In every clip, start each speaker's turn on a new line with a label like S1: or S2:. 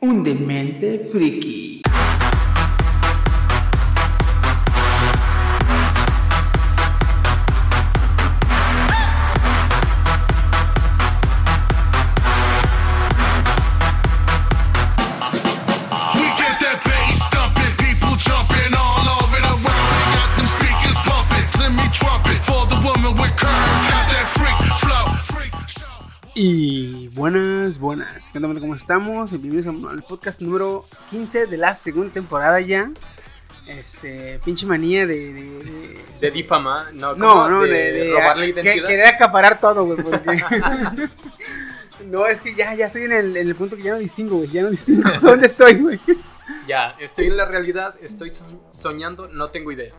S1: un demente friki.
S2: We get that bass thumping, people jumping all over the world. They got them speakers pumping, let me trumpet for the woman with curves. Got that freak flow, freak show.
S1: Y buenas, buenas. ¿Qué onda, banda? ¿Cómo estamos? Bienvenidos al podcast número 15 de la segunda temporada ya. Este, pinche manía de. de- de-
S3: De difama, no,
S1: no,
S3: ¿cómo?
S1: no, de, de-
S3: robarle
S1: que-
S3: identidad.
S1: querer acaparar todo, güey. Porque... no, es que ya, ya estoy en el, en el punto que ya no distingo, güey. Ya no distingo. ¿Dónde estoy, güey?
S3: Ya, estoy en la realidad, estoy so- soñando, no tengo idea.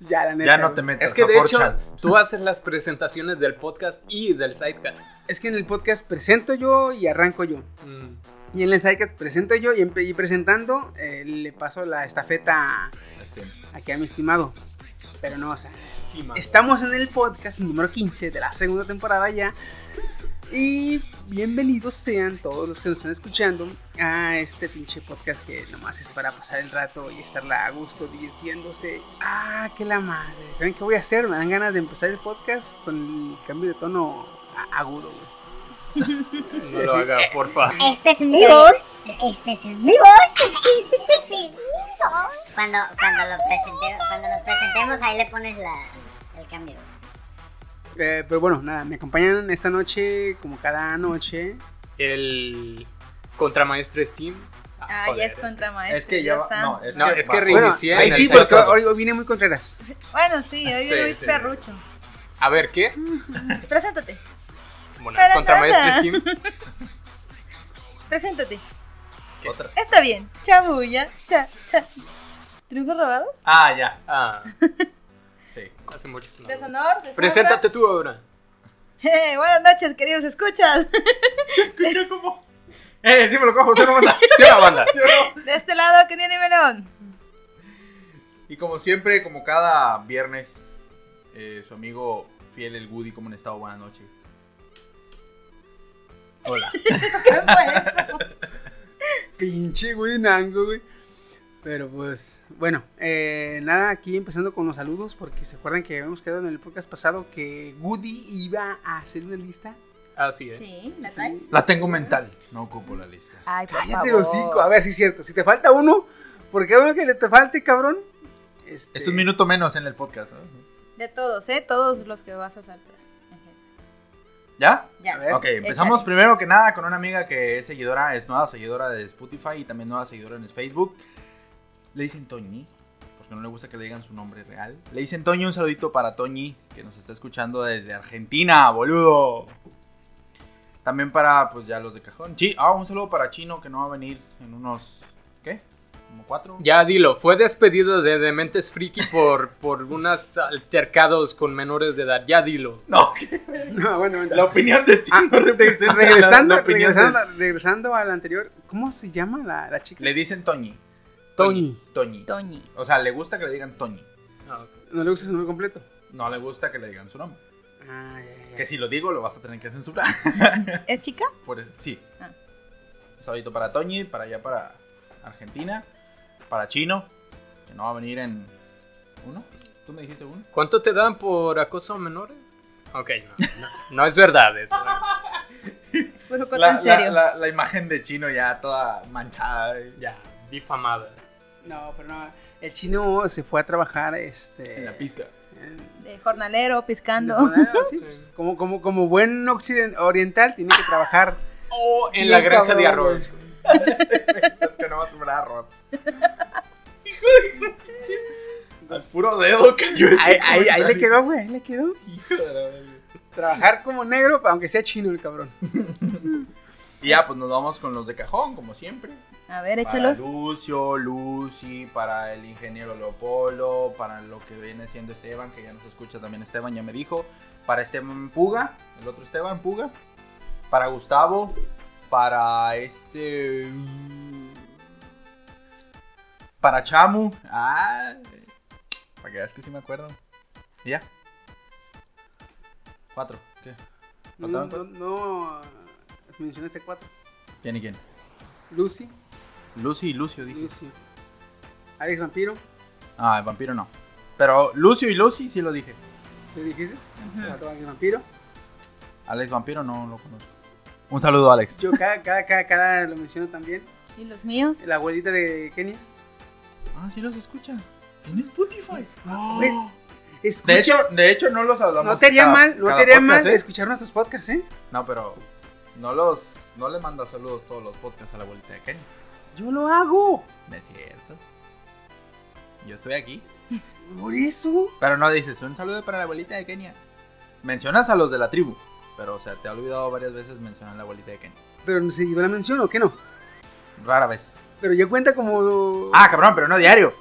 S1: Ya, la neta.
S4: Ya no te
S1: güey.
S4: metas.
S3: Es que
S4: a
S3: de hecho,
S4: 4chan.
S3: tú haces las presentaciones del podcast y del sidecast.
S1: Es que en el podcast presento yo y arranco yo.
S3: Mm,
S1: Y en la ensayo que presento yo y, en- y presentando eh, le paso la estafeta aquí a mi estimado. Pero no, o sea,
S3: estima.
S1: Estamos en el podcast número 15 de la segunda temporada ya. Y bienvenidos sean todos los que nos están escuchando a este pinche podcast que nomás es para pasar el rato y estarla a gusto, divirtiéndose. Ah, que la madre. ¿Saben qué voy a hacer? Me dan ganas de empezar el podcast con el cambio de tono a- agudo, güey.
S3: No lo haga, porfa.
S5: Esta Este es mi voz. Esta es mi voz. Esta es mi voz. Cuando, cuando, lo presente, cuando nos presentemos, ahí le pones la, el cambio.
S1: Eh, pero bueno, nada, me acompañan esta noche, como cada noche.
S3: El contramaestre Steam.
S6: Ah, ya es contramaestre.
S4: Es que ya va-
S6: está.
S4: No, es
S3: No,
S4: que,
S3: es que
S4: va-
S3: re-
S1: Bueno,
S3: Inicié
S1: ahí
S3: en
S1: sí,
S3: el
S1: porque
S3: podcast.
S1: hoy hoy viene muy Contreras.
S6: Bueno, sí, hoy
S3: Sí,
S6: viene muy
S3: sí.
S6: perrucho.
S3: A ver, ¿qué?
S6: Preséntate,
S3: Bueno,
S6: Pero
S3: contramaestre
S6: nada.
S3: Steam.
S6: preséntate.
S4: otra.
S6: Está bien. Chabuya, cha, cha. ¿Triunfo robado?
S4: Ah, ya.
S3: Ah,
S4: Sí.
S3: hace mucho. que no.
S6: Deshonor, deshonra.
S3: Preséntate tú ahora.
S6: Eh, buenas noches, queridos escuchas.
S4: Eh, sí me lo cojo, José no manda. Sí, la banda.
S6: De este lado, que tiene melón.
S4: Y como siempre, como cada viernes, eh, su amigo fiel, el Woody, ¿cómo han estado? Buenas noches. Hola.
S6: ¿Qué fue eso?
S1: Pinche güey, nango, güey. Pero pues, bueno, eh, nada, aquí empezando con los saludos, porque se acuerdan que habíamos quedado en el podcast pasado que Woody iba a hacer una lista.
S3: Así es.
S6: Sí, ¿la traes?
S4: La tengo mental. Ah, No ocupo la lista.
S6: Ay, por
S1: Cállate,
S6: favor.
S1: los cinco. A ver, sí es cierto. Si te falta uno, por cada uno que le te falte, cabrón. este,
S4: Es un minuto menos en el podcast. ¿no?
S6: De todos, ¿eh? Todos los que vas a saltar. Ajá.
S4: ¿Ya?
S6: Ya.
S1: A ver.
S4: Ok, empezamos
S6: Échale.
S4: primero que nada con una amiga que es seguidora, es nueva seguidora de Spotify y también nueva seguidora en Facebook. Le dicen Toñi, porque no le gusta que le digan su nombre real. Le dicen Toñi, un saludito para Toñi, que nos está escuchando desde Argentina, boludo. También para, pues ya los de cajón. Sí, ah, un saludo para Chino, que no va a venir en unos, ¿qué? ¿Como cuatro?
S3: Ya dilo, fue despedido de Dementes Friki por, por unos altercados con menores de edad. Ya dilo.
S4: No,
S1: No, bueno, bueno.
S4: la opinión de Steve
S1: Ah,
S4: no representa la- la
S1: regresando,
S4: opinión de-
S1: regresando, regresando al anterior, ¿cómo se llama la, la chica?
S4: Le dicen Toñi.
S1: Ah. Toñi.
S4: Toñi.
S6: Toñi.
S4: O sea, le gusta que le digan Toñi.
S3: Ah,
S1: No le gusta su nombre completo.
S4: No le gusta que le digan su nombre.
S1: Ah, ya, ya,
S4: Que
S1: ya.
S4: si lo digo, lo vas a tener que censurar.
S6: ¿Es chica?
S4: Por eso- sí.
S6: Ah.
S4: Un saludito para Toñi, para allá, para Argentina, para Chino, que no va a venir en. ¿Uno? ¿Tú me dijiste uno?
S3: ¿Cuánto te dan por acoso a menores? Ok, no, no, no es verdad eso. eh.
S6: Puro coto
S4: La,
S6: en serio.
S4: la- la- la imagen de Chino ya toda manchada. eh.
S3: Ya, difamada.
S1: No, pero no. El chino se fue a trabajar este,
S4: En la pizca.
S1: en-
S6: De jornalero, piscando.
S1: De poner así,
S3: Sí.
S1: pues, Como, como, como buen occident- oriental tiene que trabajar.
S3: O en
S1: Bien
S3: la granja
S1: cabrón,
S3: de arroz.
S4: es que no va a sembrar arroz. Al puro dedo que yo
S1: ahí, ahí- ahí le quedó, güey, ahí le quedó.
S4: Hijo de la verga.
S1: Trabajar como negro, aunque sea chino el cabrón.
S4: Y ya, pues nos vamos con los de cajón, como siempre.
S6: A ver,
S4: Para
S6: échalos.
S4: Lucio, Lucy, para el ingeniero Leopoldo, para lo que viene siendo Esteban, que ya nos escucha también Esteban, ya me dijo. Para Esteban Puga, el otro Esteban Puga. Para Gustavo, para este... mm, Para Chamu. Ah, para que veas que sí me acuerdo. Y ya. Cuatro. ¿Qué?
S1: No,
S4: ¿Faltaban
S1: no,
S4: cuatro?
S1: no, mencionaste cuatro.
S4: ¿Quién y quién?
S1: Lucy,
S4: Lucy y Lucio, dije.
S1: Lucy. Alex Vampiro,
S4: Ah, el vampiro no. Pero Lucio y Lucy sí lo dije.
S1: ¿le dijiste? Faltaba Alex Vampiro.
S4: Alex Vampiro no lo conozco. Un saludo, Alex.
S1: Yo cada, cada, cada, cada lo menciono también.
S6: ¿Y los míos?
S1: La abuelita de Kenia.
S4: Ah, sí los escucha. En Spotify.
S1: Güey, Escucha.
S4: De hecho, de hecho, no los hablamos.
S1: no te haría
S4: cada-
S1: mal, no
S4: cada
S1: te haría
S4: podcast,
S1: mal
S4: ¿eh?
S1: escuchar nuestros podcasts, ¿eh?
S4: No, pero no los no le manda saludos todos los podcasts a la abuelita de Kenny.
S1: Yo lo hago.
S4: No es cierto. Yo estoy aquí.
S1: Por eso.
S4: Pero no dices un saludo para la abuelita de Kenia. Mencionas a los de la tribu. Pero, o sea, te ha olvidado varias veces mencionar a la abuelita de Kenia.
S1: Pero seguido la menciono, ¿qué no?
S4: Rara vez.
S1: Pero ya cuenta como.
S4: Ah, cabrón, pero no diario.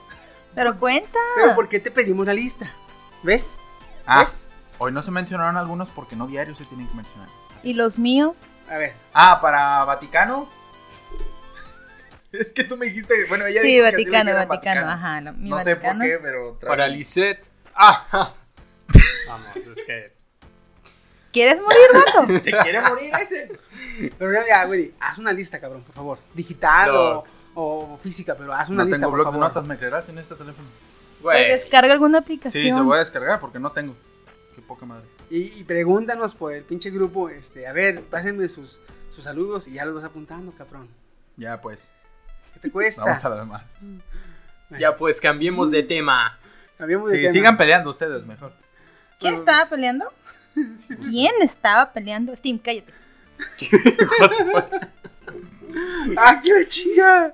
S6: Pero cuenta.
S1: Pero ¿por qué te pedimos la lista? ¿Ves?
S4: Ah,
S1: ¿Ves?
S4: hoy no se mencionaron algunos porque no diario se tienen que mencionar.
S6: ¿Y los míos?
S1: A ver.
S4: Ah, para Vaticano. Es que tú me dijiste, bueno, ella
S6: Sí,
S4: dijo que así le
S6: Vaticano,
S4: dijeron
S6: Vaticano, ajá. la- mi
S4: no sé por
S6: Vaticano.
S4: qué, pero trae-
S3: Para Lisette. Ah, ja. vamos, es que.
S6: ¿Quieres morir, vato?
S4: se quiere morir ese.
S1: Pero ya, ya, güey, haz una lista, cabrón, por favor. Digital o,
S3: Dogs.
S1: o física, pero haz una
S4: No
S1: lista,
S4: tengo
S1: por
S4: blog de
S1: favor.
S4: notas, me creerás en este teléfono.
S6: Pues
S3: Güey.
S6: descarga alguna
S4: Sí,
S6: aplicación.
S4: se voy a descargar porque no tengo. Qué poca madre.
S1: Y, y pregúntanos por el pinche grupo, este, a ver, pásenme sus, sus saludos y ya los vas apuntando, cabrón.
S4: Ya pues,
S1: ¿Qué te cuesta?
S4: vamos a lo demás.
S3: Ya pues cambiemos de tema.
S1: Cambiemos de
S4: Sí,
S1: tema.
S4: sigan peleando ustedes mejor.
S6: ¿Quién estaba peleando? ¿Quién estaba peleando? Steam, cállate.
S1: ¡Ah, qué la chinga!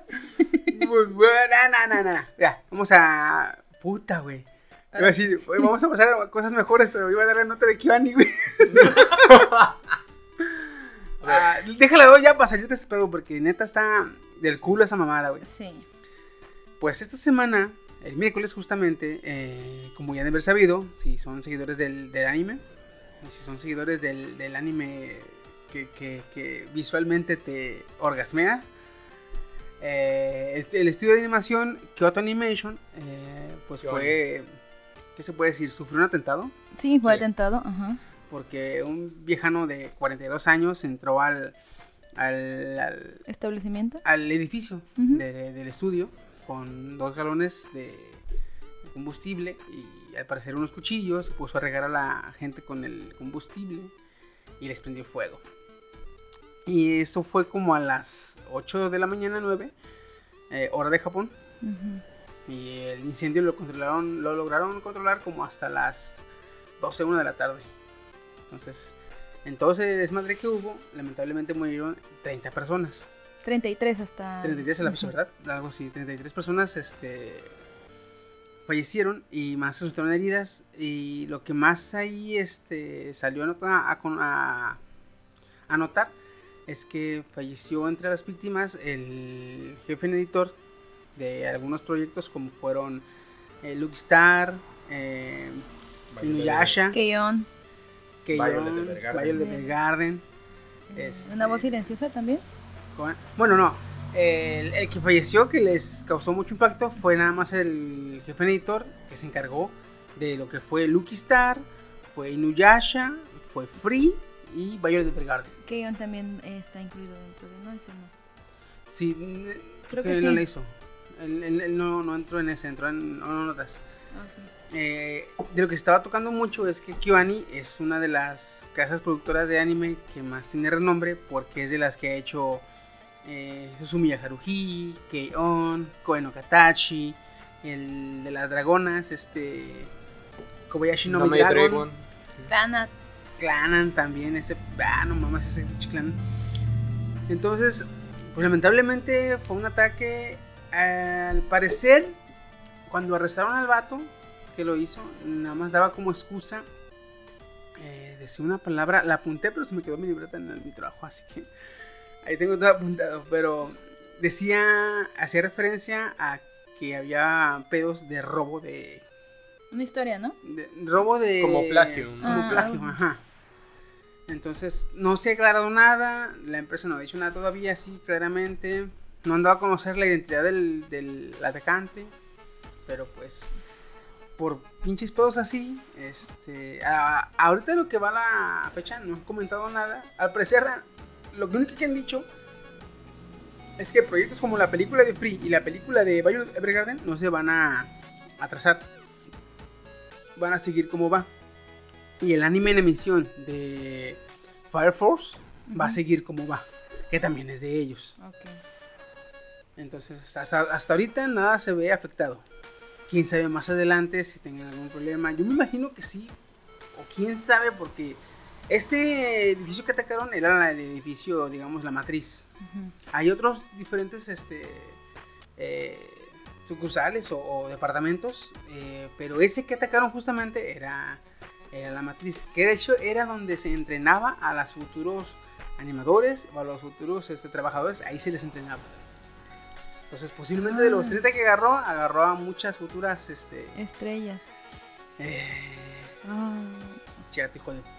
S1: Pues, güey, na, na, na, na. Ya, vamos a. Puta, güey. Iba a decir, "Oye, vamos a pasar a cosas mejores, pero iba a dar la nota de Kivani, güey. Ah, déjala dos ya para salirte de este pedo, porque neta está del culo esa mamada, güey.
S6: Sí.
S1: Pues esta semana, el miércoles justamente, eh, como ya han de haber sabido, si son seguidores del, del anime, y si son seguidores del, del anime que, que- que visualmente te orgasmea, eh, el, el estudio de animación Kyoto Animation, eh, pues
S3: Kyoto.
S1: fue, ¿qué se puede decir? Sufrió un atentado
S6: Sí, fue
S3: Sí.
S6: atentado. Ajá.
S1: porque un viejano de 42 años entró al- al- al,
S6: Establecimiento.
S1: al edificio
S6: Ujú.
S1: de- del estudio con dos galones de combustible y al parecer unos cuchillos, se puso a regar a la gente con el combustible y les prendió fuego. Y eso fue como a las 8 de la mañana, 9, eh, hora de Japón.
S6: Ujú.
S1: Y el incendio lo controlaron, lo lograron controlar como hasta las 12, 1 de la tarde. Entonces, en todo ese desmadre que hubo, lamentablemente murieron 30 personas.
S6: 33 hasta.
S1: 33 en la fecha,
S6: Ujú.
S1: ¿verdad? Algo así, 33 personas este, fallecieron y más resultaron heridas. Y lo que más ahí este, salió a, nota- a con- a- a notar es que falleció entre las víctimas el jefe editor de algunos proyectos como fueron eh, Luke Star, eh, Inuyasha,
S6: Keyon.
S1: Keion,
S4: Violet Evergarden.
S1: Violet Evergarden,
S6: Una voz
S1: este,
S6: silenciosa también.
S1: con- Bueno, no. El, el que falleció, que les causó mucho impacto, fue nada más el jefe editor que se encargó de lo que fue Lucky Star, fue Inuyasha, fue Free y Bayer de Bergarden.
S6: Keyon también eh, está incluido dentro de no, Ese no.
S1: Sí, n- creo que,
S6: que
S1: él no
S6: sí.
S1: la hizo. Él, él- él no, no entró en ese, entró en, en otras.
S6: Ok.
S1: Eh, de lo que se estaba tocando mucho es que KyoAni es una de las casas productoras de anime que más tiene renombre porque es de las que ha hecho eh, Susumiya Haruhi, Keion, Koe no Katachi, el de las dragonas, este Kobayashi no,
S3: No me
S1: Mi Dragon,
S3: Dragon.
S6: Dana.
S1: Clanan también, ese, ah, no mames, ese pinche clan. Entonces, pues lamentablemente fue un ataque, al parecer, cuando arrestaron al vato que lo hizo, nada más daba como excusa, eh, decía una palabra, la apunté, pero se me quedó mi libreta en el- mi trabajo, así que Ahí tengo todo apuntado, pero decía, hacía referencia a que había pedos de robo de...
S6: Una historia, ¿no?
S1: de- robo de...
S3: Como plagio, ¿no?
S1: Como
S6: Ah.
S1: plagio, ajá. Entonces, no se ha aclarado nada, la empresa no ha dicho nada todavía, así claramente. No han dado a conocer la identidad del, del atacante, pero pues por pinches pedos así, este, a- ahorita lo que va la fecha no han comentado nada. Al parecer, lo que único que han dicho es que proyectos como la película de Free y la película de Violet Evergarden no se van a atrasar. Van a seguir como va. Y el anime en emisión de Fire Force va a seguir como va, que también es de ellos.
S6: Ok.
S1: Entonces, hasta- hasta, hasta ahorita nada se ve afectado. Quién sabe más adelante si tengan algún problema. Yo me imagino que sí. O quién sabe, porque ese edificio que atacaron era la- el edificio, digamos, la matriz. Hay otros diferentes este, eh, sucursales o, o departamentos, eh, pero ese que atacaron justamente era, era la matriz. Que de hecho era donde se entrenaba a los futuros animadores o a los futuros este, trabajadores. Ahí se les entrenaba. Entonces, posiblemente de los 30 que agarró, agarró a muchas futuras, este...
S6: Estrella.
S1: Eh,
S6: Ah,
S1: chate, hijo de puta.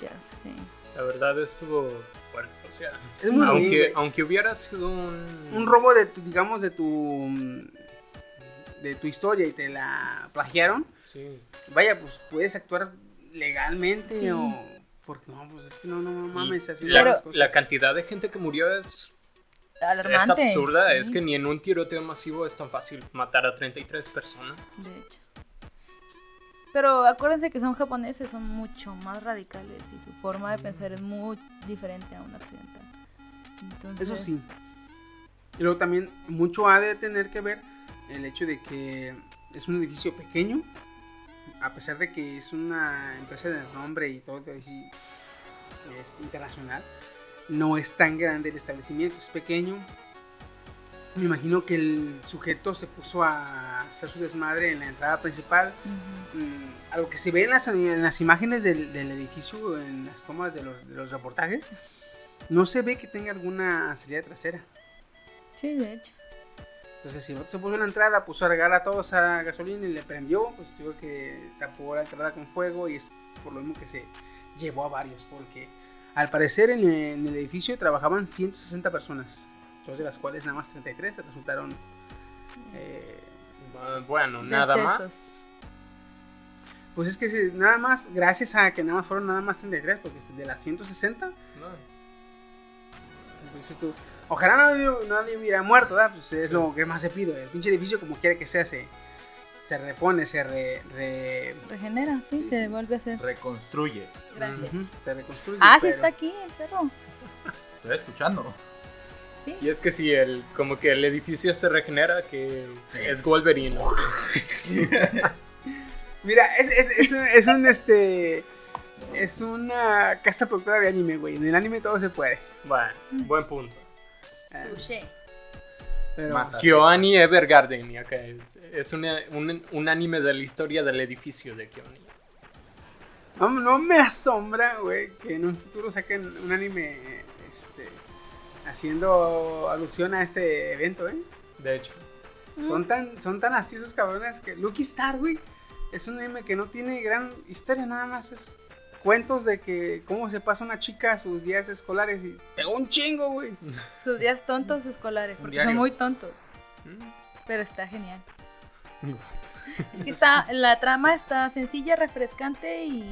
S6: ya sé.
S3: La verdad estuvo fuerte. O sea,
S1: Es muy
S3: aunque,
S1: horrible.
S3: aunque hubiera sido un.
S1: Un robo de tu, digamos, de tu... mm, De tu historia y te la plagiaron.
S3: Sí.
S1: Vaya, pues, puedes actuar legalmente
S6: Sí.
S1: o... Porque no, pues, es que no, no, no mames. Así
S3: Y
S1: no
S3: la,
S1: van las cosas.
S3: la cantidad de gente que murió es, es
S6: Alarmante.
S3: absurda.
S6: sí,
S3: Es que ni en un tiroteo masivo es tan fácil matar a 33 personas.
S6: De hecho. Pero acuérdense que son japoneses, son mucho más radicales y su forma de pensar es muy diferente a un occidental. Entonces,
S1: Eso sí. Y luego también mucho ha de tener que ver el hecho de que es un edificio pequeño, a pesar de que es una empresa de nombre y todo y es internacional, no es tan grande el establecimiento, es pequeño. Me imagino que el sujeto se puso a hacer su desmadre en la entrada principal.
S6: Ujú.
S1: Mm, A lo que se ve en las, en las imágenes del, del edificio, en las tomas de los, de los reportajes, no se ve que tenga alguna salida trasera.
S6: Sí, de hecho.
S1: Entonces, si el vato se puso en la entrada, puso a regar a todos a gasolina y le prendió, pues digo que tapó la entrada con fuego y es por lo mismo que se llevó a varios, porque al parecer en, en el edificio trabajaban 160 personas, dos de las cuales nada más 33 resultaron. eh,
S3: Ah, Bueno, nada
S6: Decesos.
S3: más.
S1: pues es que se- nada más, gracias a que nada más fueron nada más 33, porque este, de las 160
S3: No.
S1: Entonces tú, ojalá nadie, nadie hubiera muerto, ¿verdad? Pues es lo que más se pide. El pinche edificio, como quiera que sea, se, se repone, se re, re-
S6: Regenera, sí, se vuelve a hacer.
S4: Reconstruye.
S6: Gracias.
S1: ujú, se reconstruye.
S6: Ah, sí
S1: pero-
S6: está aquí el perro.
S4: Estoy escuchando.
S3: Y es que si el, como que el edificio se regenera, que es Wolverine.
S1: Mira, es, es, es un, es un, este. Es una casa productora de anime, güey. En el anime todo se puede.
S3: Bueno, buen punto.
S1: Pero
S4: Mata.
S3: Kyoani Evergarden, y acá es, es una- un, un anime de la historia del edificio de Kyoani.
S1: no, no me asombra, güey, que en un futuro saquen un anime este, haciendo alusión a este evento, ¿eh?
S3: De hecho,
S1: Son tan, son tan así esos cabrones que Lucky Star, güey, es un anime que no tiene gran historia, nada más es cuentos de que cómo se pasa una chica sus días escolares y pegó un chingo, güey.
S6: Sus días tontos escolares,
S4: Un
S6: porque son
S4: diario.
S6: muy tontos. Pero está genial. Es que está, la trama está sencilla, refrescante y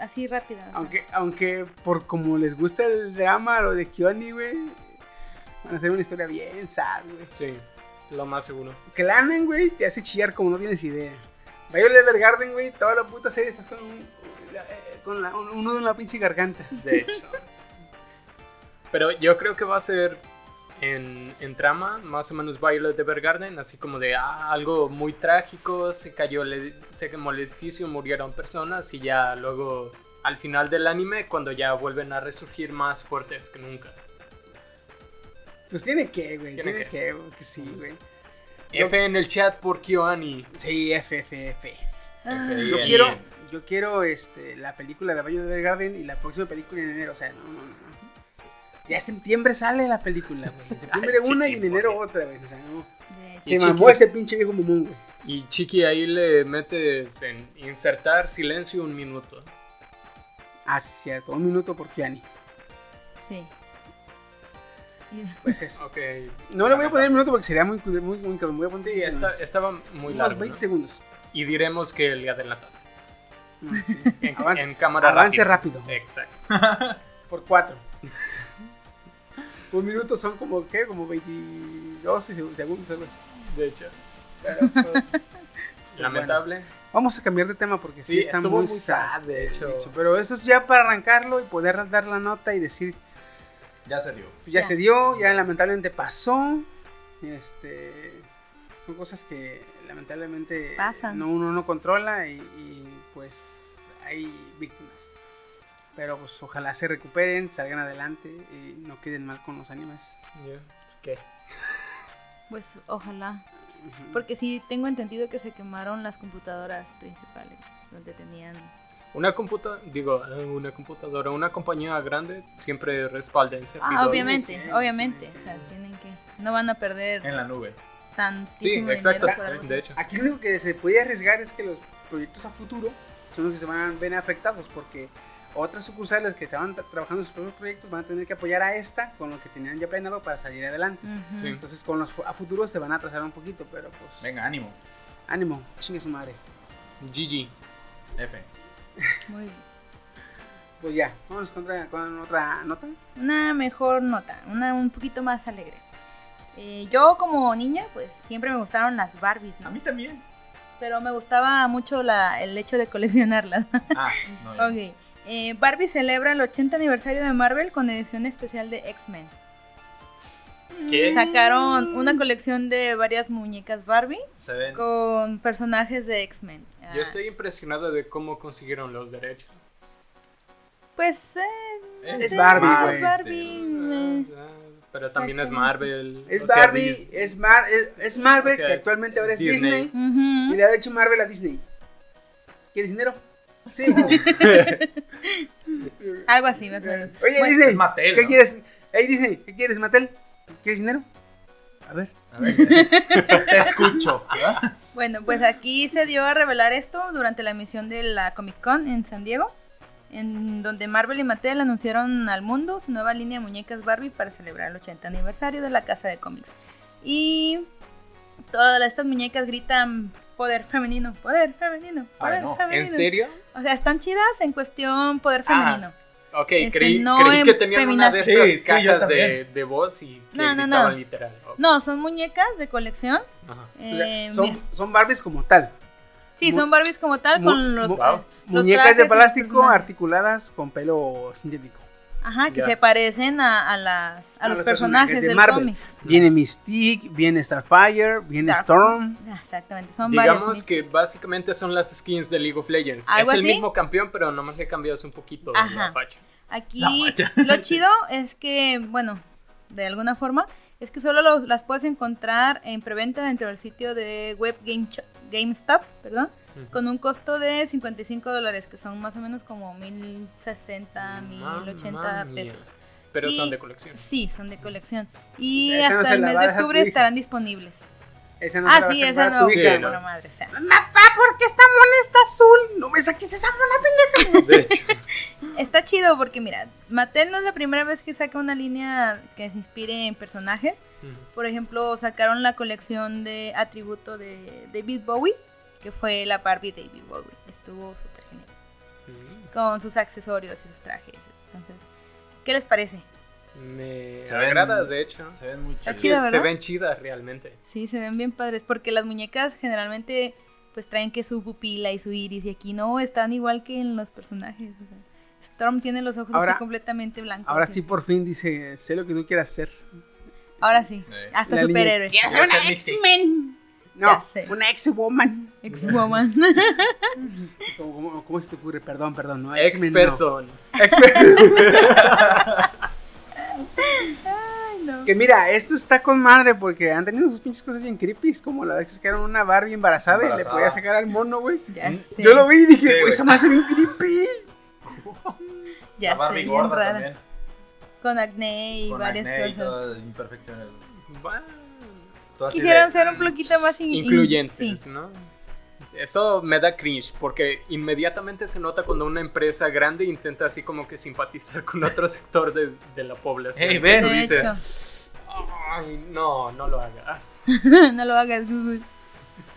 S6: así rápida. o sea.
S1: Aunque, aunque por como les gusta el drama, lo de Kioni, güey, van a hacer una historia bien sad, güey.
S3: sí, lo más seguro.
S1: Clanen, güey, te hace chillar como no tienes idea. Violet Evergarden, güey, toda la puta serie estás con, un, la- eh, con la- un- uno de una pinche garganta.
S3: De hecho. Pero yo creo que va a ser en, en trama, más o menos Violet Evergarden, así como de ah, algo muy trágico, se cayó, el edi- se quemó el edificio, murieron personas y ya luego al final del anime, cuando ya vuelven a resurgir más fuertes que nunca.
S1: Pues tiene que, güey,
S3: Tiene
S1: tiene,
S3: que.
S1: que, güey, que sí, güey.
S3: F en el chat por Kyoani.
S1: Sí, F, F, F.
S4: Yo
S1: Yo quiero, yo quiero este, la película de Valle del Garden y la próxima película en enero. O sea, no, no, no. Ya en septiembre sale la película, güey. En septiembre
S3: Ay,
S1: una y
S3: chiqui,
S1: en enero
S3: ¿por
S1: otra, güey. O sea, no.
S6: De hecho,
S1: Se
S3: chiqui.
S1: mamó ese pinche viejo mamón, güey.
S3: Y Chiqui ahí le metes en insertar silencio un minuto.
S1: Ah, sí, cierto. Un minuto por Kiani.
S6: Sí. Y-
S1: Pues es.
S3: Ok.
S1: No le voy a poner un minuto porque sería muy, muy, muy, cabrón. Voy a poner
S3: Sí, está- estaba muy
S1: unos
S3: largo. ¿no?
S1: 20 segundos. Y
S3: Y diremos que le adelantaste. En,
S1: Avance-
S3: en cámara
S1: avance rápido.
S3: Exacto.
S1: Por 4. un minuto son como, ¿qué? Como 22 seg- segundos, algo así.
S3: De hecho.
S1: Pero, pues,
S3: Lamentable.
S1: Vamos a cambiar de tema porque sí,
S3: Sí,
S1: está
S3: estuvo
S1: muy,
S3: muy sad,
S1: sad,
S3: de hecho.
S1: Pero eso es ya para arrancarlo y poder dar la nota y decir,
S4: Ya se dio.
S1: pues ya
S6: Ya.
S1: se dio, ya lamentablemente pasó. Este, son cosas que lamentablemente
S6: Pasan.
S1: No, uno no controla y, y, pues hay víctimas. Pero pues ojalá se recuperen, salgan adelante y no queden mal con los animes.
S3: Ya. ¿Qué?
S6: Pues ojalá.
S1: Ujú.
S6: Porque sí tengo entendido que se quemaron las computadoras principales donde tenían.
S3: Una computa, digo, eh, una computadora, una compañía grande siempre respalda el servidor.
S6: Ah, obviamente,
S1: sí.
S6: obviamente. O sea, tienen que. No van a perder
S4: En la nube.
S3: Sí,
S6: tantísimo
S3: exacto,
S6: dinero por algo
S3: sí,
S6: así.
S3: de hecho.
S1: Aquí lo único que se puede arriesgar es que los proyectos a futuro son los que se van a ver afectados porque otras sucursales que estaban tra- trabajando en sus propios proyectos van a tener que apoyar a esta con lo que tenían ya planeado para salir adelante.
S6: Ujú.
S3: Sí.
S1: Entonces con los fu- a futuro se van a atrasar un poquito, pero pues
S4: Venga, ánimo.
S1: ánimo, chingue su madre.
S3: GG.
S4: F.
S6: Muy bien.
S1: Pues ya, vamos contra, con otra nota.
S6: Una mejor nota, una un poquito más alegre. Eh, yo como niña, pues siempre me gustaron las Barbies,
S4: A
S6: ¿no?
S4: mí también.
S6: Pero me gustaba mucho la, el hecho de coleccionarlas.
S4: Ah, no. ya.
S6: ok. Eh, Barbie celebra el 80 aniversario de Marvel con edición especial de X-Men.
S3: ¿Qué?
S6: Sacaron una colección de varias muñecas Barbie
S4: Se ven.
S6: con personajes de X-Men. Ah,
S3: Yo estoy impresionado de cómo consiguieron los derechos.
S6: Pues eh,
S1: Es Barbie, güey.
S6: es Barbie, me-
S3: Pero también es
S6: Exacto.
S3: Marvel.
S1: Es
S3: o sea,
S1: Barbie,
S3: Dis-
S1: es, Mar- es, es Marvel,
S3: O sea,
S1: que
S3: es-
S1: actualmente
S3: es
S1: ahora es
S3: Disney.
S1: Disney,
S6: eh, Ujú.
S1: y le ha hecho Marvel a Disney. ¿Quieres dinero? Sí.
S6: Algo así, más o menos.
S1: Oye,
S6: Bueno,
S1: Disney,
S4: es Mattel,
S1: ¿qué
S4: ¿no?
S1: quieres? Hey, Disney, ¿qué quieres, Mattel? ¿Quieres dinero? A ver.
S4: A ver, te escucho. ¿verdad?
S6: Bueno, pues aquí se dio a revelar esto durante la emisión de la Comic Con en San Diego, en donde Marvel y Mattel anunciaron al mundo su nueva línea de muñecas Barbie para celebrar el 80 aniversario de la casa de cómics. Y todas estas muñecas gritan poder femenino, poder femenino, poder
S4: Ay, no. ¿En
S6: femenino.
S3: ¿En serio?
S6: O sea, están chidas en cuestión poder
S3: Ah,
S6: femenino.
S3: Ok,
S6: Este,
S3: creí,
S6: no
S3: creí
S6: en
S3: que tenían una de
S6: feminazis.
S3: estas
S4: Sí, sí, yo
S3: cajas de,
S4: también.
S3: de voz y que
S6: No, no, no.
S3: gritaban literal. Ok,
S6: No, son muñecas de colección.
S3: ajá.
S1: O sea,
S6: eh,
S1: son,
S6: mira.
S1: son Barbies como tal.
S6: sí,
S1: mu-
S6: son Barbies como tal,
S1: mu-
S6: con los, eh,
S1: mu-
S3: Wow.
S6: los
S1: Muñecas
S6: trajes este, y
S1: de
S6: los
S1: plástico
S6: personajes.
S1: articuladas con pelo sintético.
S6: Ajá, que
S3: Ya.
S6: se parecen a, a las, a los, personajes, del cómic.
S1: Viene Mystique, viene Starfire, viene
S6: Dark-
S1: Storm.
S6: Ah, Exactamente, son
S3: Digamos
S6: varios.
S3: que básicamente son las skins de League of Legends.
S6: ¿Algo
S3: Es el
S6: así?
S3: mismo campeón, pero nomás le cambias un poquito
S6: Ajá.
S3: la facha.
S6: Aquí lo chido es que, bueno, de alguna forma, es que solo los- las puedes encontrar en preventa dentro del sitio de web Game Cho- GameStop, perdón,
S3: Ujú.
S6: con un costo de 55 dólares, que son más o menos como 1060,
S3: Mamma
S6: 1080
S3: mía.
S6: pesos.
S3: Pero son
S6: Y-
S3: de colección.
S6: Sí, son de colección. Y
S1: Esa no
S6: hasta
S1: se
S6: el
S1: la
S6: mes
S1: va a
S6: de
S1: dejar tu
S6: octubre
S1: hija.
S6: estarán disponibles.
S1: Esa no se
S6: Ah,
S1: la vas
S6: sí,
S1: a comprar
S6: esa
S1: a tu
S6: no,
S3: Sí,
S1: hija.
S6: bueno,
S3: no.
S6: madre, o sea.
S1: Papá, ¿por qué esta mona está azul? No me saques esa mona.
S3: De hecho,
S6: Está chido porque mira, Mattel no es la primera vez que saca una línea que se inspire en personajes.
S3: Ujú.
S6: Por ejemplo, sacaron la colección de atributo de David Bowie, que fue la Barbie David Bowie. Estuvo súper genial. Con sus accesorios y sus trajes. Entonces, ¿qué les parece?
S3: me
S4: Se ven-
S3: agrada, de hecho.
S4: Se ven muy
S6: Es
S4: chidos.
S6: chida,
S3: se
S6: ¿verdad?
S3: ven chidas realmente.
S6: Sí, se ven bien padres porque las muñecas generalmente pues traen que su pupila y su iris y aquí no, están igual que en los personajes. o sea, Storm tiene los ojos
S1: Ahora-
S6: así completamente blancos.
S1: Ahora
S6: y
S1: sí,
S6: así.
S1: por fin dice, sé lo que tú quieras hacer.
S6: Ahora sí.
S4: Eh.
S6: Hasta
S1: La línea-
S6: superhéroe.
S4: Quiero ser una X-Men.
S1: No,
S6: Ya sé.
S1: una ex-woman.
S6: Ex-woman.
S1: ¿Cómo, cómo, cómo se te ocurre? Perdón, perdón. No, X-Men no.
S3: Ex-person.
S1: Que mira, esto está con madre porque han tenido sus pinches cosas bien creepy, como la vez que sacaron una Barbie embarazada, y le
S4: Embarazada.
S1: podía sacar al mono, güey.
S6: Ya sé.
S1: Mm, Yo lo vi y dije,
S4: Sí,
S1: güey,
S4: güey.
S1: esa madre se ve bien creepy.
S6: Ya
S4: La Barbie
S6: sé, bien
S4: gorda
S6: rara.
S4: también.
S6: Con acné y
S4: con
S6: varias
S4: acné y
S6: cosas.
S4: todas las imperfecciones.
S3: Va-
S4: Todo así de-
S6: Quisieron ser un poquito más in- in- sí.
S3: Incluyentes, ¿no? Eso me da cringe porque inmediatamente se nota cuando una empresa grande intenta así como que simpatizar con otro sector de, de la población.
S4: Ey, ven.
S3: Tú
S6: De
S3: dices, "Ay, no, no lo hagas.
S6: no lo hagas, Google.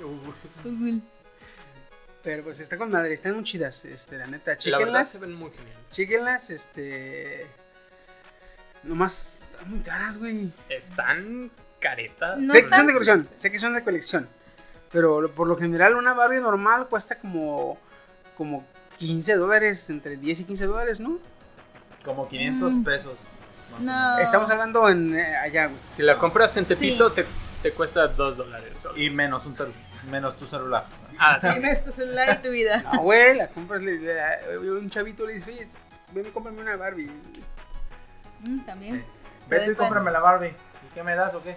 S3: Uh,
S6: Google.
S1: Pero pues está con madre, están muy chidas, este, la neta,
S3: la verdad
S1: chéquenlas.
S3: se ven muy genial.
S1: Chéquenlas, este. Nomás están muy caras, güey.
S3: Están caretas.
S6: No
S1: sé que
S6: tan-
S1: son de colección, sé que son de colección. Pero lo- por lo general, una Barbie normal cuesta como. como 15 dólares, entre 10 y 15 dólares, ¿no?
S4: Como 500
S6: Mm.
S4: pesos. más o menos.
S6: No.
S1: Estamos hablando en eh, allá, güey.
S3: Si la compras en
S6: Sí.
S3: Tepito te, te cuesta 2 dólares.
S4: Y menos, un tel- menos tu celular.
S3: Ah, también.
S6: Tienes tu celular y tu vida.
S1: No, güey, la compras, le- le- un chavito le dice, oye, ven y cómprame una Barbie.
S6: Mm, También.
S4: Vete
S6: Pero
S4: y cómprame la Barbie. ¿Y qué me das o qué? ¿Eh?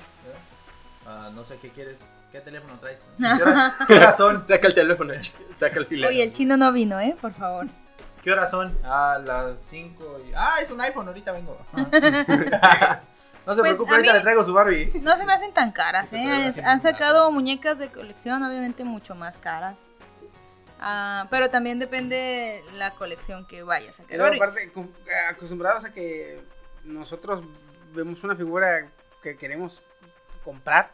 S4: Ah, no sé qué quieres. ¿Qué teléfono traes? ¿Qué, hora- qué horas son?
S3: Saca el teléfono, saca el filero.
S6: Oye, el chino no vino, ¿eh? Por favor.
S4: ¿Qué horas son? Ah, las 5 y... Ah, es un iPhone, ahorita vengo. no se preocupe,
S6: Pues, a
S4: ahorita
S6: mí-
S4: le traigo su Barbie.
S6: No se me hacen tan caras,
S4: Sí, pero
S6: ¿eh?
S4: es
S6: Han
S4: una-
S6: sacado muñecas de colección, obviamente mucho más caras. Ah, pero también depende la colección que vayas a sacar.
S1: Pero aparte, co- acostumbrados a que nosotros vemos una figura que queremos comprar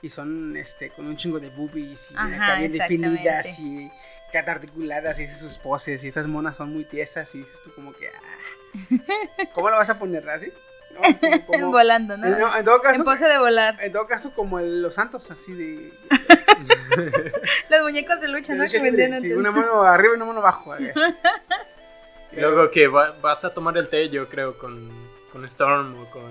S1: y son este con un chingo de boobies y
S6: Ajá,
S1: acá bien
S6: exactamente.
S1: definidas y catarticuladas y esas sus poses y estas monas son muy tiesas y dices tú como que ah, ¿cómo la vas a poner así? No, como- como-
S6: Volando, ¿no?
S1: No, en todo
S6: En
S1: caso,
S6: pose de volar.
S1: en todo caso como el- los santos así de
S6: Los muñecos de lucha, ¿no? Que vendían
S1: Sí,
S6: antes.
S1: una mano arriba y una mano abajo. a ver.
S3: Luego que va- vas a tomar el té, yo creo, con, con Storm o con,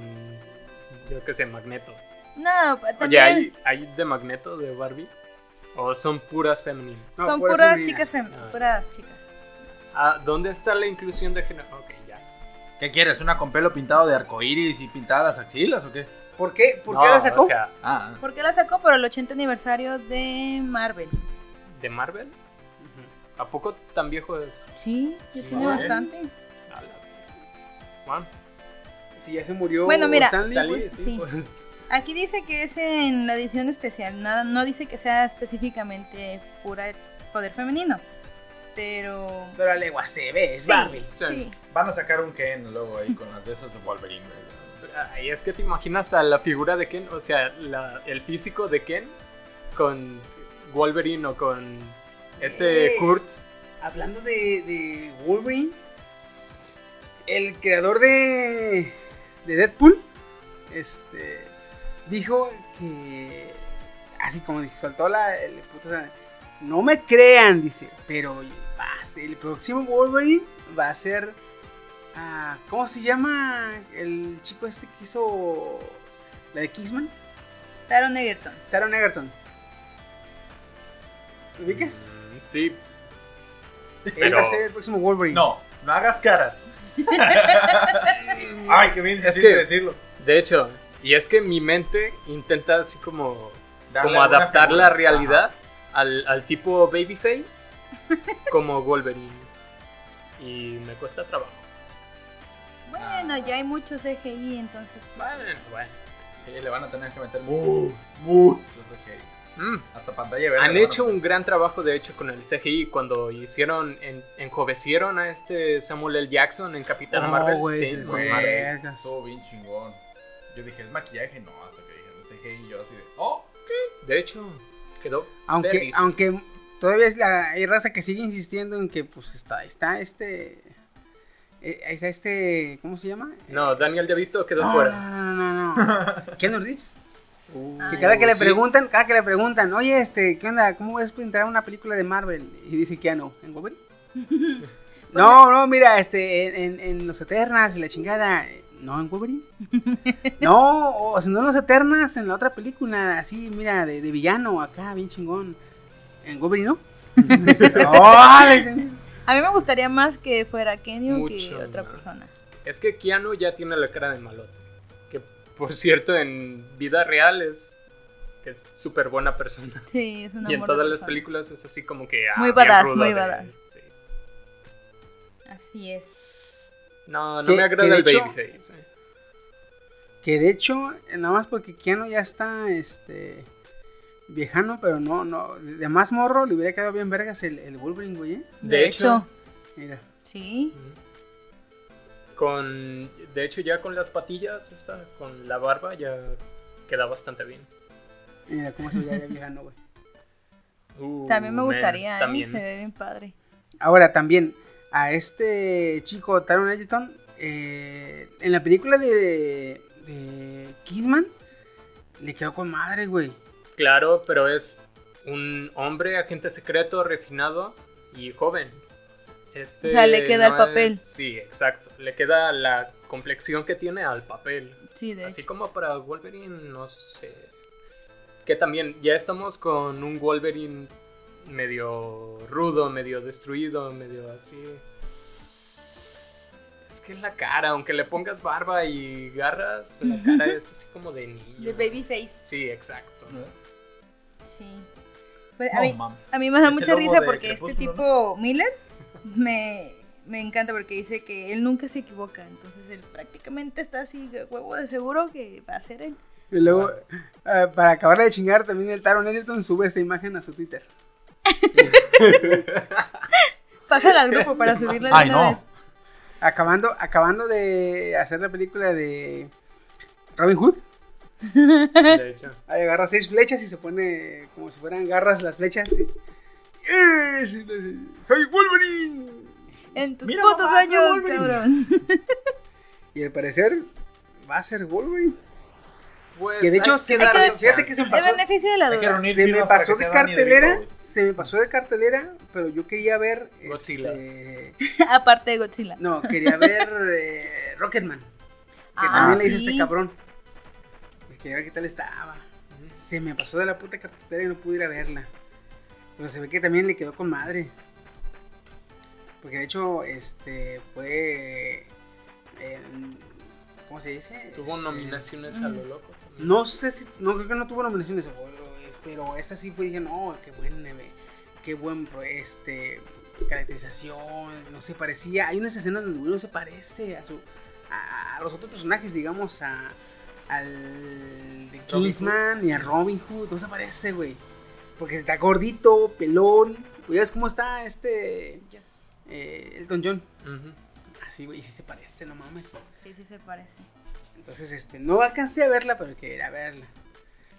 S3: yo qué sé, Magneto.
S6: No, pa-
S3: Oye,
S6: también
S3: ¿hay, hay de Magneto, de Barbie? ¿O son puras femeninas?
S1: No,
S6: son
S1: por eso
S6: puras
S1: ni-
S6: chicas fem-
S3: Ah.
S6: puras chicas.
S3: Ah, ¿Dónde está la inclusión de género? Ok, ya.
S4: ¿Qué quieres? ¿Una con pelo pintado de arcoíris y pintadas las axilas o qué?
S1: ¿Por qué? ¿Por
S3: No,
S1: qué la sacó?
S3: O sea,
S4: Ah, ah.
S6: ¿Por qué la sacó? Por el 80 aniversario de Marvel.
S3: ¿de Marvel? ¿A poco tan viejo es?
S6: Sí, yo
S4: Sí,
S6: tiene
S4: ¿eh?
S6: bastante.
S3: A la- Bueno,
S1: si ya se murió.
S6: Bueno, mira,
S1: Stan Lee,
S3: está
S1: güey.
S3: Lee, sí,
S6: sí.
S3: pues.
S6: Aquí dice que es en la edición especial, nada, no dice que sea específicamente pura poder femenino, pero
S1: Pero la legua se ve, es
S6: Sí.
S1: Barbie.
S6: sí,
S4: Van a sacar un Ken luego ahí con las de esas de Wolverine. ¿verdad?
S3: Ay, Ah, es que te imaginas a la figura de Ken, o sea, la- el físico de Ken con Wolverine o con este
S1: Eh.
S3: Kurt.
S1: Hablando de, de Wolverine, el creador de, de Deadpool este, dijo que, así como dice, soltó la, el puto, o sea, no me crean, dice, pero va a ser- el próximo Wolverine va a ser, ah, ¿cómo se llama el chico este que hizo la de Kingsman?
S6: Taron Egerton.
S1: Taron Egerton. ¿Lo ubicas?
S3: Mm, Sí,
S1: Él va a
S3: Pero-
S1: ser el próximo Wolverine.
S4: No, no hagas caras. Ay, qué bien
S3: Es
S4: es
S3: que-
S4: decirlo.
S3: de hecho. Y es que mi mente intenta así como
S4: Darle
S3: como
S4: alguna
S3: adaptar
S4: figura.
S3: la realidad al, al tipo Babyface como Wolverine. Y me cuesta trabajo. Ah.
S6: Bueno, ya hay muchos CGI, entonces
S3: Bueno, bueno.
S4: Ajá. Sí, le van a tener que meter mu- muchos. ok.
S3: Mm.
S4: Hasta pantalla verde.
S3: Han
S4: le van a
S3: hecho
S4: meter.
S3: un gran trabajo, de hecho, con el CGI cuando hicieron, en- enjovecieron a este Samuel L. Jackson en Capitán
S1: Oh,
S3: Marvel.
S1: güey,
S3: Sí,
S1: sí,
S3: no
S4: Güey,
S3: mames.
S1: Vergas.
S4: Estuvo bien chingón. Yo dije, es maquillaje. No, hasta que dije, es CGI. Yo así de, oh.
S3: De hecho, quedó.
S1: Aunque,
S3: verguísima.
S1: aunque todavía es la, hay raza que sigue insistiendo en que pues está, está este. eh, ahí está este. ¿Cómo se llama?
S6: Eh.
S3: No, Daniel DeVito quedó
S1: no,
S3: fuera.
S1: no, no, no, no. Keanu Reeves. Que
S3: Uh,
S1: cada que le
S3: sí.
S1: preguntan, cada que le preguntan, oye, este, ¿qué onda? ¿Cómo ves entrar a una película de Marvel? Y dice Keanu, ¿en Wolverine? no, no, mira, este, en, en- en Los Eternas y la chingada, no, en Wolverine. no, o si no en Los Eternas, en la otra película, así, mira, de, de villano, acá, bien chingón. ¿En Wolverine no? No, le dicen.
S6: a mí me gustaría más que fuera Kenny que
S3: Mucho
S6: otra
S3: más.
S6: persona.
S3: Es que Keanu ya tiene la cara de malote. Que por cierto, en vida real es que es súper buena persona.
S6: Sí, es una
S3: y en
S6: buena
S3: todas las
S6: persona.
S3: películas es así como que. ah,
S6: Muy
S3: bien
S6: badass,
S3: rudo
S6: muy
S3: de-
S6: badass.
S3: sí.
S6: Así es.
S3: No, no
S1: Que-
S3: me agrada
S1: que de
S3: el
S1: hecho-
S3: babyface. eh.
S1: Que de hecho, nada más porque Keanu ya está este viejano, pero no, no, de más morro le hubiera quedado bien vergas el, el Wolverine, güey. ¿eh?
S3: De, hecho,
S1: Mira.
S6: Sí.
S3: con de hecho ya con las patillas esta, con la barba ya queda bastante bien.
S1: Mira cómo se veía de viejano, güey.
S3: Uh,
S6: También me
S3: man,
S6: gustaría, ¿eh?
S3: también.
S6: se ve bien padre.
S1: Ahora también, a este chico Taron Egerton, eh, en la película de, de Kidman, le quedó con madre, güey.
S3: Claro, pero es un hombre, agente secreto, refinado y joven. Este
S6: O sea, le queda el
S3: no
S6: papel.
S3: es- Sí, exacto. Le queda la complexión que tiene al papel.
S6: Sí, de
S3: Así
S6: hecho.
S3: como para Wolverine, no sé. Que también ya estamos con un Wolverine medio rudo, medio destruido, medio así. Es que es la cara, aunque le pongas barba y garras, la cara es así como de niño.
S6: De Babyface.
S3: Sí, exacto.
S6: Sí. Pues, a,
S4: No,
S6: mí,
S4: mames.
S6: a mí me da
S4: Ese
S6: mucha
S4: lobo
S6: risa
S4: de
S6: porque este
S4: Crepúsculo,
S6: tipo, Miller, me, me encanta porque dice que él nunca se equivoca. Entonces él prácticamente está así, de huevo de seguro que va a ser él.
S1: Y luego, eh, para acabar de chingar, también el Taron Egerton sube esta imagen a su Twitter.
S6: Pásala al grupo para subirla de
S4: Ay,
S6: una
S4: no.
S6: vez.
S1: Acabando, acabando de hacer la película de Robin Hood,
S3: De hecho.
S1: ahí agarra seis flechas y se pone como si fueran garras las flechas. y- ¡Eh! ¡Soy Wolverine!
S6: En tus
S4: Mira,
S6: putos
S4: mamá, soy
S6: años,
S4: Wolverine.
S6: cabrón.
S1: Y al parecer va a ser Wolverine.
S3: Pues,
S1: Que de hecho,
S3: hay
S1: se
S3: darle
S1: me-
S3: un
S1: fíjate
S3: chance.
S1: que se me
S6: El
S1: pasó,
S6: beneficio de la
S4: Hay que
S6: duda.
S4: reunir
S1: se me
S4: firmas para
S1: pasó
S4: que
S1: de
S4: sea Danny
S1: cartelera,
S4: DeVito, güey.
S1: se me pasó de cartelera, pero yo quería ver...
S3: Godzilla.
S1: este,
S6: Aparte de Godzilla.
S1: no, quería ver eh, Rocketman, que
S6: Ah,
S1: también le hizo
S6: sí.
S1: este cabrón. Y Quería ver qué tal estaba. Se me pasó de la puta cartelera y no pude ir a verla. Pero se ve que también le quedó con madre. Porque de hecho, este, fue... eh, ¿Cómo se dice?
S3: Tuvo
S1: Este,
S3: nominaciones a lo loco. también.
S1: No sé si, no creo que no tuvo nominaciones, o- es- pero esta sí fue, dije, no, qué buen, eh, qué buen, pro- este, caracterización, no se parecía, hay unas escenas donde no se parece a su, a, a los otros personajes, digamos, a, al de
S3: Robin
S1: Kingsman y a Robin Hood, no se parece, güey, porque está gordito, pelón, güey, ¿sabes cómo está este, eh, Elton John?
S3: Ujú.
S1: Así, güey, sí se parece, no mames.
S6: Sí, sí se parece.
S1: Entonces, este, no alcancé a verla, pero quería ir a verla.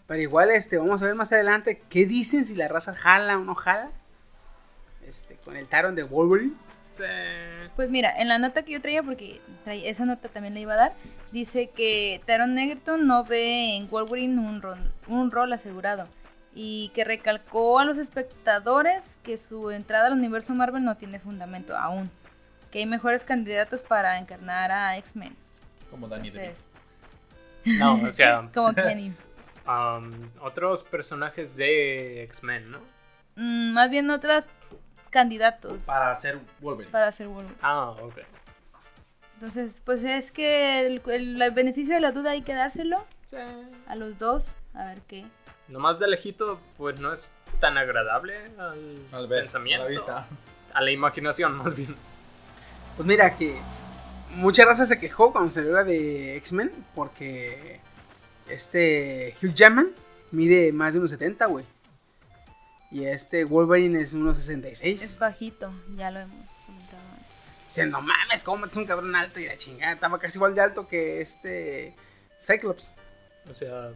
S1: Pero igual, este, vamos a ver más adelante qué dicen si la raza jala o no jala. Este, con el Taron de Wolverine.
S3: Sí.
S6: Pues mira, en la nota que yo traía, porque traí- esa nota también le iba a dar, dice que Taron Egerton no ve en Wolverine un, ron- un rol asegurado y que recalcó a los espectadores que su entrada al universo Marvel no tiene fundamento aún, que hay mejores candidatos para encarnar a X-Men.
S4: Como Danny DeVito.
S6: Entonces,
S3: No, o sea,
S6: como Kenny.
S3: um, otros personajes de X-Men, ¿no?
S6: Mm, más bien otros candidatos para,
S4: Para hacer Wolverine.
S6: ser Wolverine.
S3: Ah, ok.
S6: Entonces, pues es que el, el- el beneficio de la duda hay que dárselo
S3: Sí.
S6: a los dos, a ver qué.
S3: Nomás de lejito, pues no es tan agradable al,
S4: Al ver,
S3: pensamiento.
S4: a la vista.
S3: A la imaginación, más bien.
S1: Pues mira que mucha raza se quejó cuando salió la de X-Men porque este Hugh Jackman mide más de unos 70, güey. Y este Wolverine es unos 66.
S6: Es bajito, ya lo hemos comentado antes.
S1: Dicen, no mames, cómo metes un cabrón alto y la chingada. Estaba casi igual de alto que este Cyclops.
S3: O sea,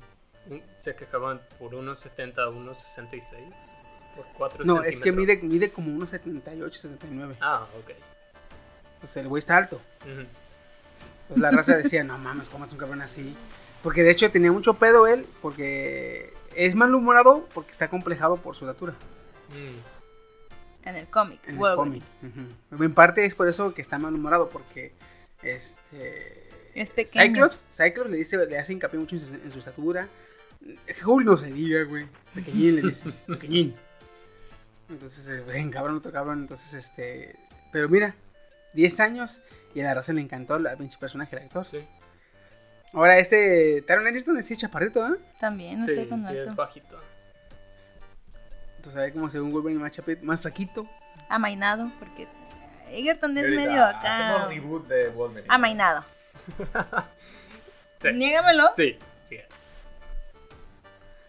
S3: un- se quejaban por unos 70, unos 66, por 4
S1: No, es que
S3: centímetros.
S1: mide, mide como unos 78, 79.
S3: Ah, ok.
S1: Pues el güey está alto.
S3: Ujú.
S1: Entonces la raza decía, no mames, ¿cómo es un cabrón así? Porque de hecho tenía mucho pedo él, porque es malhumorado porque está complejado por su estatura
S3: Mm.
S6: En el cómic,
S1: en el
S6: Wolverine.
S1: cómic. Ujú. En parte es por eso que está malhumorado, porque este...
S6: Es pequeño.
S1: Cyclops, Cyclops le, dice, le hace hincapié mucho en su, en su estatura. Hulk no se diga, güey. Pequeñín le dice, pequeñín. Entonces, eh, pues, en cabrón, otro cabrón. Entonces, este... Pero mira, 10 años y a la raza le encantó la pinche personaje, el actor.
S3: Sí,
S1: Ahora, este Taron Egerton decía chaparrito, ¿eh?
S6: También, no
S3: sí,
S6: estoy con
S3: sí, es
S6: esto.
S3: bajito.
S1: Entonces, a ver cómo se ve un Wolverine más chaparrito, más flaquito.
S6: Amainado, porque Egerton es
S4: Y ahorita
S6: medio
S4: Hacemos
S6: acá. Ah,
S4: reboot de Wolverine.
S6: Amainado.
S3: Sí.
S6: Niégamelo.
S3: Sí, sí es.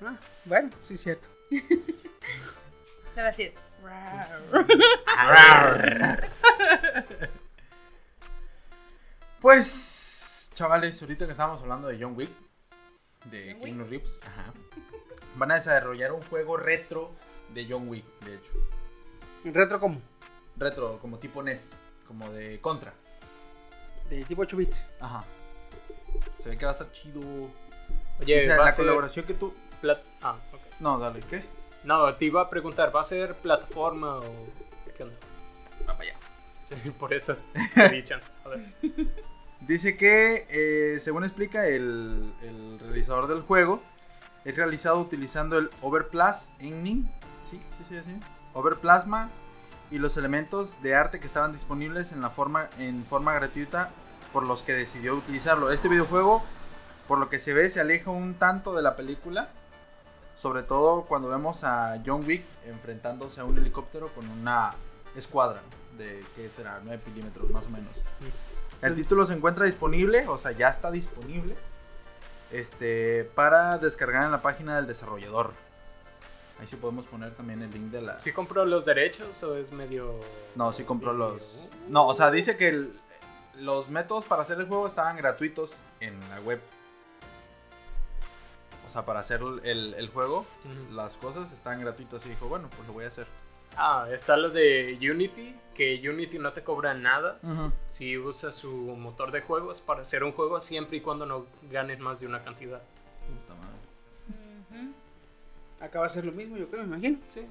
S1: Ah, bueno, sí es cierto.
S6: Te va a decir.
S4: Pues, chavales, ahorita que estábamos hablando de John Wick, de
S6: ¿John Wick?
S4: Keanu Reeves, ajá, van a desarrollar un juego retro de John Wick, de hecho.
S1: Retro como
S4: Retro, como tipo NES, como de Contra.
S1: de tipo 8 bits.
S4: Ajá. Se ve que va a estar chido.
S3: Oye,
S4: O sea,
S3: va a
S4: la
S3: ser
S4: colaboración que tú...
S3: plat- ah, ok.
S4: No, dale, ¿qué?
S3: No, te iba a preguntar, ¿va a ser plataforma o qué onda?
S4: Va para allá.
S3: Sí, por eso te di chance. A ver.
S4: Dice que, eh, según explica el, el realizador del juego, es realizado utilizando el Overplus Engine, sí, sí, sí, sí, Overplasma y los elementos de arte que estaban disponibles en, la forma, en forma gratuita por los que decidió utilizarlo. Este videojuego, por lo que se ve, se aleja un tanto de la película, sobre todo cuando vemos a John Wick enfrentándose a un helicóptero con una escuadra de, ¿qué será? 9 milímetros más o menos. El título se encuentra disponible, o sea, ya está disponible. Este, para descargar en la página del desarrollador. Ahí sí podemos poner también el link de la.
S3: ¿Sí compró los derechos o es medio.?
S4: No, sí compró los. No, o sea, dice que el- los métodos para hacer el juego estaban gratuitos en la web. O sea, para hacer el, el juego,
S3: Ujú.
S4: las cosas estaban gratuitas. Y dijo, bueno, pues lo voy a hacer.
S3: Ah, está lo de Unity, que Unity no te cobra nada si usas su motor de juegos para hacer un juego siempre y cuando no ganes más de una cantidad.
S4: Puta madre.
S1: Acaba de ser lo mismo, yo creo, me imagino.
S3: Sí.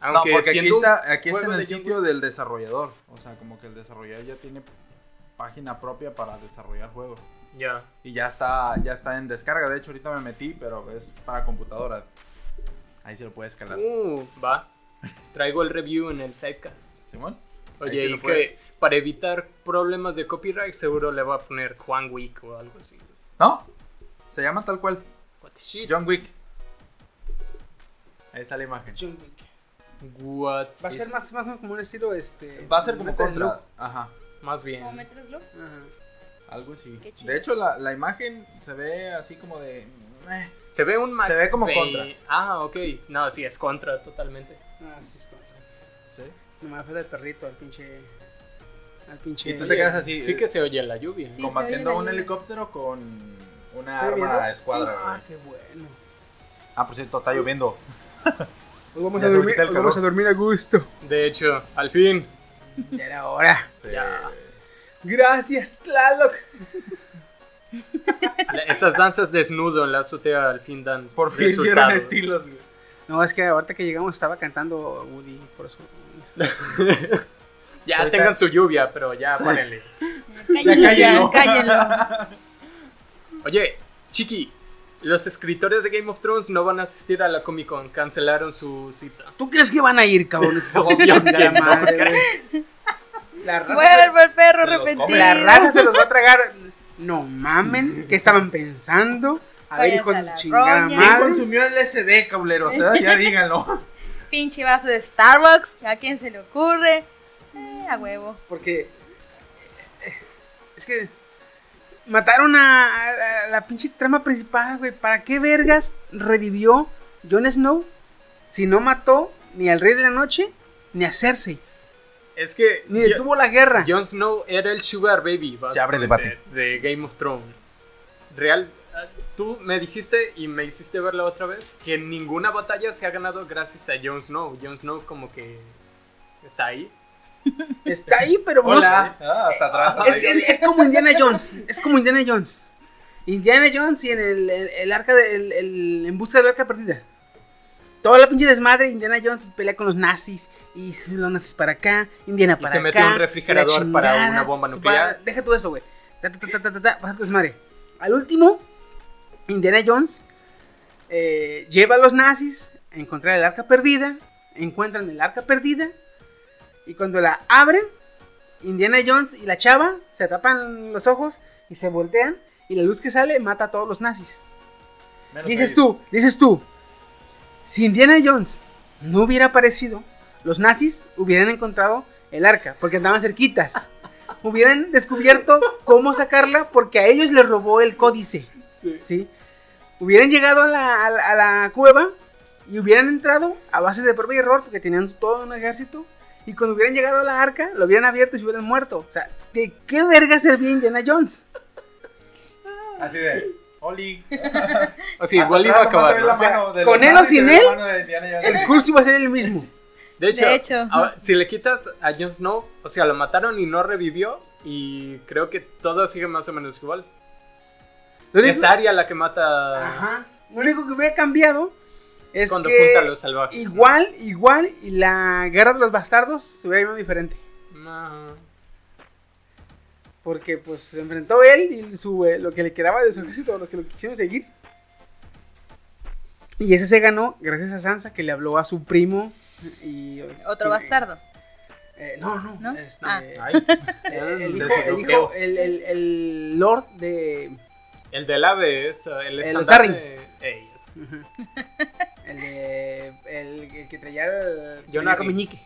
S4: No, porque aquí
S3: siendo un
S4: está, aquí está
S3: juego
S4: en el
S3: de John
S4: sitio
S3: Wick-
S4: del desarrollador. O sea, como que el desarrollador ya tiene página propia para desarrollar juegos.
S3: Ya.
S4: Y ya está, ya está en descarga. De hecho, ahorita me metí, pero es para computadora. Ahí se lo puede escalar.
S3: Uh, va. Traigo el review en el sidecast.
S4: ¿Simón? Ahí
S3: Oye,
S4: sí
S3: y
S4: lo
S3: que
S4: puedes.
S3: para evitar problemas de copyright, seguro le va a poner Juan Wick o algo así.
S4: ¿No? Se llama tal cual.
S3: What the shit?
S4: John Wick. Ahí está la imagen.
S1: John Wick.
S3: What
S1: Va a ser
S3: is-
S1: más, más o menos como un estilo este.
S4: Va a ser como
S1: Metal
S4: contra.
S1: Look.
S4: Ajá.
S3: Más
S6: ¿Cómo
S3: bien.
S6: metes look?
S1: Ajá.
S4: Algo así.
S6: Qué chido.
S4: De hecho, la, la imagen se ve así como de. eh.
S3: Se ve un Max
S4: Se ve como
S3: Payne-
S4: Contra.
S3: Ah, ok. No, sí, es contra totalmente.
S1: Ah, sí, está.
S4: ¿Sí?
S1: No me falta el perrito, al pinche. Al pinche.
S4: Y tú te quedas así.
S3: Sí que se oye la lluvia.
S6: Sí.
S4: combatiendo
S6: se oye
S4: un
S6: la lluvia.
S4: helicóptero con una
S1: ¿Está lloviendo?
S4: arma escuadra.
S1: Sí.
S4: güey.
S1: Ah, qué bueno.
S4: Ah, por cierto, está lloviendo.
S1: Hoy Pues vamos,
S4: Ya
S1: a
S4: se
S1: dormir,
S4: quita el
S1: hoy vamos a
S4: calor.
S1: dormir a gusto.
S3: De hecho, al fin.
S1: Ya era hora.
S3: Ya.
S1: Gracias, Tlaloc.
S3: La- Esas danzas desnudo en la azotea al fin dan
S4: Por fin
S3: resultados.
S4: vieron estilos. güey.
S1: No, es que ahorita que llegamos estaba cantando Woody, por eso.
S3: Ya
S4: Soy
S3: tengan
S4: tan-
S3: su lluvia, pero ya párenle.
S6: Cállenlo,
S4: cállenlo.
S6: cállenlo.
S3: Oye, Chiqui, los escritores de Game of Thrones no van a asistir a la Comic Con, cancelaron su cita.
S1: ¿Tú crees que van a ir, cabrón? Esos hijos de
S3: Obvio
S1: chingada
S3: que no,
S1: madre, güey. La raza, se-
S6: Vuelvo el perro
S4: Se los come.
S6: arrepentido.
S1: la raza se los va a tragar. No mamen, ¿qué estaban pensando? A ver,
S6: Váyanse
S1: hijos
S6: a
S1: de
S6: la
S1: su chingada
S6: roña.
S4: ¿Quién
S1: madre.
S4: consumió el SD, cableros? eh? Ya díganlo.
S6: Pinche vaso de Starbucks. ¿A quién se le ocurre? Eh, a huevo.
S1: Porque eh, es que mataron a, a- a la pinche trama principal, güey. ¿Para qué vergas revivió Jon Snow si no mató ni al Rey de la Noche ni a Cersei?
S3: Es que
S1: Ni
S3: Jo-
S1: detuvo la guerra.
S3: Jon Snow era el Sugar Baby
S4: Se abre
S3: básicamente, de Game of Thrones. Real, ah, tú me dijiste y me hiciste verla otra vez que ninguna batalla se ha ganado gracias a Jon Snow. Jon Snow como que está ahí.
S1: Está ahí, pero no
S4: Hola. Ah, hasta atrás.
S1: Es, es- es como Indiana Jones. Es como Indiana Jones. Indiana Jones y en el, el- el arca de- el- el- en busca del arca perdida. Toda la pinche desmadre, Indiana Jones pelea con los nazis y los nazis para acá, Indiana
S3: Y
S1: para
S3: se
S1: acá.
S3: metió un
S1: y la
S3: refrigerador para
S1: chingada,
S3: una bomba
S1: su
S3: nuclear.
S1: padre- deja todo eso, güey. Ta, ta, ta, ta, ta, ta, ta, bastante desmadre. Al último, Indiana Jones eh, lleva a los nazis a encontrar el arca perdida. Encuentran el arca perdida. Y cuando la abren, Indiana Jones y la chava se tapan los ojos y se voltean. Y la luz que sale mata a todos los nazis.
S4: Menos
S1: Dices
S4: ahí.
S1: tú, dices tú. Si Indiana Jones no hubiera aparecido, los nazis hubieran encontrado el arca, porque andaban cerquitas. hubieran descubierto cómo sacarla porque a ellos les robó el códice.
S3: Sí.
S1: ¿sí? Hubieran llegado a la, a la- a la cueva y hubieran entrado a base de prueba y error porque tenían todo un ejército. Y cuando hubieran llegado a la arca, lo hubieran abierto y se hubieran muerto. O sea, ¿de qué verga servía Indiana Jones?
S4: Así de. Oli.
S3: O sea, igual iba a acabar. ¿no?
S1: con él o sin él, El curso iba a ser el mismo.
S3: De hecho,
S6: De hecho.
S3: a- si le quitas a Jon Snow, o sea, lo mataron y no revivió. Y creo que todo sigue más o menos igual.
S1: Lo único-
S3: Es Arya la que mata.
S1: Ajá. Lo único que hubiera cambiado es
S3: cuando
S1: que
S3: junta a los salvajes. ¿no?
S1: igual, igual, y la guerra de los bastardos se hubiera ido diferente.
S3: Ajá.
S1: Porque pues se enfrentó él y su, eh, lo que le quedaba de su ejército, lo que lo quisieron seguir. Y ese se ganó gracias a Sansa que le habló a su primo y...
S6: Otro bastardo.
S1: Eh, no, no.
S6: ¿No?
S1: Este,
S6: Ah.
S1: eh, el
S4: El
S1: hijo,
S4: de su
S1: el, hijo-
S4: bloqueo.
S1: el- el- el lord de...
S3: El del ave, esto, el
S1: El
S3: estandarte. Ey, eso.
S1: El de... El, el que traía el...
S3: Jon
S1: traía
S3: Arryn.
S1: meñique.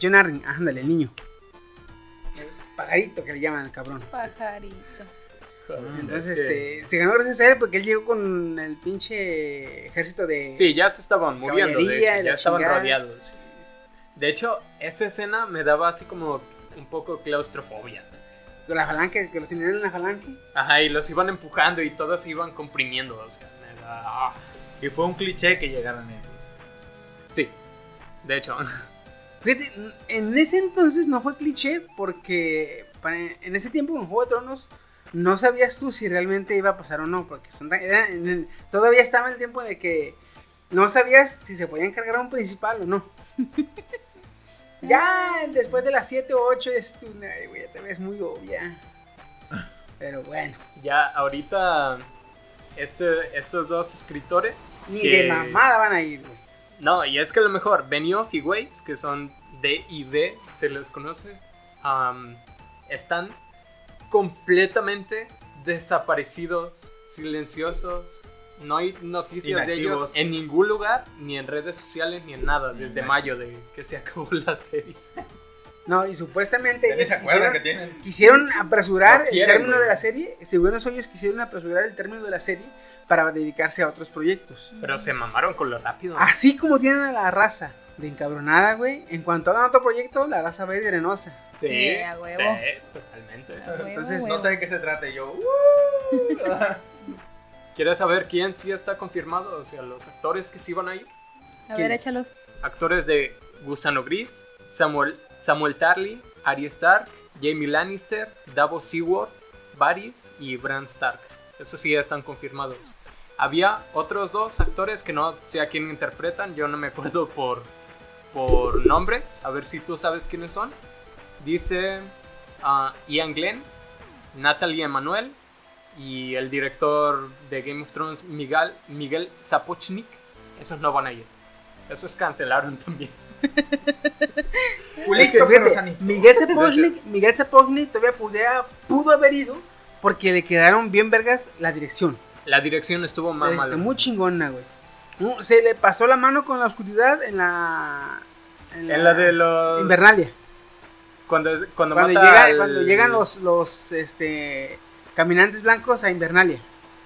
S1: John Arryn, ah, ándale, el niño. El pajarito que le llaman al cabrón.
S6: Pajarito.
S3: Ah,
S1: Entonces,
S3: Es que-
S1: este, se ganó gracias a él porque él llegó con el pinche ejército de...
S3: Sí, ya se estaban moviendo, de
S1: Caballería
S3: hecho,
S1: y
S3: ya
S1: la
S3: estaban
S1: chingada.
S3: rodeados. De hecho, esa escena me daba así como un poco claustrofobia.
S1: Con la falange, que los tenían en la falange.
S3: Ajá, y los iban empujando y todos se iban comprimiendo. O sea, me da- ah.
S4: Y fue un cliché que llegaron a él.
S3: Sí, de hecho.
S1: Fíjate, en ese entonces no fue cliché porque para- en ese tiempo en Juego de Tronos no sabías tú si realmente iba a pasar o no, porque son tan- era- en el- todavía estaba el tiempo de que no sabías si se podía encargar a un principal o no. ya después de las 7 o 8 es tú, "Ay, güey, ya te ves muy obvia. Pero bueno,
S3: Ya ahorita este, estos dos escritores...
S1: ni
S3: que-
S1: de mamada van a ir, güey.
S3: No, y es que a lo mejor Benioff y Weiss, que son D y D, se les conoce, am, están completamente desaparecidos, silenciosos. No hay noticias de
S4: Inactivos.
S3: ellos en ningún lugar, ni en redes sociales, ni en nada, desde mayo de que se acabó la serie.
S1: No, y supuestamente
S4: ¿Ya ni
S1: ellos
S4: se acuerdan
S1: quisieron-
S4: que tienen?
S1: Quisieron apresurar
S3: No quieren,
S1: el término
S3: güey.
S1: de la serie, según los hoyos quisieron apresurar el término de la serie para dedicarse a otros proyectos.
S3: Pero se mamaron con lo rápido.
S1: Así como tienen a la raza de encabronada, güey, en cuanto hagan otro proyecto, la raza va a ir drenosa.
S3: sí,
S6: Sí, a huevo.
S3: sí, totalmente.
S1: Entonces,
S4: No sé de qué se trata y yo. "Uh".
S3: ¿Quieres saber quién sí está confirmado? O sea, los actores que sí van a ir.
S6: A
S1: ¿Quién
S6: ver,
S1: es?
S6: échalos.
S3: actores de Gusano Gris, Samuel, Samuel Tarly, Arya Stark, Jamie Lannister, Davos Seward, Varys y Bran Stark. Eso sí ya están confirmados. Había otros dos actores que no sé a quién interpretan, yo no me acuerdo por, por nombres, a ver si tú sabes quiénes son. Dice ah, Ian Glenn, Natalie Emanuel y el director de Game of Thrones Miguel, Miguel Sapochnik. Esos no van a ir. Esos cancelaron también.
S4: Pulito,
S1: Es que,
S4: pero
S1: fíjate,
S4: sanito.
S1: Miguel Sapochnik, Miguel Sapochnik todavía pudiera- pudo haber ido porque le quedaron bien vergas la dirección.
S3: La dirección estuvo más
S1: Este,
S3: mala.
S1: muy chingona, güey. No, Se le pasó la mano con la oscuridad en la...
S3: En la de los.
S1: Invernalia.
S3: Cuando, cuando,
S1: cuando,
S3: mata
S1: llega-
S3: al-
S1: cuando llegan los, los este, caminantes blancos a Invernalia.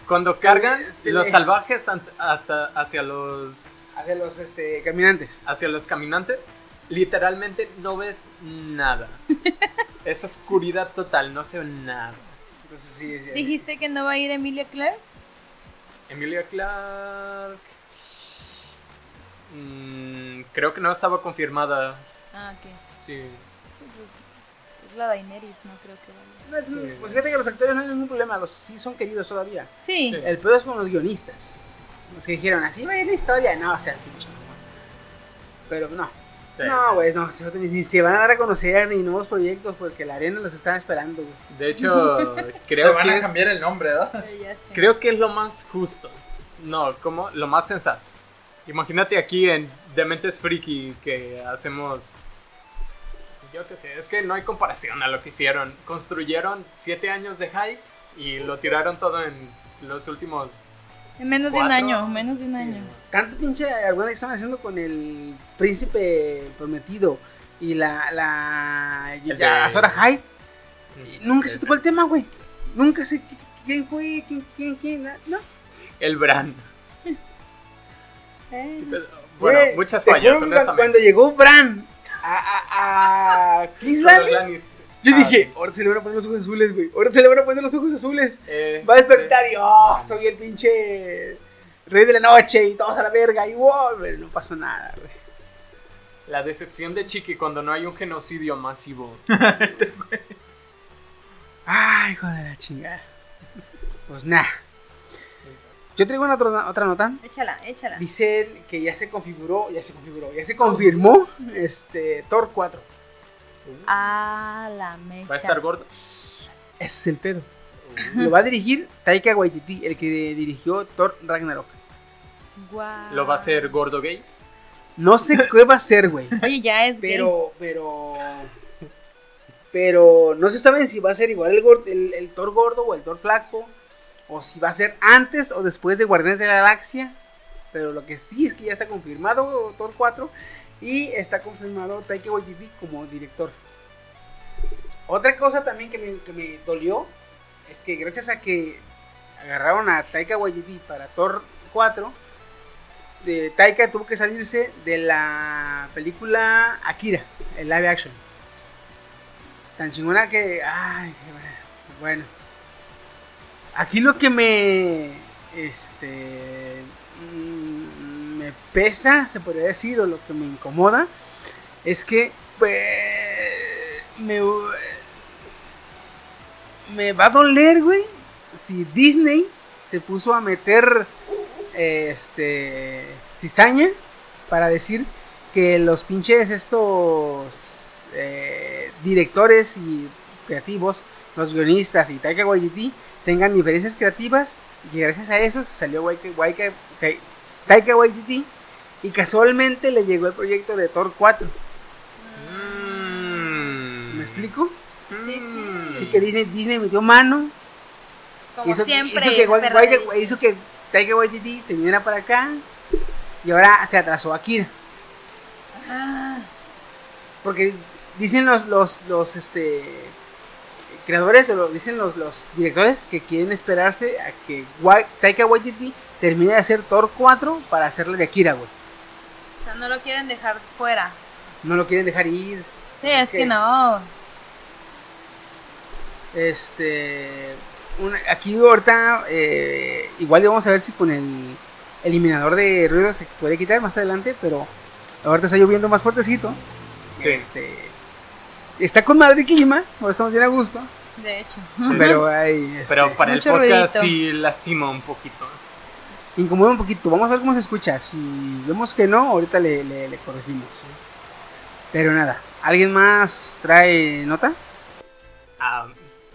S3: Cuando
S1: se-
S3: cargan
S1: se-
S3: los salvajes ant- hasta hacia los.
S1: Hacia los este, caminantes.
S3: hacia los caminantes, literalmente no ves nada. es oscuridad total, no se ve nada.
S1: Entonces, sí, sí,
S6: ¿Dijiste que no va a ir Emilia Clarke?
S3: Emilia Clark. Mm, creo que no estaba confirmada.
S6: Ah, ok.
S3: Sí.
S6: Es la Daenerys, no creo que vaya.
S1: Pues fíjate que los actores no hay ningún problema, los sí son queridos todavía.
S6: Sí.
S3: Sí.
S1: El pedo es con los guionistas. Los que dijeron, así va a ir la historia. No, o sea, pinche. mamón. Pero no.
S3: sí,
S1: no,
S3: sí.
S1: güey, no. se- Ni, ni se van a dar a conocer ni nuevos proyectos porque la arena los está esperando, güey.
S3: De hecho, creo
S4: Se van
S3: que.
S4: a
S3: es-
S4: cambiar el nombre, ¿verdad?
S6: Eh, ya sé.
S3: Creo que es lo más justo. No, como lo más sensato. Imagínate aquí en Dementes Freaky que hacemos. Yo qué sé, es que no hay comparación a lo que hicieron. Construyeron siete años de hype y lo tiraron todo en los últimos.
S6: En menos de un
S3: cuatro.
S6: año, menos de un
S3: Sí.
S6: año.
S1: Tanto pinche alguna que estaban haciendo con el príncipe prometido y la. la. y
S3: El
S1: la
S3: de-
S1: Azora Hyde. Y nunca se tocó el tema, güey. Nunca se. ¿Quién fue? ¿Quién? ¿Quién? ¿Quién? No.
S3: El Bran.
S6: Eh,
S3: Bueno,
S1: Güey,
S3: muchas
S1: te
S3: fallas,
S1: juro que cuando- Cuando
S3: honestamente.
S1: llegó Bran a, a, a King's
S3: Todos
S1: Landing,
S3: Lannister.
S1: yo
S3: Ah,
S1: dije, ahora se le van a poner los ojos azules, güey. Ahora se le van a poner los ojos azules.
S3: eh,
S1: Va a despertar y, oh, soy el pinche rey de la noche y todos a la verga. Y, wow, güey, no pasó nada, güey.
S3: La decepción de Chiqui cuando no hay un genocidio masivo.
S1: Ay, hijo de la chingada. Pues nada. Yo traigo una otra, otra nota.
S6: échala, échala.
S1: Dicen que ya se configuró, ya se configuró, ya se confirmó este Thor 4.
S6: A la mecha.
S3: Va a estar gordo.
S1: Ese es el pedo. Lo va a dirigir Taika Waititi, el que dirigió Thor Ragnarok.
S6: Guau.
S3: Lo va a hacer gordo gay.
S1: No sé qué va a ser, güey.
S6: Oye, ya es gay.
S1: Pero, pero. Pero no se saben si va a ser igual el, gor- el, el Thor gordo o el Thor flaco. O si va a ser antes o después de Guardianes de la Galaxia. Pero lo que sí es que ya está confirmado Thor 4. Y está confirmado Taika Waititi como director. Otra cosa también que me, que me dolió es que gracias a que agarraron a Taika Waititi para Thor 4, de Taika tuvo que salirse de la película Akira, el live action. Tan chingona que. Ay, qué bueno. bueno. Aquí lo que me. Este. mm, Me pesa, se podría decir, o lo que me incomoda, es que. Pues. Me. Me va a doler, güey, si Disney se puso a meter este cizaña para decir que los pinches estos eh, directores y creativos, los guionistas y Taika Waititi tengan diferencias creativas y gracias a eso se salió Waika- Waika- Kai- Taika Waititi y casualmente le llegó el proyecto de Thor 4,
S3: Mm.
S1: ¿me explico? Así que Disney, Disney metió mano
S6: Como
S1: hizo,
S6: siempre.
S1: hizo que, Wa-
S6: perra
S1: Waite-
S6: gay.
S1: hizo que Taika Waititi se viniera para acá y ahora se atrasó Akira.
S6: Ah,
S1: Porque dicen los, los, los este, creadores o lo, dicen los, los directores que quieren esperarse a que Wa- Taika Waititi termine de hacer Thor 4 para hacerle de Akira, güey.
S6: o sea, no lo quieren dejar fuera.
S1: No lo quieren dejar ir.
S6: Sí, es
S1: que-
S6: que no.
S1: Este. una- aquí ahorita, eh, igual ya vamos a ver si con el eliminador de ruido se puede quitar más adelante, pero ahorita está lloviendo más fuertecito.
S3: Sí.
S1: Este, está con madre el clima, ahora estamos bien a gusto,
S6: De hecho.
S1: pero ay, este,
S3: Pero para el
S6: mucho
S3: podcast
S6: ruidito.
S3: sí lastima un poquito.
S1: incomoda un poquito. Vamos a ver cómo se escucha. Si vemos que no, ahorita le, le- le corregimos. Pero nada, ¿alguien más trae nota?
S3: Ah,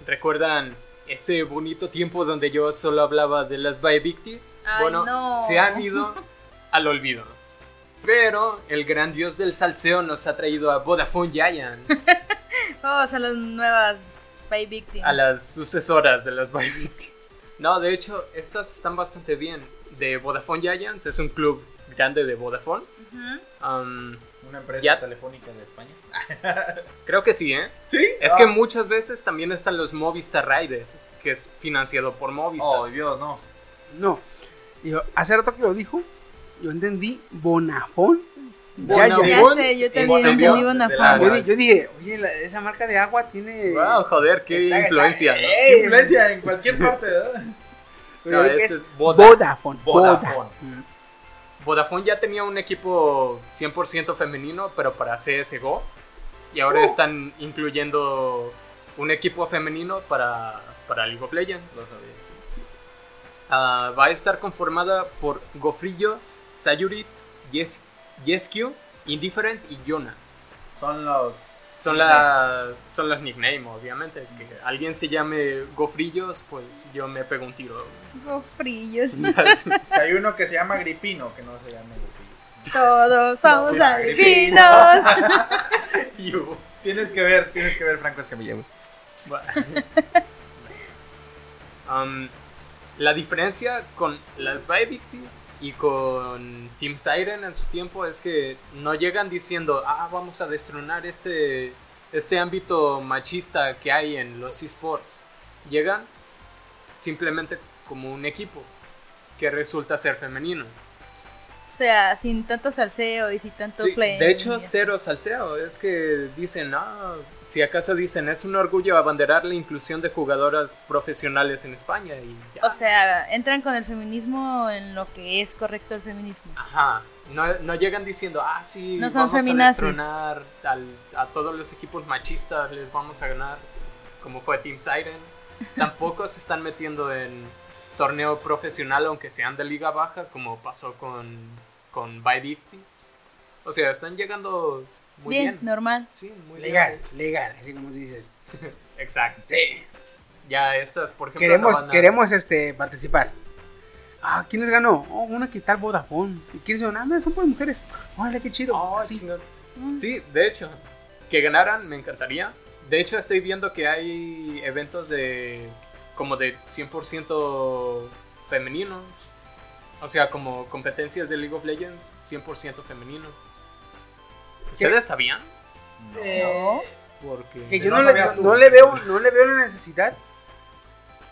S3: ¿Recuerdan ese bonito tiempo donde yo solo hablaba de las Vaevictis?
S6: Ay,
S3: Bueno,
S6: no.
S3: se han ido al olvido. Pero el gran dios del salseo nos ha traído a Vodafone Giants,
S6: Oh, son las nuevas Bay Victim.
S3: a las sucesoras de las Vaevictis. No, de hecho, estas están bastante bien. De Vodafone Giants, es un club grande de Vodafone. Um,
S6: Ujú.
S3: Am,
S4: Una empresa
S3: Ya.
S4: telefónica de España.
S3: creo que sí, ¿eh?
S4: ¿Sí?
S3: Es que muchas veces también están los Movistar Riders, que es financiado por Movistar.
S4: Oh, Dios, no.
S1: No. Yo, hace rato que lo dijo, yo entendí Bonafón.
S3: Bonafón.
S1: ya.
S6: Ya
S3: Bon-
S6: sé, yo
S3: ¿en
S6: también
S3: serio?
S6: entendí una
S4: De
S6: forma.
S4: la-
S1: Yo, di- yo dije, oye, la- esa marca de agua tiene...
S3: Wow, joder, qué
S1: está-
S3: influencia. ¿no?
S1: está- ey,
S4: Influencia en cualquier parte, ¿verdad?
S1: pero
S3: No,
S1: yo dije,
S3: este
S1: es
S3: es Voda-
S1: Vodafone. Vodafone.
S3: Vodafone ya tenía un equipo 100% femenino, pero para CSGO. Y ahora están incluyendo un equipo femenino para, para League of Legends. Ah, va a estar conformada por Gofrillos, Sayurit, Yes- Yeskyu, Indifferent y Yona.
S4: Son los.
S3: Son las, son las nicknames, obviamente. Que alguien se llame Gofrillos, pues yo me pego un tiro.
S6: Gofrillos.
S4: Hay uno que se llama Gripino, que no se llama Gripino.
S6: Todos somos
S3: No,
S6: adivinos.
S3: Y hubo-
S4: Tienes que ver, tienes que ver, Franco Escamilla, güey.
S3: Um, la diferencia con las Victims y con Team Siren en su tiempo es que no llegan diciendo, ah, vamos a destronar este, este ámbito machista que hay en los esports. Llegan, simplemente como un equipo que resulta ser femenino.
S6: O sea, sin tanto salseo y sin tanto
S3: Sí,
S6: flame
S3: de hecho,
S6: y-
S3: cero salseo. Es que dicen, ah, si acaso dicen, es un orgullo abanderar la inclusión de jugadoras profesionales en España y ya.
S6: O sea, entran con el feminismo en lo que es correcto el feminismo.
S3: Ajá. No, no llegan diciendo, ah, sí,
S6: No son
S3: vamos
S6: feminazis.
S3: a destronar al- a todos los equipos machistas, les vamos a ganar, como fue Team Siren. Tampoco se están metiendo en torneo profesional, aunque sean de liga baja, como pasó con, con By Victims. O sea, están llegando muy bien.
S6: bien, normal.
S3: Sí, muy
S1: Legal,
S3: bien.
S1: legal, así como dices.
S3: Exacto.
S1: Sí.
S3: Ya estas, por ejemplo, no
S1: Queremos,
S3: van a-
S1: queremos este, participar. Ah, ¿quién les ganó? Oh, una que tal Vodafone. ¿Y quiénes son? Ah, no, son por mujeres. Órale, qué chido.
S3: Oh,
S1: Así.
S3: chingón. Sí, de hecho, que ganaran me encantaría. De hecho, estoy viendo que hay eventos de como de 100% femeninos. O sea, como competencias de League of Legends 100% femeninos. ¿Ustedes sabían?
S1: Eh,
S3: Porque
S1: Que yo
S4: No
S1: no,
S4: lo
S1: le,
S4: veas tú.
S1: no le veo, no le veo la necesidad,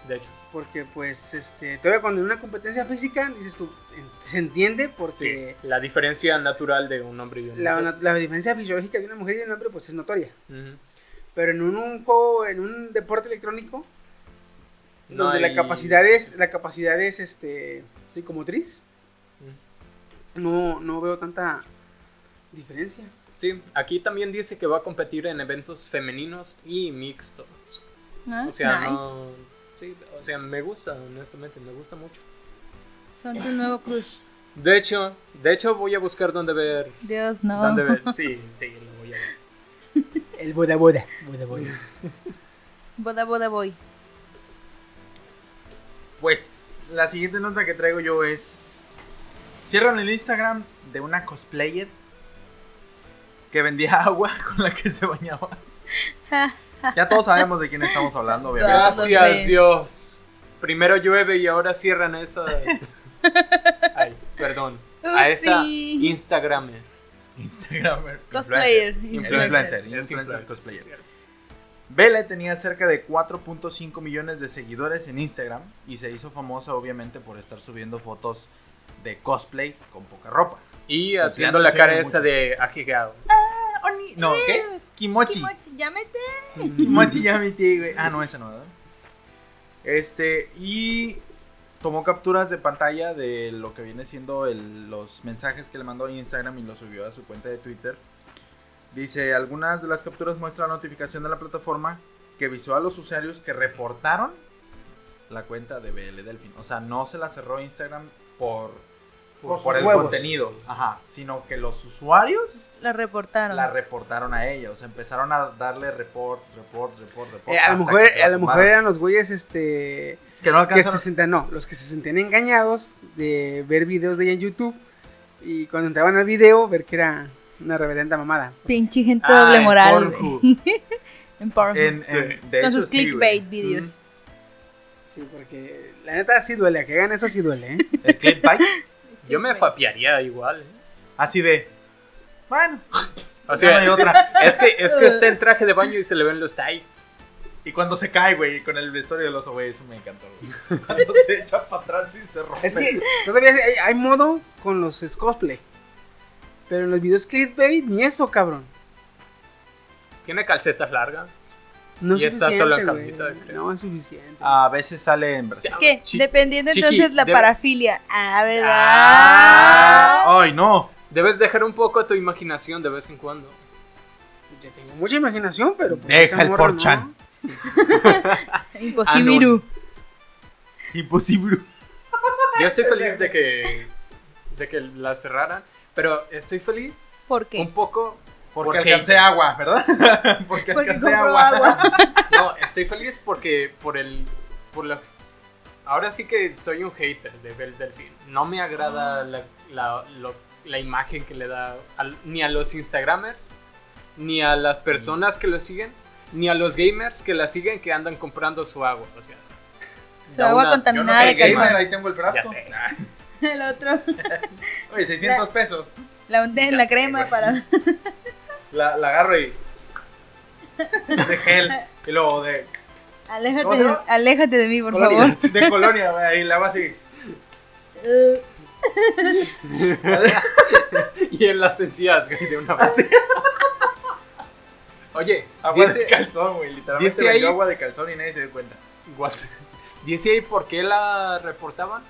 S3: de hecho,
S1: porque pues este, todavía cuando en una competencia física, dices tú, en- se entiende
S3: sí,
S1: porque
S3: la diferencia natural de un hombre y una
S1: la,
S3: mujer.
S1: la- la diferencia fisiológica de una mujer y de un hombre pues es notoria.
S3: Ujú.
S1: Pero en un, un juego, en un deporte electrónico,
S3: No
S1: donde
S3: hay-
S1: la capacidad es, la capacidad es este psicomotriz,
S4: Mm.
S1: no, no veo tanta diferencia.
S3: Sí, aquí también dice que va a competir en eventos femeninos y mixtos.
S6: Ah,
S3: O sea,
S6: nice.
S3: no- sí, o sea, me gusta, honestamente, me gusta mucho.
S6: Son tu nuevo crush.
S3: De hecho, de hecho voy a buscar dónde ver.
S6: Dios, no.
S3: Dónde ver. Sí, sí, lo voy a ver.
S1: El boda boda. boda, boda.
S6: Boda, boda, voy.
S4: Pues la siguiente nota que traigo yo es. Cierran el Instagram de una cosplayer que vendía agua con la que se bañaba. Ya todos sabemos de quién estamos hablando,
S6: Ah,
S4: obviamente.
S3: Gracias,
S6: Los
S3: Dios. Primero llueve y ahora cierran esa. Ay, perdón. A esa
S6: Upsi.
S3: Instagram.
S4: Instagramer.
S6: Cosplayer.
S4: Influencer,
S3: Es
S4: influencer,
S3: influencer,
S4: cosplayer.
S3: sí, cierto.
S4: Vele tenía cerca de 4.5 millones de seguidores en Instagram y se hizo famosa obviamente por estar subiendo fotos de cosplay con poca ropa.
S3: Y
S4: Pues
S3: haciendo
S4: ya no
S3: la
S4: sé
S3: cara
S4: mucho.
S3: esa de ajigao.
S4: No, ¿qué? Kimochi.
S6: Kimochi, llámete.
S1: Eh,
S4: Kimochi ya mi tía, güey. Ah, no, esa no, ¿verdad? Este, y tomó capturas de pantalla de lo que viene siendo el- los mensajes que le mandó a Instagram y los subió a su cuenta de Twitter. Dice, algunas de las capturas muestran notificación de la plataforma que avisó a los usuarios que reportaron la cuenta de BL Delfin. O sea, no se la cerró Instagram por, por,
S1: sus
S4: el
S1: huevos.
S4: contenido, ajá, sino que los usuarios
S6: La reportaron.
S4: la reportaron a ella, o sea, empezaron a darle report, report, report, report.
S1: Eh, a lo
S4: hasta
S1: mejor,
S4: que se la
S1: a lo mejor
S4: tumbaron.
S1: eran los güeyes este
S4: que no
S1: que
S4: alcanzaron.
S1: se sentían, no, los que se sentían engañados de ver videos de ella en YouTube y cuando entraban al video ver que era una reverenda mamada.
S6: Pinche gente
S3: Ah,
S6: doble
S3: en
S6: moral.
S3: Pornhub.
S6: güey. En Pornhub.
S4: En- en- de
S6: Con
S4: hecho,
S6: sus
S4: sí,
S6: clickbait
S4: güey.
S6: videos.
S3: Mm,
S1: Sí, porque la neta sí duele, a que hagan eso sí duele, ¿eh?
S4: Mm, El clickbait,
S3: Yo me fapearía igual. ¿eh?
S4: así de, bueno,
S3: O
S4: ya no
S3: sea,
S4: hay otra.
S3: es que, este es que está en traje de baño y se le ven los tights.
S4: Y cuando se cae, güey, con el vestuario del oso, güey, eso me encantó, güey. Cuando se echa para atrás y se rompe.
S1: Es que todavía hay, hay modo con los es cosplay. Pero en los videos clickbait ni eso, cabrón.
S3: Tiene calcetas largas.
S1: No
S3: Y
S1: es
S3: está
S1: suficiente,
S3: solo en
S1: güey.
S3: camisa, creo.
S1: No es suficiente. Ah.
S4: A veces sale en Brasil.
S6: ¿Qué?
S3: Chi-
S6: Dependiendo
S3: chiqui,
S6: entonces la
S3: debe-
S6: parafilia. Ah, ¿verdad?
S3: Ah,
S4: Ay, no.
S3: Debes dejar un poco tu imaginación de vez en cuando.
S1: Yo tengo mucha imaginación, pero pues,
S4: Deja
S1: esa
S4: el
S1: morra
S4: 4chan.
S1: no.
S6: Imposible.
S3: Ah, no.
S4: Imposible.
S3: Yo estoy feliz de que, de que la cerraran, pero estoy feliz
S6: ¿Por qué?
S3: un poco
S4: Porque
S3: Porque-
S4: alcancé agua, ¿verdad? Porque
S6: Porque
S4: alcancé
S6: compró
S4: agua.
S6: agua.
S3: No, estoy feliz porque por el por la Ahora sí que soy un hater de Bel Delfín. No me
S1: Ah.
S3: agrada la, la- lo- la imagen que le da al- ni a los Instagramers, ni a
S1: Mm.
S3: las personas que lo siguen, ni a los gamers que la siguen que andan comprando su agua, o sea.
S6: Su
S3: da
S6: agua
S3: una-
S6: contaminada
S3: yo
S6: de
S3: no soy gamer,
S6: calzón.
S4: ahí tengo el frasco.
S3: Ya sé.
S6: El otro.
S4: Oye, 600 pesos.
S6: La hundé
S3: Ya
S6: en la
S3: sé,
S6: crema
S3: güey.
S6: para.
S4: La, la agarro y. De gel. Y luego de. ¿Cómo se
S6: Aléjate,
S4: llama?
S6: aléjate de mí, por
S4: Colonia,
S6: favor.
S4: De colonia, güey, y la va así.
S3: Y en las encías, güey, de una vez. Oye,
S4: Agua de
S3: dice,
S4: calzón, güey. Literalmente
S3: dice
S4: vendió
S3: ahí-
S4: agua de calzón y nadie se dio cuenta.
S3: What? Dice ahí por qué la reportaban.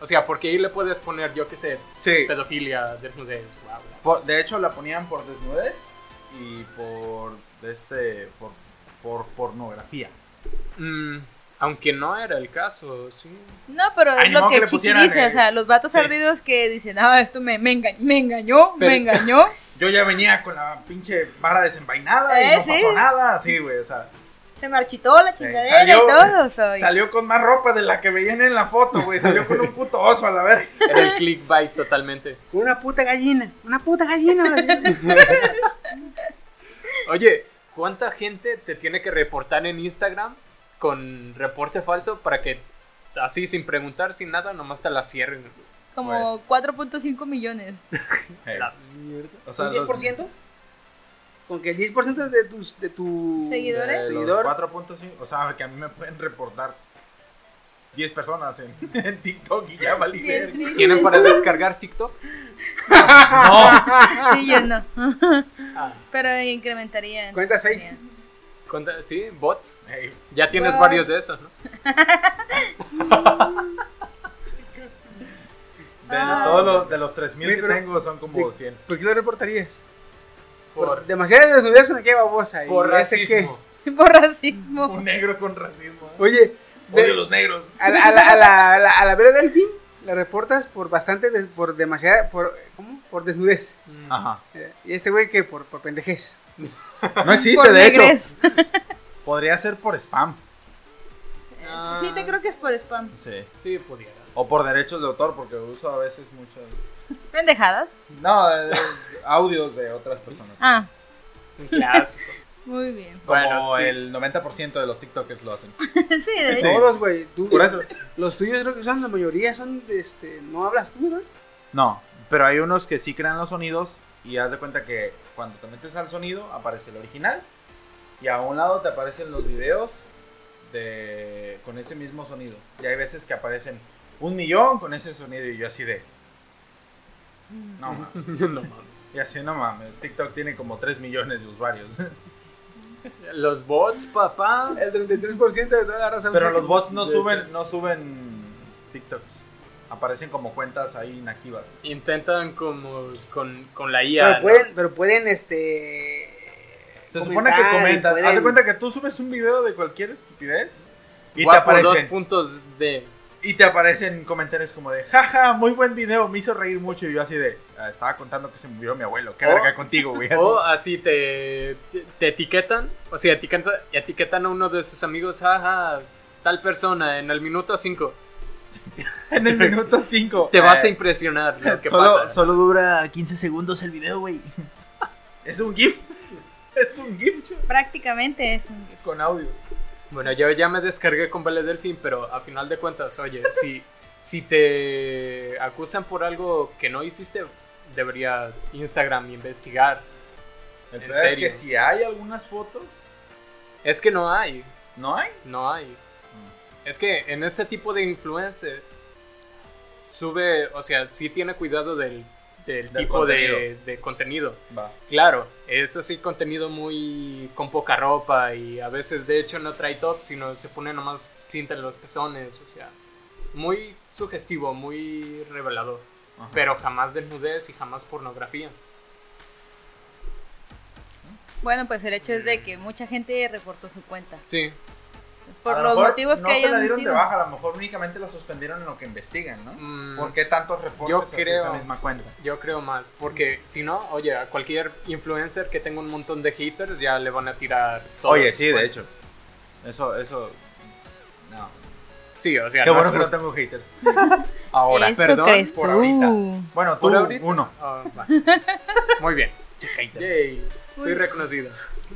S3: O sea, porque ahí le puedes poner, yo qué sé,
S4: Sí.
S3: pedofilia, desnudez, guau, guau.
S4: Por- de hecho, la ponían por desnudez y por este por, por pornografía.
S3: Mm, aunque no era el caso, sí.
S6: No, pero es
S4: Ay, ni
S6: lo
S4: modo
S6: que,
S4: que le
S6: Chiqui
S4: pusieran,
S6: dice,
S4: eh,
S6: o sea, los vatos
S4: sí.
S6: ardidos que dicen, ah, esto me, me, enga- me engañó,
S3: Pero-
S6: me engañó.
S4: Yo ya venía con la pinche vara desenvainada y
S6: Eh,
S4: no
S6: sí.
S4: pasó nada. Sí, güey, o sea,
S6: Se marchitó la
S4: Sí,
S6: chingadera
S4: salió-
S6: y todo. soy.
S4: salió con más ropa de la que veían en la foto, güey. Salió con un puto oso a la verga.
S3: Era el clickbait totalmente.
S1: Una puta gallina, una puta gallina.
S3: Oye, ¿cuánta gente te tiene que reportar en Instagram con reporte falso para que así sin preguntar, sin nada, nomás te la cierren?
S6: Como
S4: Pues.
S6: 4.5 millones.
S4: Eh,
S3: La mierda.
S4: O sea,
S1: ¿Un
S4: los,
S1: 10%? Con que el 10% de tus de tu
S6: Seguidores.
S4: de los
S1: seguidor-
S4: 4.5, o sea, que a mí me pueden reportar 10 personas en, en TikTok y ya valí
S6: Bien
S4: verga.
S6: triste.
S3: ¿Tienen para descargar TikTok?
S6: Sí, yo no.
S3: Ah,
S6: Pero incrementaría.
S1: Cuentas fakes.
S3: ¿cuánta- ¿Sí? ¿Bots?
S4: Ey,
S3: Ya tienes
S6: Bots.
S3: varios de esos, ¿no?
S4: de,
S6: Ah.
S4: todos los, de los 3.000 que
S1: Pero-
S4: tengo son como 100.
S1: ¿Por qué lo reportarías?
S3: Por,
S1: Demasiadas desnudez con aquella babosa. y
S3: por
S1: ese
S3: racismo.
S6: Por racismo.
S4: Un negro con racismo.
S1: que-
S4: ¿eh?
S1: Oye, de-
S4: Odio los negros.
S1: a la, a la, a la, a la, a la Vera Delfín la reportas por bastante, des- por demasiada, por, ¿cómo? Por desnudez.
S3: Mm.
S4: Ajá.
S1: Eh, Y este güey que por, por pendejez.
S4: No existe,
S6: por
S4: de hecho.
S6: negres.
S4: Podría ser por spam.
S3: Ah,
S6: Sí, te creo que es por spam.
S4: Sí.
S3: Sí, pudiera.
S4: O por derechos de autor, porque uso a veces muchos.
S6: Pendejadas.
S4: No, eh, audios de otras personas.
S6: Ah,
S3: Un clásico.
S6: muy bien.
S4: Como
S3: Bueno, sí.
S4: el 90% de los TikTokers lo hacen.
S6: Sí, de hecho.
S1: Todos, güey. Tú,
S4: Por eso.
S1: Los tuyos creo que son, la mayoría son, de este, no hablas tú, ¿no?
S4: No, pero hay unos que sí crean los sonidos y haz de cuenta que cuando te metes al sonido aparece el original y a un lado te aparecen los videos de con ese mismo sonido. Y hay veces que aparecen un millón con ese sonido y yo así de... No mames.
S3: no mames.
S4: Y así no mames. TikTok tiene como 3 millones de usuarios.
S3: Los bots, papá.
S1: El 33% de toda la raza.
S4: Ah. Pero
S1: usa
S4: los
S1: que-
S4: bots no
S1: de
S4: suben,
S1: hecho.
S4: no suben TikToks. Aparecen como cuentas ahí inactivas.
S3: Intentan como con, con la IA.
S1: Pero
S3: ¿no?
S1: pueden, pero pueden, este...
S4: Se supone
S1: comentar
S4: que
S1: y
S4: comentan.
S1: pueden-
S4: Haz de cuenta que tú subes un video de cualquier estupidez y te
S3: Guapo, dos
S4: aparecen.
S3: puntos de.
S4: Y te aparecen comentarios como de, jaja, muy buen video, me hizo reír mucho. Y yo así de, "Ah, estaba contando que se murió mi abuelo, qué
S3: O-
S4: verga contigo, güey. Así.
S3: O así te, te, te etiquetan. O sea, etiqueta- etiquetan a uno de sus amigos. Ajá, tal persona en el minuto 5.
S4: en el minuto 5.
S3: Te vas a impresionar lo que
S4: solo,
S3: pasa.
S4: solo dura 15 segundos el video, güey. es un GIF. Es un GIF chaval,
S6: Prácticamente es un.
S4: con audio.
S3: Bueno, yo ya me descargué con Vale Delfín, pero a final de cuentas, oye, si, si te acusan por algo que no hiciste, debería Instagram investigar.
S4: El
S3: ¿En
S4: pedo es
S3: serio?
S4: que si hay algunas fotos,
S3: Es que no hay,
S4: no hay. Mm.
S3: no hay. Es que en ese tipo de influencer sube, o sea, Eh, sí tiene cuidado del, del
S4: Del
S3: tipo de, de contenido.
S4: Va.
S3: Claro, es así contenido muy con poca ropa y a veces de hecho no trae top, sino se pone nomás cinta en los pezones, o sea, muy sugestivo, muy revelador,
S4: Ajá.
S3: pero jamás desnudez y jamás pornografía.
S6: Bueno, pues el hecho es
S4: Mm.
S6: de que mucha gente reportó su cuenta.
S3: Sí,
S6: Por
S4: A lo
S6: los
S4: mejor
S6: motivos
S4: no
S6: que
S4: se la
S6: hayan
S4: dieron
S6: sido.
S4: de baja, a lo mejor únicamente la suspendieron en lo que investigan, ¿no?
S3: Mm.
S4: ¿Por qué tantos
S3: Yo
S4: reportes hacia
S3: creo-
S4: esa misma cuenta?
S3: yo creo más, porque si no, oye, a cualquier influencer que tenga un montón de haters ya le van a tirar todo.
S4: Oye, sí, de hecho. Eso, eso. No.
S3: Sí, o sea,
S4: Qué
S3: no
S4: bueno
S3: es
S4: que no
S3: justo.
S4: tengo haters. Ahora,
S6: Eso
S4: perdón
S6: crees
S4: por
S6: tú.
S4: ahorita. Bueno, tú,
S3: ¿Por ahorita?
S4: uno.
S3: Ah, va. Muy bien.
S4: Che, hater.
S3: Yay, soy
S6: Uy.
S3: reconocido.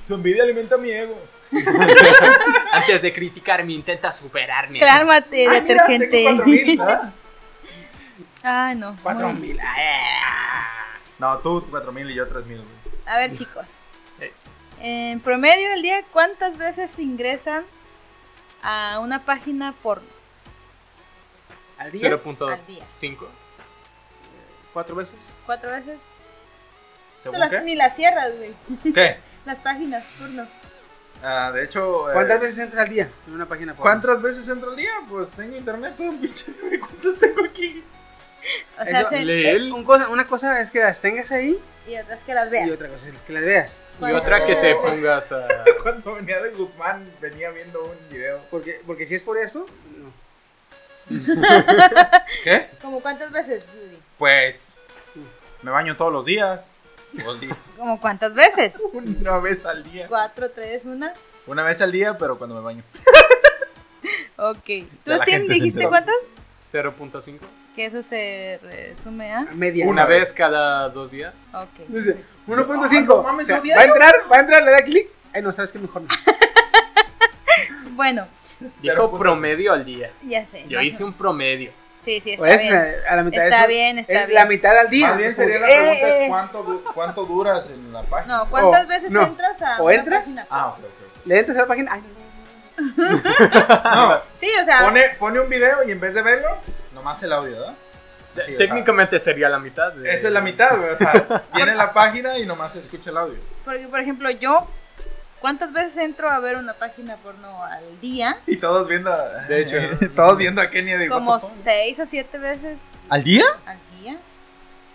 S4: Tu envidia alimenta mi ego.
S3: Antes de criticarme, intenta superarme.
S6: Cálmate,
S4: Ay, Ah, mira, tengo cuatro
S6: detergente.
S4: mil, ¿verdad?
S6: Ah, no.
S1: Cuatro
S6: Muy bien.
S1: mil.
S4: No, tú 4000 y yo 3000. güey.
S6: A ver, chicos.
S3: Eh.
S6: En promedio al día, ¿cuántas veces ingresan a una página por
S1: al día,
S6: al día.
S3: 0.5.
S1: cuatro veces.
S6: Cuatro veces. No
S4: ¿Según
S6: las-
S4: qué?
S6: ni las cierras, güey.
S4: ¿Qué?
S6: Las páginas, turno.
S4: Ah, de hecho. eh,
S1: ¿Cuántas veces entras al día Pues, en una página? porno?
S4: ¿Cuántas veces entro al día? Pues tengo internet todo pinche. güey, ¿Cuántas tengo aquí?
S6: O sea,
S1: Eso-
S6: se-
S3: Leel.
S1: eh, Un cosa- una cosa es que las tengas ahí
S6: y otras que las
S1: y
S6: veas.
S1: otra cosa es que las veas.
S3: Y otra que te
S6: Cuatro veces.
S3: pongas a.
S4: Cuando venía de Guzmán, venía viendo un video.
S1: Porque, porque si es por eso, no.
S4: ¿Qué?
S6: ¿Como cuántas veces? Yuri?
S4: Pues. Me baño todos los días. Todo el día.
S6: ¿Como cuántas veces?
S4: Una vez al día.
S6: Cuatro, tres, una.
S4: Una vez al día, pero cuando me baño.
S6: Ok. ¿Tú,
S4: Ya la
S6: Steam,
S4: gente se
S6: dijiste
S4: enteró.
S6: cuántas?
S3: 0.5.
S6: Que eso se resume a.
S1: A media.
S3: Una vez cada dos días.
S6: Ok.
S1: Dice,
S4: Ah, no
S1: 1.5.
S4: mames,
S1: O sea,
S4: obvio.
S1: va a entrar, va a entrar, le da clic. Ay, no, sabes que mejor no.
S6: Bueno,
S3: Dijo promedio al día.
S6: ya sé.
S3: Yo
S6: más
S3: hice
S6: o-
S3: un promedio.
S6: Sí, sí, está
S4: Pues,
S1: Por eso,
S4: eh,
S6: bien.
S1: Pues, eh, a la mitad
S6: Está
S1: eso
S6: bien, está
S1: es
S6: bien.
S1: la mitad al día.
S4: Más bien
S1: Es como
S4: sería la
S1: que,
S6: eh,
S4: pregunta:
S6: eh.
S4: es ¿cuánto, du- cuánto duras en la página?
S6: No, ¿cuántas
S1: O-
S6: veces
S1: no.
S6: entras a
S1: O
S6: una
S1: entras-
S6: página?
S4: Ah, ok, ok.
S1: Le entras a la página. Ay, no.
S4: No,
S6: Sí, o sea,
S4: pone, pone un video y en vez de verlo, nomás el audio, ¿verdad? Así, o sea,
S3: Técnicamente sería la mitad. de-
S4: Esa es la mitad, güey. O sea, viene la página y nomás se escucha el audio.
S6: porque por ejemplo, yo ¿cuántas veces entro a ver una página porno al día?
S4: Y todos viendo. a-
S3: De hecho.
S4: todos viendo a Kenia de
S6: Como
S4: what the fuck.
S6: seis o siete veces
S4: ¿Al día?
S6: al día.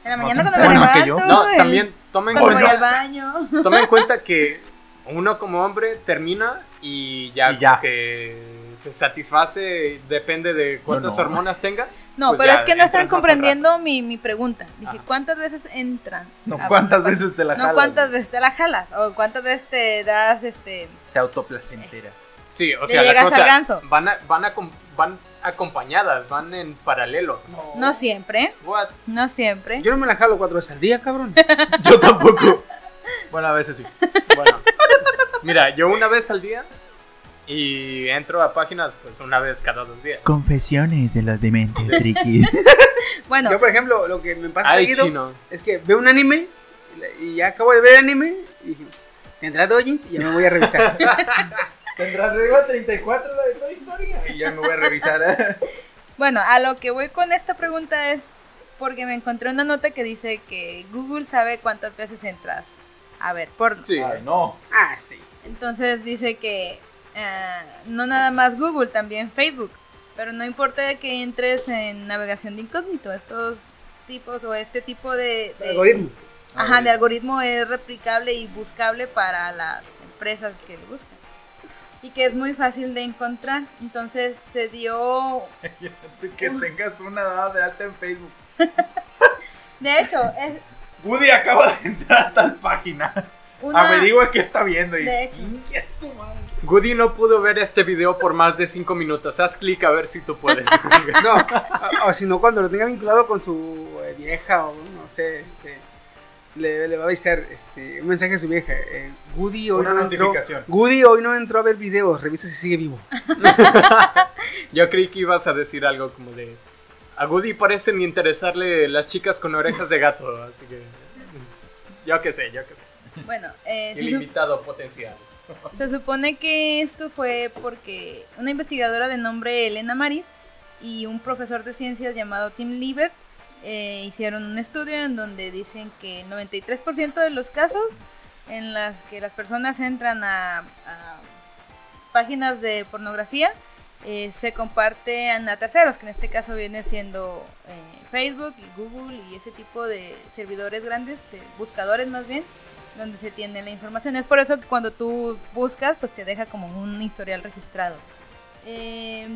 S6: En la
S4: Más
S6: mañana cuando me
S4: enferma que
S6: levanto,
S4: yo.
S3: No,
S6: el-
S3: también tomen
S6: cuando voy
S3: cuenta,
S6: al baño.
S3: toma en cuenta que uno como hombre termina y ya,
S4: Y ya.
S3: que se satisface, depende de cuántas
S4: no.
S3: hormonas tengas.
S6: No,
S3: pues
S6: pero
S3: ya
S6: es que no están
S3: entras más al
S6: comprendiendo mi, mi pregunta. Dije,
S3: Ajá.
S6: ¿cuántas veces entran?
S4: No,
S6: a
S4: ¿cuántas
S6: una página?
S4: veces te la jalas?
S6: No, ¿cuántas
S4: güey?
S6: veces te la jalas? ¿O cuántas veces te das este
S4: Te autoplacenteras.
S3: rato. Sí, o
S6: le
S3: sea, la
S6: llegas al
S3: cosa,
S6: ganso?
S3: van, a- van, a- van acompañadas, van en paralelo.
S6: No siempre,
S3: What?
S6: no siempre.
S1: Yo no me la jalo cuatro veces al día, cabrón.
S4: Yo tampoco. Bueno, a veces sí.
S3: Bueno, mira, yo una vez al día y entro a páginas pues una vez cada dos días.
S4: Confesiones de los dementes, Ricky.
S6: bueno,
S1: Yo, por ejemplo, lo que me pasa
S3: Ay,
S1: seguido
S3: chino.
S1: es que veo un anime y la- y ya acabo de ver anime y dije, tendrá dojins y ya me voy a revisar.
S4: Tendrás regla 34 la de toda historia. Y ya me voy a revisar. ¿eh?
S6: bueno, a lo que voy con esta pregunta es porque me encontré una nota que dice que Google sabe cuántas veces entras. A ver, por
S3: Sí.
S4: Ay, no.
S1: ah, sí.
S6: Entonces dice que ah, no nada más Google, también Facebook. Pero no importa que entres en navegación de incógnito, estos tipos o este tipo de, de-
S1: Algoritmo.
S6: Ajá, de algoritmo es replicable y buscable para las empresas que lo buscan. Y que es muy fácil de encontrar. Entonces se dio
S4: Que tengas una edad de alta en Facebook.
S6: De hecho, es
S4: Woody acaba de entrar a tal página.
S6: una
S4: Averigua qué está viendo. Y...
S6: De hecho.
S4: Chingue su madre.
S3: Goody no pudo ver este video por más de cinco minutos. Haz clic a ver si tú puedes.
S1: No, o- o si no, cuando lo tenga vinculado con su eh, vieja o no sé, este, le, le va a avisar este, un mensaje a su vieja. eh, Goody hoy
S4: Una
S1: no entró-
S4: notificación.
S1: Goody hoy no entró a ver videos, revisa si sigue vivo.
S3: Yo creí que ibas a decir algo como de. A Goody parecen interesarle las chicas con orejas de gato, así que. Yo qué sé, yo qué sé.
S6: bueno, eh,
S3: El
S6: se, su-
S3: invitado potencial.
S6: se supone que esto fue porque una investigadora de nombre Elena Maris y un profesor de ciencias llamado Tim Liebert eh, hicieron un estudio en donde dicen que el 93% de los casos en las que las personas entran a, a páginas de pornografía eh, se comparten a terceros, que en este caso viene siendo eh, Facebook y Google y ese tipo de servidores grandes, de buscadores más bien, donde se tiene la información. Es por eso que cuando tú buscas, pues te deja como un historial registrado. Eh,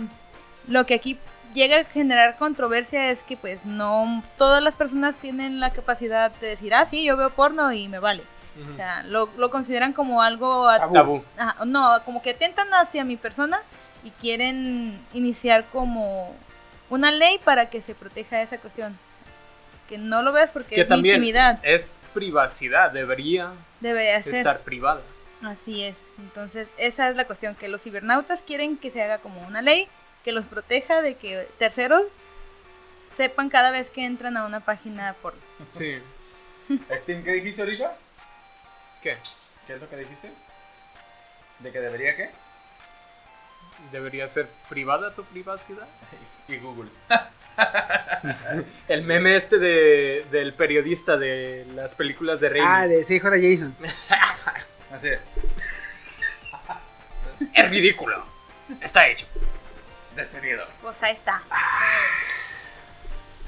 S6: lo que aquí llega a generar controversia es que pues no todas las personas tienen la capacidad de decir, ah, sí, yo veo porno y me vale. O sea, lo, lo consideran como algo a-
S3: Mm. Tabú.
S6: Ajá, no, como que atentan hacia mi persona y quieren iniciar como una ley para que se proteja esa cuestión. Que no lo veas porque
S3: Que
S6: es mi
S3: también
S6: intimidad.
S3: es privacidad, debería
S6: Debería ser.
S3: estar privada.
S6: Así es. Entonces, esa es la cuestión, que los cibernautas quieren que se haga como una ley que los proteja de que terceros sepan cada vez que entran a una página por...
S3: Sí.
S4: Steam, ¿qué dijiste ahorita?
S3: ¿Qué?
S4: ¿Qué es lo que dijiste? ¿De que debería qué?
S1: debería ser privada tu privacidad.
S4: Y Google.
S1: El meme este de, del periodista de las películas de Raimi.
S7: Ah, de CJ Jason.
S4: Así.
S1: Es ridículo. Está hecho.
S4: Despedido.
S6: Pues ahí está.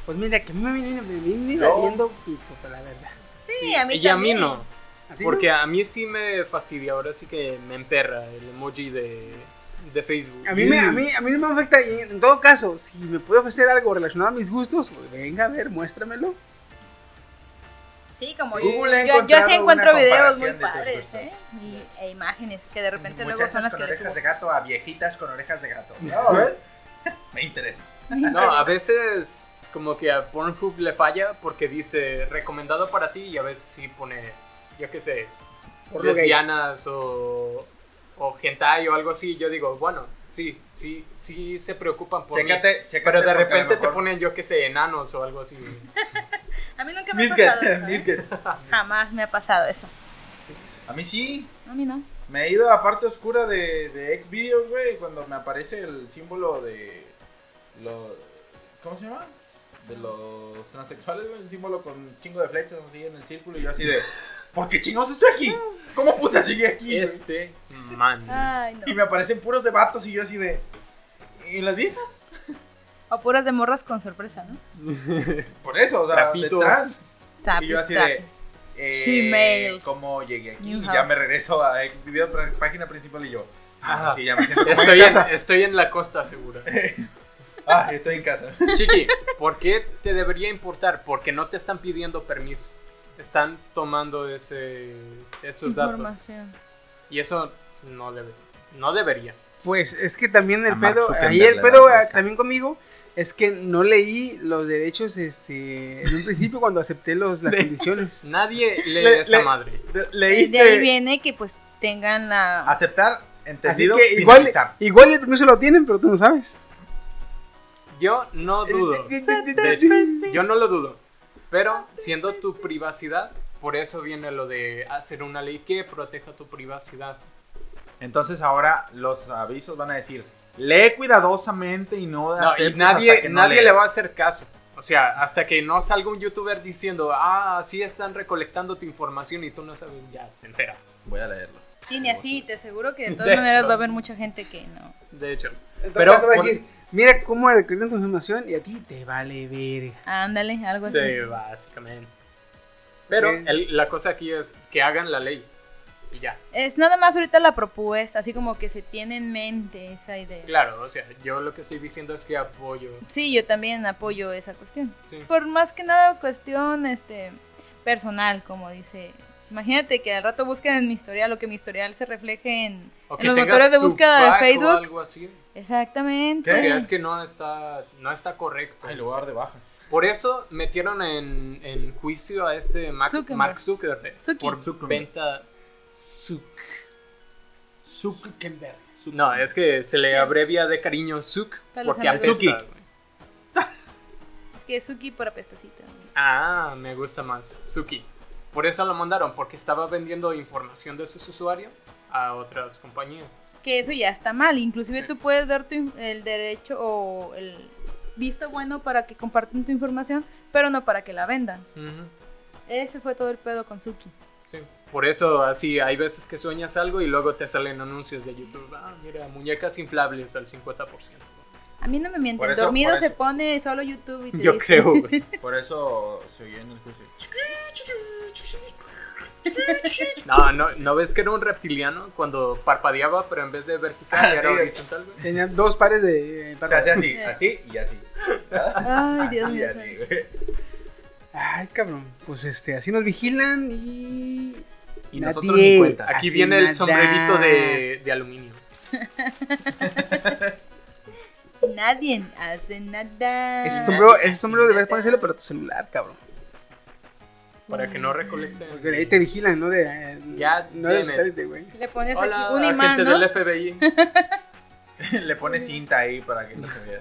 S7: Pues mira, que me viene, me viene
S4: No.
S7: valiendo pito, pero la verdad.
S6: Sí, a mí
S1: y a mí
S6: también.
S1: no.
S7: ¿A ti no?
S1: Porque a mí sí me fastidia, ahora sí que me emperra el emoji de, de Facebook.
S7: A mí, me- a, mí, a mí no me afecta, y en todo caso, si me puede ofrecer algo relacionado a mis gustos, pues venga a ver, muéstramelo.
S6: Sí, como
S4: Sí.
S6: yo-
S4: Google ha
S6: yo, yo sí
S4: encontrado
S6: encuentro
S4: una
S6: videos muy
S4: comparación de tus
S6: padres,
S4: gustos.
S6: ¿eh? Y, e imágenes que de repente luego
S4: Muchachas
S6: son las
S4: con
S6: que les
S4: orejas
S6: subo.
S4: de gato a viejitas con orejas de gato. No, a ver. Me interesa.
S1: No, a veces como que a Pornhub le falla porque dice recomendado para ti y a veces sí pone, yo qué sé,
S7: Porno gay.
S1: lesbianas o, o hentai o algo así. Yo digo, bueno, sí, sí, sí se preocupan por mí.
S4: Chécate, chécate.
S1: Pero de
S4: porque a lo
S1: repente te
S4: mejor-
S1: ponen, yo qué sé, enanos o algo así.
S6: A mí nunca me ha pasado
S4: Misget,
S6: eso, ¿eh?
S4: Misget.
S6: Jamás me ha pasado eso. ¿eh?
S4: A mí sí.
S6: A mí no.
S1: Mm.
S4: Me he ido a la parte oscura de, de Xvideos, güey, cuando me aparece el símbolo de los... ¿Cómo se llama? De los transexuales, güey, el símbolo con un chingo de flechas así en el círculo y yo así de... ¿Por qué chingados estoy aquí? ¿Cómo puta sigue aquí? güey?"
S1: Este man.
S6: Ay,
S4: Y
S6: no.
S4: me aparecen puros de vatos y yo así de... ¿Y las viejas?
S6: O puras de morras con sorpresa, ¿no?
S4: Por eso, o sea,
S1: Trapitos.
S4: de trans.
S6: Tapis,
S4: Y yo así
S6: tapis.
S4: de... Eh,
S6: Gmails.
S4: ¿Cómo llegué aquí?
S6: New
S4: Y
S6: house.
S4: ya me regreso a Xvideos, pra- página principal y yo... Ah,
S1: Ajá.
S4: sí, ya me siento como en
S1: Estoy en,
S4: casa.
S1: estoy en la costa segura.
S4: Ah, estoy en casa.
S1: Chiqui, ¿por qué te debería importar? Porque no te están pidiendo permiso. Están tomando ese, esos datos.
S6: Información.
S1: Y eso no debe, no debería.
S7: Pues es que también
S4: A
S7: el
S4: Mark
S7: pedo,
S4: Zuckerberg
S7: ahí
S4: le
S7: el
S4: da
S7: pedo
S4: risa.
S7: ah, también conmigo es que no leí los derechos este en un principio cuando acepté los, las condiciones.
S1: Nadie lee
S4: Le-
S1: esa
S4: le-
S1: madre.
S6: Y de ahí viene que pues tengan
S4: Ah,
S6: la...
S4: Aceptar,
S7: Así
S4: entendido,
S7: que igual,
S4: finalizar.
S7: igual el permiso lo tienen, pero tú no sabes.
S1: Yo no
S4: Eh,
S1: dudo. De hecho, yo no lo dudo. Pero siendo tu privacidad, por eso viene lo de hacer una ley que proteja tu privacidad.
S4: Entonces ahora los avisos van a decir, lee cuidadosamente y no,
S1: No, y
S4: aceptes hasta
S1: nadie,
S4: que no
S1: nadie
S4: leas".
S1: le va a hacer caso. O sea, hasta que no salga un youtuber diciendo, ah, sí están recolectando tu información y tú no sabes, ya te enteras.
S4: Voy a leerlo.
S6: Y ni así, te aseguro que de todas
S1: De
S6: maneras
S1: hecho.
S6: va a haber mucha gente que no.
S1: De hecho.
S7: Entonces
S1: Pero
S7: va a
S1: por-
S7: decir, mira cómo recuerdan tu información y a ti te vale verga.
S6: Ándale, algo así.
S1: Sí, básicamente. Pero
S7: Ok.
S1: el- la cosa aquí es que hagan la ley. Y ya.
S6: Es nada más ahorita la propuesta, así como que se tiene en mente esa idea.
S1: Claro, o sea, yo lo que estoy diciendo es que apoyo.
S6: Sí, yo también apoyo esa cuestión.
S1: Sí.
S6: Por más que nada cuestión este personal, como dice. Imagínate que al rato busquen en mi historial o que mi historial se refleje en,
S1: O
S6: en los motores de
S1: tu
S6: búsqueda de
S1: pack o
S6: Facebook.
S1: algo así.
S6: Exactamente.
S1: O sea, es que no está, no está correcto.
S4: Ay, lo voy a dar de baja.
S1: Por eso metieron en, en juicio a este Mac-
S6: Zuckerberg.
S1: Mark Zuckerberg
S6: Zucchi.
S1: por
S4: Zuckerberg.
S1: venta. Zuc-
S4: Zuckerberg.
S1: No, es que se le abrevia de cariño Zuck
S6: Para los
S1: porque apesta.
S6: amigos.
S4: Zucchi.
S1: güey.
S6: Es que Suki por apestosita.
S1: Ah, me gusta más Zuki. Por eso lo mandaron porque estaba vendiendo información de sus usuarios a otras compañías.
S6: Que eso ya está mal. Inclusive
S1: Sí.
S6: tú puedes dar tu in- el derecho o el visto bueno para que compartan tu información, pero no para que la vendan.
S1: Ujú,
S6: Ese fue todo el pedo con Suki.
S1: sí. Por eso así hay veces que sueñas algo y luego te salen anuncios de YouTube. Ah, mira, muñecas inflables al 50%.
S6: A mí no me
S4: Por
S6: mienten.
S4: eso-
S6: Dormido
S4: por
S6: se
S4: eso.
S6: pone solo YouTube y te
S1: Yo
S6: dice-
S1: creo, güey.
S4: Por eso se oye en el juicio.
S1: No, no, ¿no ves que era un reptiliano cuando parpadeaba, pero en vez de vertical
S4: Ah,
S1: era
S4: sí.
S1: horizontal, güey?
S7: Tenían dos pares de eh,
S4: O sea,
S7: párpados.
S4: hace así, así y así.
S6: Ay, Dios
S4: Y
S6: mío.
S4: así, güey.
S7: Ay, cabrón. Pues este, así nos vigilan y
S4: Y nosotros
S7: Nadie.
S4: ni cuenta.
S1: Aquí
S7: Así
S1: viene el
S7: nada.
S1: sombrerito de, de aluminio.
S6: Nadie hace nada.
S7: ese sombrero, ese sombrero deberías ponérselo para tu celular, cabrón.
S1: Para que no recolecten.
S7: Porque ahí te vigilan, ¿no? De, eh,
S1: Ya
S7: no de
S1: tiene.
S7: satélite, güey.
S6: Le pones
S1: Hola,
S6: aquí un imán,
S1: agente
S6: ¿no?
S1: del FBI.
S4: Le pone cinta ahí para que no se vea.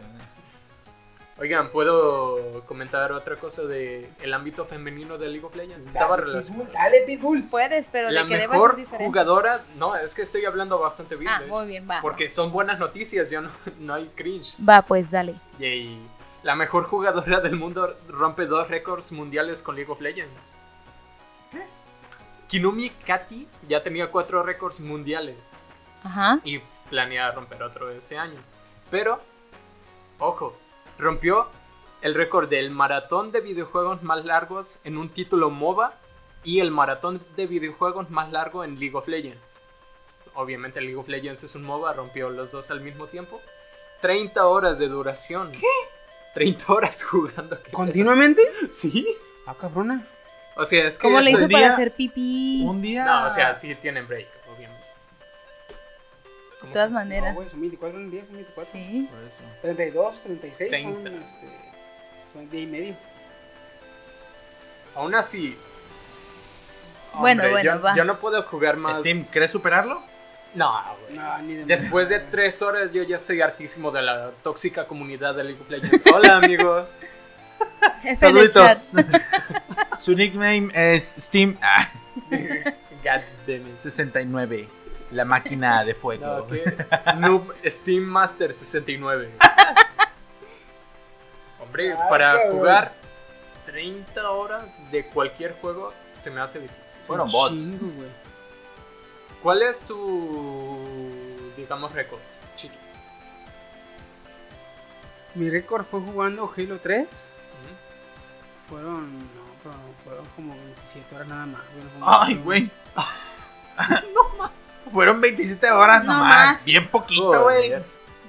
S1: Oigan, ¿puedo comentar otra cosa de el ámbito femenino de League of Legends? Estaba
S3: Dale,
S1: relacionado.
S3: Pitbull, Dale, Pitbull.
S6: Puedes, pero
S1: La
S6: de que debas es
S1: mejor
S6: diferente.
S1: jugadora, no, es que estoy hablando bastante bien.
S6: Ah,
S1: de
S6: muy
S1: hecho,
S6: bien, va.
S1: Porque son buenas noticias, yo no, no hay cringe.
S6: Va, pues dale.
S1: Yay. La mejor jugadora del mundo rompe dos récords mundiales con League of Legends. Kinumi Kati ya tenía cuatro récords mundiales
S6: Ajá.
S1: y planea romper otro este año. Pero, ojo, rompió el récord del maratón de videojuegos más largos en un título MOBA y el maratón de videojuegos más largo en League of Legends. Obviamente League of Legends es un MOBA, rompió los dos al mismo tiempo. 30 horas de duración. ¿Qué? 30 horas jugando.
S3: ¿Continuamente?
S1: ¿Sí?
S3: Ah, cabrona.
S1: O sea, es que...
S6: ¿Cómo le
S1: esto-
S6: hizo
S4: día-
S6: para hacer pipí?
S4: Un día.
S1: No, o sea, sí tienen break, obviamente.
S6: De todas
S3: No,
S6: maneras.
S3: güey, son 24 en 10, son 24.
S6: Sí.
S4: Por eso.
S3: 32, 36 son,
S1: 30.
S3: este, son 10 y medio.
S1: Aún así...
S6: Bueno,
S1: hombre,
S6: bueno,
S1: yo,
S6: va.
S1: yo no puedo jugar más...
S4: Steam, ¿crees superarlo?
S1: No, güey.
S3: No, ni de
S1: Después de tres horas yo ya estoy hartísimo de la tóxica comunidad de League of Legends. Hola amigos.
S6: F en el chat.
S4: Saluditos. Su nickname es Steam ah,
S1: God damn it.
S4: 69. La máquina de fuego.
S1: No, ¿qué? Noob Steam Master 69. Hombre,
S3: Ay,
S1: para
S3: cabrón.
S1: jugar 30 horas de cualquier juego se me hace difícil.
S4: Fueron
S3: Un
S4: bots.
S3: chingo, güey.
S1: ¿Cuál es tu, digamos, récord, chiqui?
S3: Mi récord fue jugando Halo 3.
S1: Ujú.
S3: Fueron, no, fueron, fueron como 27 horas nada más. güey, no fue
S4: Ay,
S3: mucho.
S4: güey. no más. Fueron 27 horas
S6: No
S4: nomás.
S6: más.
S4: Bien poquito, güey.
S1: Joder.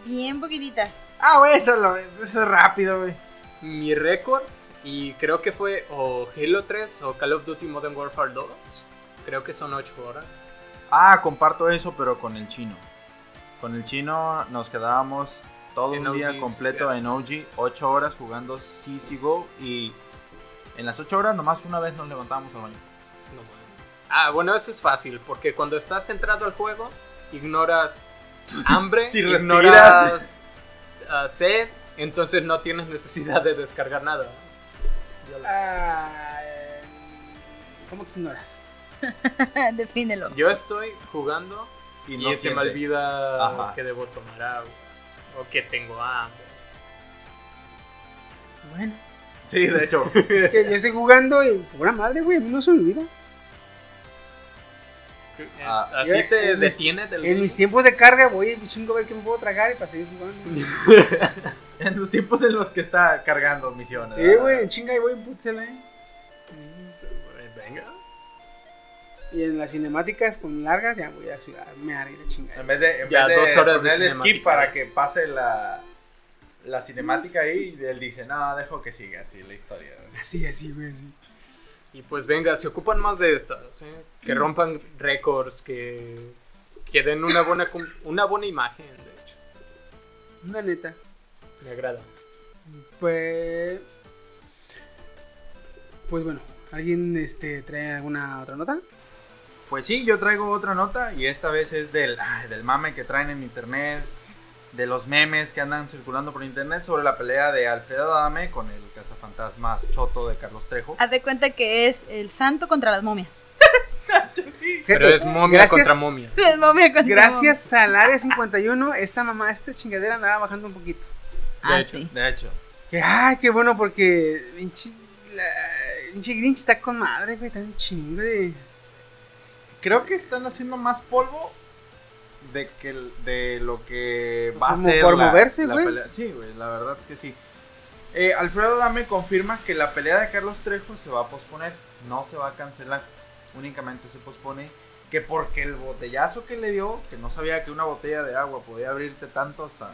S6: Bien poquititas.
S4: Ah, güey, eso, lo- eso es rápido, güey.
S1: Mi récord, y creo que fue o Halo 3 o Call of Duty Modern Warfare 2. Creo que son 8 horas.
S4: Ah, comparto eso, pero con el chino. Con el chino nos quedábamos todo
S1: En
S4: un día
S1: OG,
S4: completo
S1: sí,
S4: en OG, 8 horas jugando CCGO y en las 8 horas nomás una vez nos levantábamos al baño.
S1: No mames. Ah, bueno, eso es fácil, porque cuando estás centrado al juego, ignoras hambre,
S4: Si
S1: ignoras ah, sed, entonces no tienes necesidad de descargar nada. Yo lo-
S3: Ah, ¿Cómo que ignoras?
S6: Defínelo.
S1: Yo estoy jugando y,
S4: no
S1: se me
S4: siente.
S1: olvida
S4: Ajá.
S1: que debo tomar agua o que tengo hambre.
S3: Bueno.
S4: Sí, de hecho.
S3: Es que yo estoy jugando y pura madre, güey, a mí no se me olvida.
S4: Ah,
S1: Así
S3: yo-
S1: te
S3: en mis-
S1: detiene del
S3: En mis tiempos de carga voy a chingo a ver qué me puedo tragar y para seguir jugando.
S4: en los tiempos en los que está cargando misiones.
S3: Sí,
S4: ¿verdad?
S3: güey, en chinga y voy pútela, eh.
S1: Venga.
S3: Y en las cinemáticas con largas ya voy a ciudad, me haré la chingada.
S4: En vez de, en
S1: Ya,
S4: vez de
S1: dos horas de
S4: ponerle skip
S1: cinemática.
S4: para que pase la, la cinemática ahí, y él dice, no, dejo que siga así la historia.
S3: Así, así, güey, así.
S1: Y pues venga, se ocupan más de estas, ¿eh?
S4: Mm.
S1: que rompan récords, que, que den una buena, cum- una buena imagen, de hecho.
S3: Una neta.
S1: Me agrada.
S3: Pues. Pues bueno, ¿alguien este, trae alguna otra nota?
S4: Pues sí, yo traigo otra nota y esta vez es del, ay, del mame que traen en internet, de los memes que andan circulando por internet sobre la pelea de Alfredo Adame con el cazafantasmas choto de Carlos Trejo.
S6: Haz de cuenta que es el santo contra las momias.
S1: Pero
S3: Gente,
S1: es momia
S3: gracias-
S1: contra momia.
S6: El momia contra momia.
S3: Gracias al área 51, esta mamá, esta chingadera andaba bajando un poquito.
S6: Ah,
S1: De hecho.
S6: sí.
S4: De hecho,
S3: Que, ay, qué bueno, porque. pinche- la- Pinche Grinch está con madre, güey, tan chingo de.
S4: creo que están haciendo más polvo de que el- de lo que
S3: Pues
S4: va a
S3: como
S4: ser
S3: por
S4: la-
S3: moverse,
S4: la
S3: güey.
S4: pelea. Sí, güey, la verdad es que sí. Eh, Alfredo Adame confirma que la pelea de Carlos Trejo se va a posponer, no se va a cancelar, únicamente se pospone que porque el botellazo que le dio, que no sabía que una botella de agua podía abrirte tanto hasta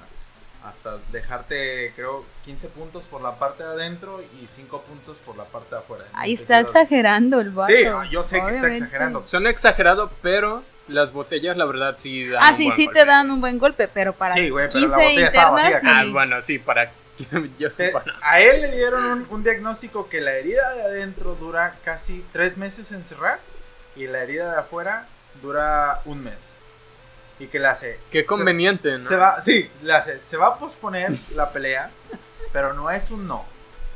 S4: hasta dejarte creo 15 puntos por la parte de adentro y 5 puntos por la parte de afuera.
S6: Ahí está exagerando el vato.
S4: Sí, yo sé que está
S6: obviamente.
S4: exagerando.
S1: Son exagerados, pero las botellas, la verdad, sí dan
S6: Ah,
S1: un
S6: sí,
S1: buen
S6: sí
S1: golpe.
S6: te dan un buen golpe, pero para
S4: Sí, güey,
S6: 15
S4: pero la botella estaba
S6: internas.
S4: vacía,
S1: Ah,
S6: sí.
S1: bueno, sí, para. Yo,
S4: Te-
S1: bueno,
S4: a él le dieron un, un diagnóstico que la herida de adentro dura casi tres meses en cerrar y la herida de afuera dura un mes. y que la hace.
S1: Qué conveniente,
S4: Se,
S1: ¿no?
S4: se va, sí, le hace. Se va a posponer la pelea, pero no es un no.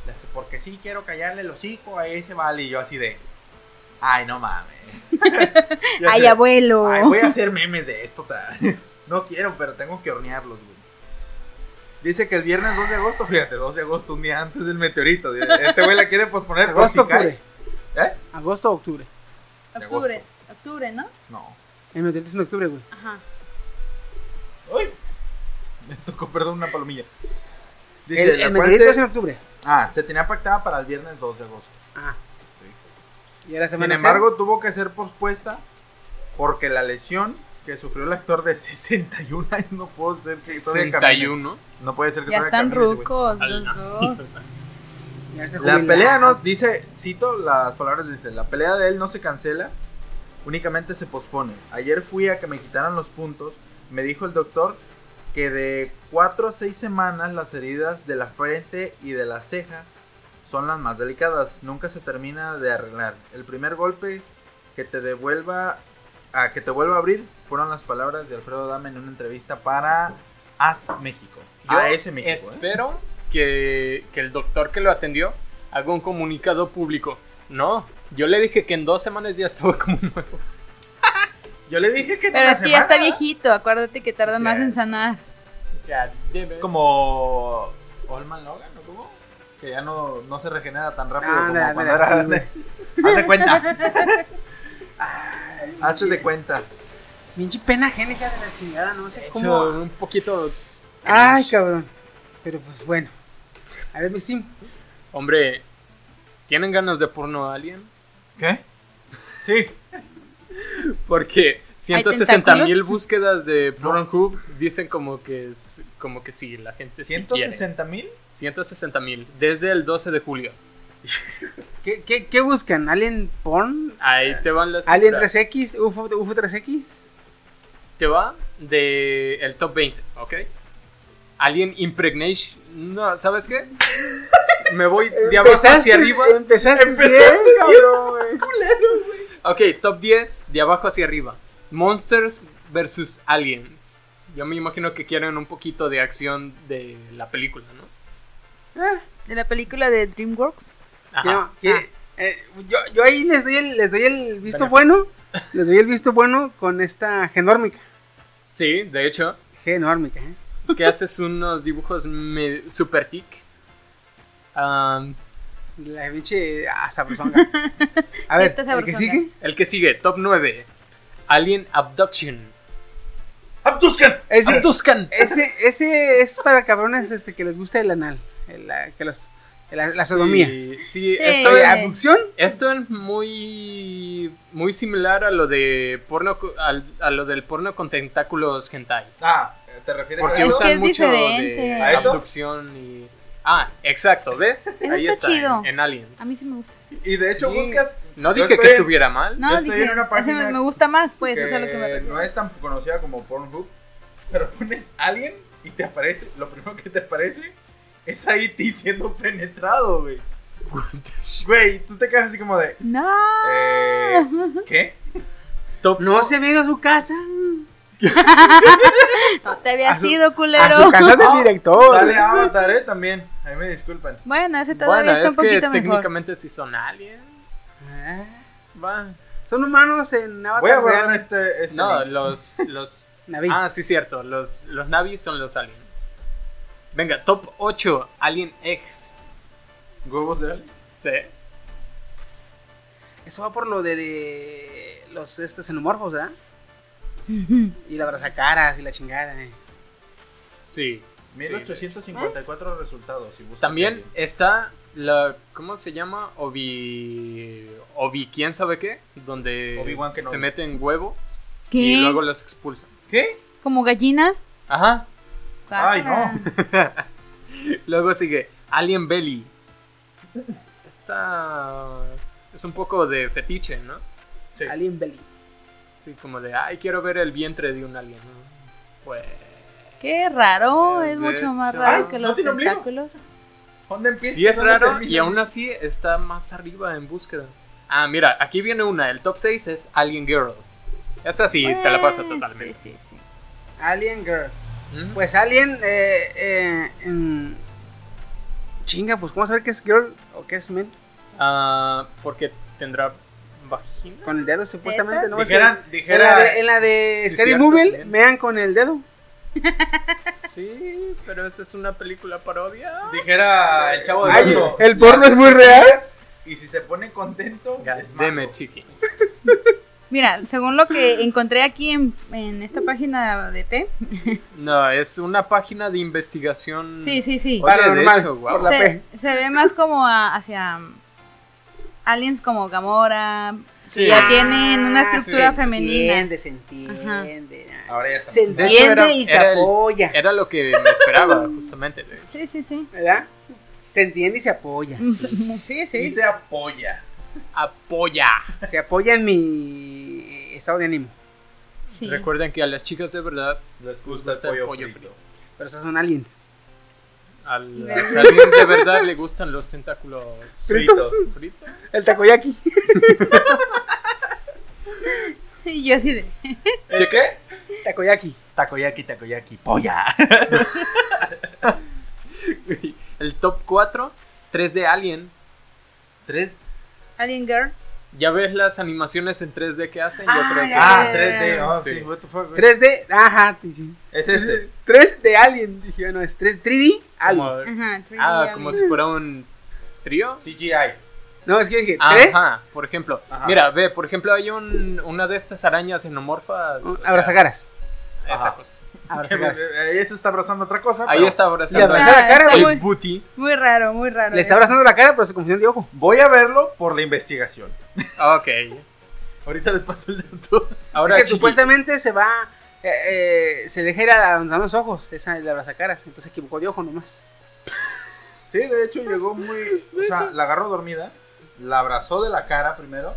S4: Le hace, porque sí quiero callarle el hocico, ahí se vale. Y yo así de. Ay, no mames. Y así
S6: Ay,
S4: de,
S6: abuelo.
S4: Ay, voy a hacer memes de esto. ta. No quiero, pero tengo que hornearlos, güey. Dice que el viernes 2 de agosto, fíjate, 2 de agosto, un día antes del meteorito. Este güey la quiere posponer. por
S8: Agosto,
S4: si cae.
S8: octubre.
S4: ¿Eh?
S8: Agosto, octubre.
S6: octubre, octubre, ¿no?
S4: No.
S8: El meteorito es en octubre, güey.
S6: Ajá.
S4: ¡Uy! Me tocó, perdón, una palomilla. Dice,
S8: El,
S4: la
S8: el
S4: cual
S8: meteorito
S4: se-
S8: es en octubre.
S4: Ah, se tenía pactada para el viernes 2 de agosto.
S8: Ah. Y ahora se
S4: Sin embargo, tuvo que ser pospuesta porque la lesión que sufrió el actor de 61 años no puedo ser que todavía camine.
S1: 61.
S4: No puede ser que
S6: Ya
S4: todavía
S6: están
S4: camine ese güey.
S6: rucos
S1: Al-
S6: los
S1: no.
S6: dos.
S4: La pelea no, dice, cito las palabras, dice, la pelea de él no se cancela, únicamente se pospone. Ayer fui a que me quitaran los puntos, me dijo el doctor que de 4 a 6 semanas las heridas de la frente y de la ceja son las más delicadas, nunca se termina de arreglar. El primer golpe que te devuelva, a que te vuelva a abrir, fueron las palabras de Alfredo Dame en una entrevista para AS México.
S1: Yo
S4: AS México. ¿eh?
S1: espero que, que el doctor que lo atendió haga un comunicado público. No, yo le dije que en dos semanas ya estaba como nuevo.
S4: Yo le dije que en
S6: Pero
S4: una
S6: es que ya está
S4: semana.
S6: viejito, acuérdate que tarda
S4: Sí,
S6: más en
S4: cierto.
S6: sanar.
S4: Es como Olman Logan, ¿no? ¿Cómo? Que ya no, no se regenera tan rápido
S8: Ah,
S4: como
S8: ándale,
S4: cuando
S8: ándale,
S4: era
S8: sí, güey.
S4: Haz de cuenta. Hazte de cuenta.
S8: Pinche pena génica de la chingada, no sé
S1: Hecho
S8: cómo.
S1: un poquito.
S8: Ay, cabrón. Pero pues bueno. A ver, mi Steam.
S1: Hombre, ¿tienen ganas de porno alien?
S4: ¿Qué? Sí.
S1: Porque 160
S6: tentáculos?
S1: mil búsquedas de Pornhub dicen como que es, como que sí, la gente sí quiere.
S4: ¿160 mil?
S1: 160 mil, desde el 12 de julio.
S8: ¿Qué, qué, qué buscan? ¿Alien Porn?
S1: Ahí te van las
S8: ¿Alien
S1: cifras.
S8: 3X? ¿UFO, UFO 3X?
S1: Te va de el top 20, ¿ok? Alien Impregnation. No, ¿sabes qué? Me voy de abajo hacia arriba.
S8: Empezaste,
S4: Empezaste
S8: bien,
S4: bien.
S8: cabrón, güey.
S1: Ok, top 10, de abajo hacia arriba. Monsters versus Aliens. Yo me imagino que quieren un poquito de acción de la película, ¿no?
S4: Ah.
S6: De la película de DreamWorks.
S1: Ajá. Ah.
S8: No, que, eh, yo, yo ahí les doy el, les doy el visto
S1: Venga.
S8: bueno. Les doy el visto bueno con esta genórmica.
S1: Sí, de hecho.
S8: Genórmica, ¿eh?
S1: Es que haces unos dibujos me- super tic. Am,
S8: La pinche ah, sabrosonga. A ver,
S6: Esta
S8: ¿el que
S6: sabrosonga.
S8: sigue?
S1: el que sigue, top 9. Alien Abduction.
S4: ¡Abduzcan!
S8: Ese,
S1: Abduzcan.
S8: ese, ese es para cabrones este, que les gusta el anal. el, la, que los, la, la sodomía.
S1: Sí, sí, esto
S6: Sí.
S8: Oye,
S1: es.
S8: ¿Abducción?
S1: Esto es muy muy similar a lo de porno co- al- a lo del porno con tentáculos hentai.
S4: Ah, ¿te refieres
S1: Porque
S4: a
S6: Es
S4: eso?
S6: usa-
S1: usan
S6: que es
S1: mucho
S6: diferente.
S1: de
S4: ¿A esto?
S1: abducción y Ah, exacto, ¿ves?
S6: Eso está chido.
S1: En, en Aliens.
S6: A mí sí me gusta.
S4: Y de hecho
S1: Sí.
S4: buscas...
S1: no
S4: yo
S1: dije
S4: estoy
S1: que
S4: en-
S1: estuviera mal.
S6: No,
S4: Yo estoy
S6: dije,
S4: en una
S6: ese
S4: página
S6: me, me gusta más, pues,
S4: que
S6: eso es a lo que me refiero.
S4: no es tan conocida como Pornhub, pero pones Alien y te aparece, lo primero que te aparece es ahí ti siendo penetrado, güey. Güey, tú te quedas así como de...
S6: No.
S4: Eh, ¿Qué?
S1: Top
S8: No se ve a su casa.
S6: No te había
S8: A su-
S6: sido,
S8: A su
S6: culero.
S8: casa del director.
S4: Sale Avatar, ¿eh? También. Ahí me disculpan.
S6: Bueno, ese todavía
S1: Bueno,
S6: está
S1: es
S6: un
S1: que
S6: poquito mejor.
S1: técnicamente si son aliens.
S8: Ah,
S1: Va.
S8: Son humanos en
S4: Voy a
S8: Avatar.
S4: guardar
S8: real.
S4: este, este
S1: No,
S4: link.
S1: los los
S8: Naví.
S1: Ah, sí cierto, los los navis son los aliens. Venga, top 8 Alien Eggs.
S4: huevos de alien.
S1: Sí.
S8: Eso va por lo de, de los estos xenomorfos, ¿verdad? Y la brazacaras y la chingada. eh.
S1: Sí.
S4: 1854 resultados. si buscas
S1: También
S4: alien.
S1: está la. ¿Cómo se llama? Obi. Obi, quién sabe qué. Donde
S4: Obi-Wan Kenobi.
S1: se meten huevos y luego
S6: ¿Qué?
S1: los expulsan.
S4: ¿Qué?
S6: ¿Como gallinas? Ah,
S1: Ajá.
S4: Ay,
S6: Guácala.
S1: Luego sigue Alien Belly. Esta. Es un poco de fetiche, ¿no?
S4: Sí.
S8: Alien Belly.
S1: Sí, como de. Ay, quiero ver el vientre de un alien. ¿no? Pues.
S6: Qué raro, es
S1: De
S6: mucho más
S1: hecho.
S6: raro
S4: Ay,
S6: que
S4: ¿no
S6: los
S4: tiene ombligo?
S6: tentáculos.
S4: ¿Dónde empieza?
S1: Sí es
S4: ¿Dónde
S1: raro
S4: termina?
S1: y aún así está más arriba en búsqueda. Ah, mira, aquí viene una. El top 6 es Alien Girl. Esa sí, te la pasa
S6: Eh,
S1: totalmente.
S6: Sí, sí, sí.
S5: Alien Girl.
S1: Ujú.
S5: Pues Alien, eh, eh, mm, chinga, pues ¿cómo saber qué es girl o qué es men?
S1: Ah, porque tendrá vagina.
S5: Con el dedo, supuestamente, ¿no?
S4: Dijeran,
S5: en la de,
S4: dijera,
S5: en la de
S1: Sí,
S5: Scary
S1: cierto,
S5: Movie,
S1: también.
S5: mean con el dedo.
S1: Sí, pero esa es una película parodia.
S4: dijera el chavo de
S5: Ay,
S4: Ocho,
S5: el porno
S4: las
S5: es muy real.
S4: costillas, Y si se pone contento, es macho.
S1: Deme, chiqui.
S6: Mira, según lo que encontré aquí en, en esta página de P.
S1: No, es una página de investigación.
S6: Sí, sí, sí.
S1: Oye,
S5: Paranormal,
S1: de hecho, guau.
S5: por la
S6: Se,
S5: P.
S6: se ve más como a- hacia um, aliens como Gamora.
S1: Sí.
S6: que Ya tienen una
S5: Ah,
S6: estructura
S5: sí,
S6: femenina.
S5: Se entiende, se entiende. ah.
S4: Ahora ya está.
S5: Se
S1: De hecho,
S5: entiende
S1: era-
S5: y se
S1: era el-
S5: apoya.
S1: Era lo que me esperaba, justamente. de-
S6: Sí, sí, sí.
S5: ¿Verdad? Se entiende y se apoya.
S6: Sí, sí.
S4: Y se apoya.
S1: Apoya.
S5: Se apoya en mi estado de ánimo.
S6: Sí.
S1: Recuerden que a las chicas de verdad,
S4: Les gusta el
S1: gusta el
S4: pollo,
S1: pollo
S4: frito.
S1: frito.
S5: Pero esos son aliens.
S1: a las aliens de verdad le gustan los tentáculos
S4: Fritos.
S1: fritos.
S5: El takoyaki.
S6: Y yo así de.
S4: ¿Eh, ¿Qué?
S5: Takoyaki.
S4: Takoyaki, takoyaki, polla.
S1: El top 4, 3 de Alien.
S4: Tres.
S6: Alien Girl.
S1: Ya ves las animaciones en 3D que hacen. Yo creo que.
S4: Ah, 3D. Oh,
S1: Sí.
S4: sí. What the fuck, güey.
S5: 3D. Ajá. sí, sí.
S4: Es este.
S5: 3 de Alien. Dije, ah, no, es 3 3D Alien.
S1: como-
S6: Ajá. 3D
S1: ah,
S6: Alien.
S1: como si fuera un trío.
S4: CGI.
S5: No, es que dije, ¿tres?
S1: Ajá, por ejemplo.
S4: Ajá.
S1: Mira, ve, por ejemplo, hay un, una de estas arañas xenomorfas. o sea,
S5: Abrazacaras.
S1: esa
S4: Ajá.
S1: cosa.
S5: Abrazacaras.
S4: eh, Ahí se está abrazando otra cosa.
S1: Ahí
S4: pero-
S1: está
S5: Y
S1: abrazando.
S5: abrazar la
S6: Ah,
S5: cara,
S6: está
S1: el
S6: muy,
S1: booty.
S6: muy raro, muy raro. eh.
S5: Le está abrazando la cara, pero se confusión de ojo.
S4: Voy a verlo por la investigación.
S1: Ah, Ok.
S4: Ahorita les paso el dato.
S1: Ahora,
S5: Porque
S1: chiqui,
S5: supuestamente se va. eh, eh, se deja ir a donde dan los ojos, esa de abrazacaras. Entonces se equivocó de ojo nomás.
S4: Sí, de hecho llegó muy. O sea, la agarró dormida. La abrazó de la cara primero.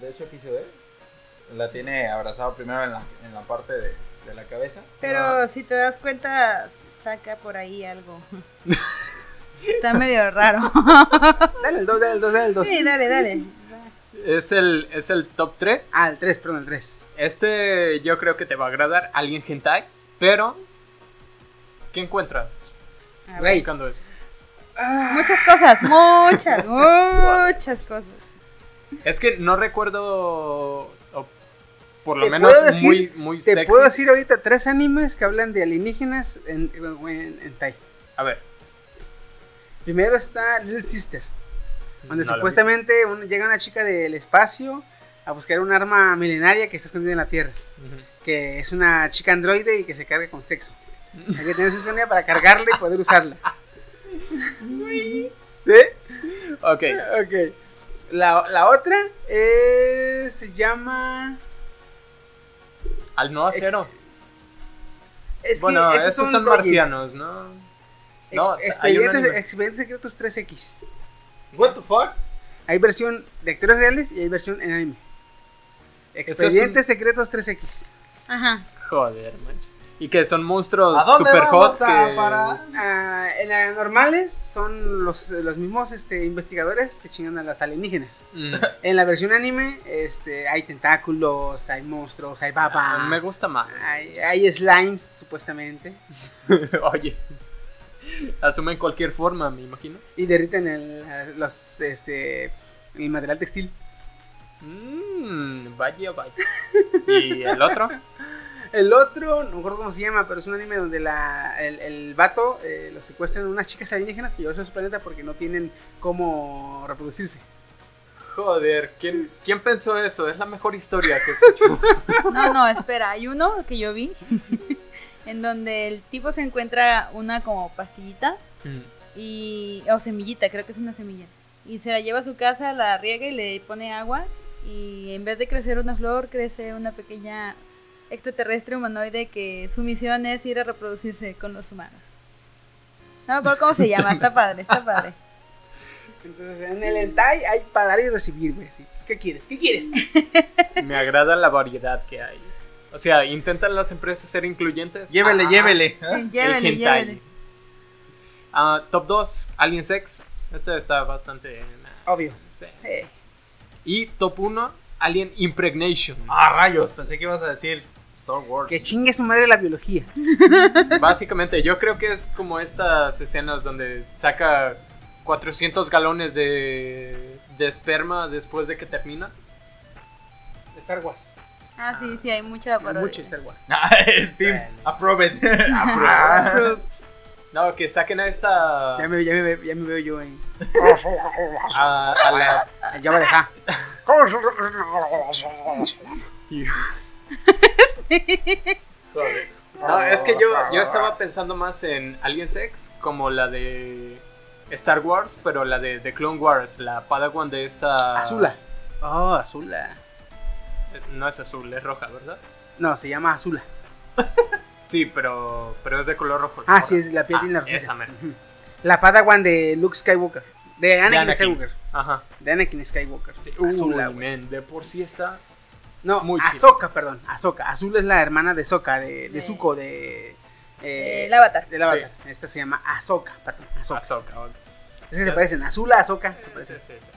S4: De hecho, aquí se ve. La tiene abrazado primero en la, en la parte de, de la cabeza.
S6: Pero
S4: Ah,
S6: si te das cuenta, saca por ahí algo. está medio raro.
S5: Dale el 2, dale el 2, dale el 2.
S6: sí, dale, dale.
S1: es el, es el top 3.
S5: Ah, el 3, perdón, el 3.
S1: Este yo creo que te va a agradar. Alguien hentai. Pero, ¿qué encuentras?
S6: A
S5: Güey.
S6: ver.
S1: Buscando eso.
S5: Ah.
S6: Muchas cosas, muchas, muchas cosas.
S1: Es que no recuerdo. o por lo
S5: Te
S1: menos
S5: puedo decir-
S1: muy, muy
S5: Te
S1: sexy.
S5: puedo decir ahorita tres animes que hablan de alienígenas en, en, en Thai.
S1: A ver.
S5: Primero está Little Sister, donde
S1: no lo vi.
S5: supuestamente un- llega una chica del espacio a buscar un arma milenaria que está escondida en la Tierra.
S1: Ujú.
S5: que es una chica androide y que se carga con sexo. Hay que tener su sonido para cargarla y poder usarla. ¿Sí?
S1: Ok.
S5: Ok. La, la otra eh, se llama.
S1: Al no acero.
S5: Es
S1: bueno, esos, son
S5: doujins.
S1: marcianos, ¿no?
S5: Ex-
S1: No, hay un
S5: expedientes,
S1: anime.
S5: Expedientes Secretos 3X.
S4: ¿What the fuck?
S5: Hay versión de actores reales y hay versión en anime.
S1: es un-
S5: Expedientes Secretos 3X.
S6: Ajá.
S1: Joder, mancho. Y que son monstruos
S4: ¿A dónde
S1: super hot.
S4: vamos a
S1: que-
S4: parar?
S5: Ah, en las normales son los, los mismos este, investigadores se chingan a las alienígenas.
S1: Mm,
S5: En la versión anime, este, hay tentáculos, hay monstruos, hay baba,
S1: Ah, me gusta más.
S5: hay, hay slimes, supuestamente,
S1: Oye. Asumen cualquier forma, me imagino.
S5: y derriten el, los, este, el material textil.
S1: Mmm, vaya, vaya. ¿Y el otro?
S5: El otro, no me acuerdo cómo se llama, pero es un anime donde la, el, el vato eh, lo secuestran unas chicas alienígenas que llevan a su planeta porque no tienen cómo reproducirse.
S1: Joder, ¿quién, ¿quién pensó eso? Es la mejor historia que he escuchado.
S6: No, no, espera, hay uno que yo vi en donde el tipo se encuentra una como pastillita
S1: Mm,
S6: y o semillita, creo que es una semilla. Y se la lleva a su casa, la riega y le pone agua y en vez de crecer una flor, crece una pequeña extraterrestre humanoide que su misión es ir a reproducirse con los humanos. No me acuerdo cómo se llama, está padre, está padre.
S5: Entonces, en el hentai hay para dar y recibir, güey. así, ¿Qué quieres? ¿Qué quieres?
S1: Me agrada la variedad que hay. O sea, intentan las empresas ser incluyentes.
S4: Llévele,
S1: Ah,
S4: llévele.
S1: El
S6: Llévele,
S1: hentai.
S6: llévele.
S1: Ah, top 2, Alien Sex. Este está bastante. nah,
S5: Obvio.
S1: sí.
S5: Eh,
S1: Y top 1, Alien Impregnation.
S4: Ah, rayos. Pensé que ibas a decir
S5: Star Wars.
S4: Que chingue su madre la biología.
S1: Básicamente, yo creo que es como estas escenas donde saca 400 galones de, de esperma después de que termina.
S4: Star Wars.
S6: Ah, sí, sí, hay mucha parodia.
S4: Mucho Star Wars.
S5: Ah, Steam, approve it.
S1: No, que saquen a esta.
S4: Ya me, ya me- ya me veo yo en.
S1: A, a la,
S4: Ya va a dejar.
S1: no, es que yo, yo estaba pensando más en Alien Sex, como la de Star Wars, pero la de, de Clone Wars, la Padawan de esta.
S4: Azula. Oh, Azula.
S1: Eh, No es azul, es roja, ¿verdad?
S4: No, se llama Azula.
S1: Sí, pero, pero es de color rojo.
S4: Ah, sí, es la piel
S1: Ah,
S4: bien rojiza.
S1: esa mera.
S4: Ujú. La Padawan de Luke Skywalker. De Anakin,
S1: Anakin.
S4: Skywalker.
S1: Ajá.
S4: De Anakin Skywalker.
S1: Sí, uy,
S4: Azula, güey.
S1: men, de por sí está.
S4: No,
S1: muy chida.
S4: Ahsoka, perdón. Ahsoka. Azula es la hermana de Soka, de, de
S6: De-
S4: Zuko, de. eh,
S6: El avatar.
S4: Del Avatar. Esta se llama Ahsoka, perdón. Ahsoka.
S1: Ahsoka, ok.
S4: Es que se parecen. Azula, Ahsoka. Se
S1: Sí,
S4: parecen.
S1: sí, sí.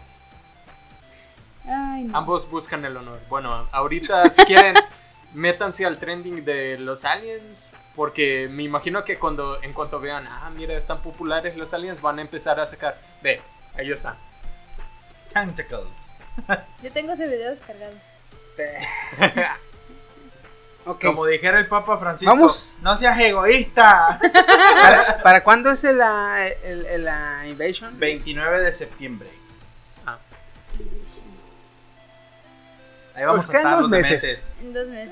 S6: Ay, no.
S1: Ambos buscan el honor. Bueno, ahorita si quieren, métanse al trending de los aliens. Porque me imagino que cuando en cuanto vean, ah, mira, están populares los aliens, van a empezar a sacar. Ve, ahí están.
S5: Tentacles.
S6: Yo tengo ese video descargado.
S4: Ok.
S5: Como dijera el Papa Francisco,
S4: Vamos.
S5: no seas egoísta.
S4: ¿Para, para cuándo es la, el- ah, el- la Invasion?
S5: 29 de septiembre.
S1: Ah.
S5: Ahí vamos
S4: Busca en
S5: a estar
S4: dos
S5: los meses.
S4: meses.
S6: En dos meses.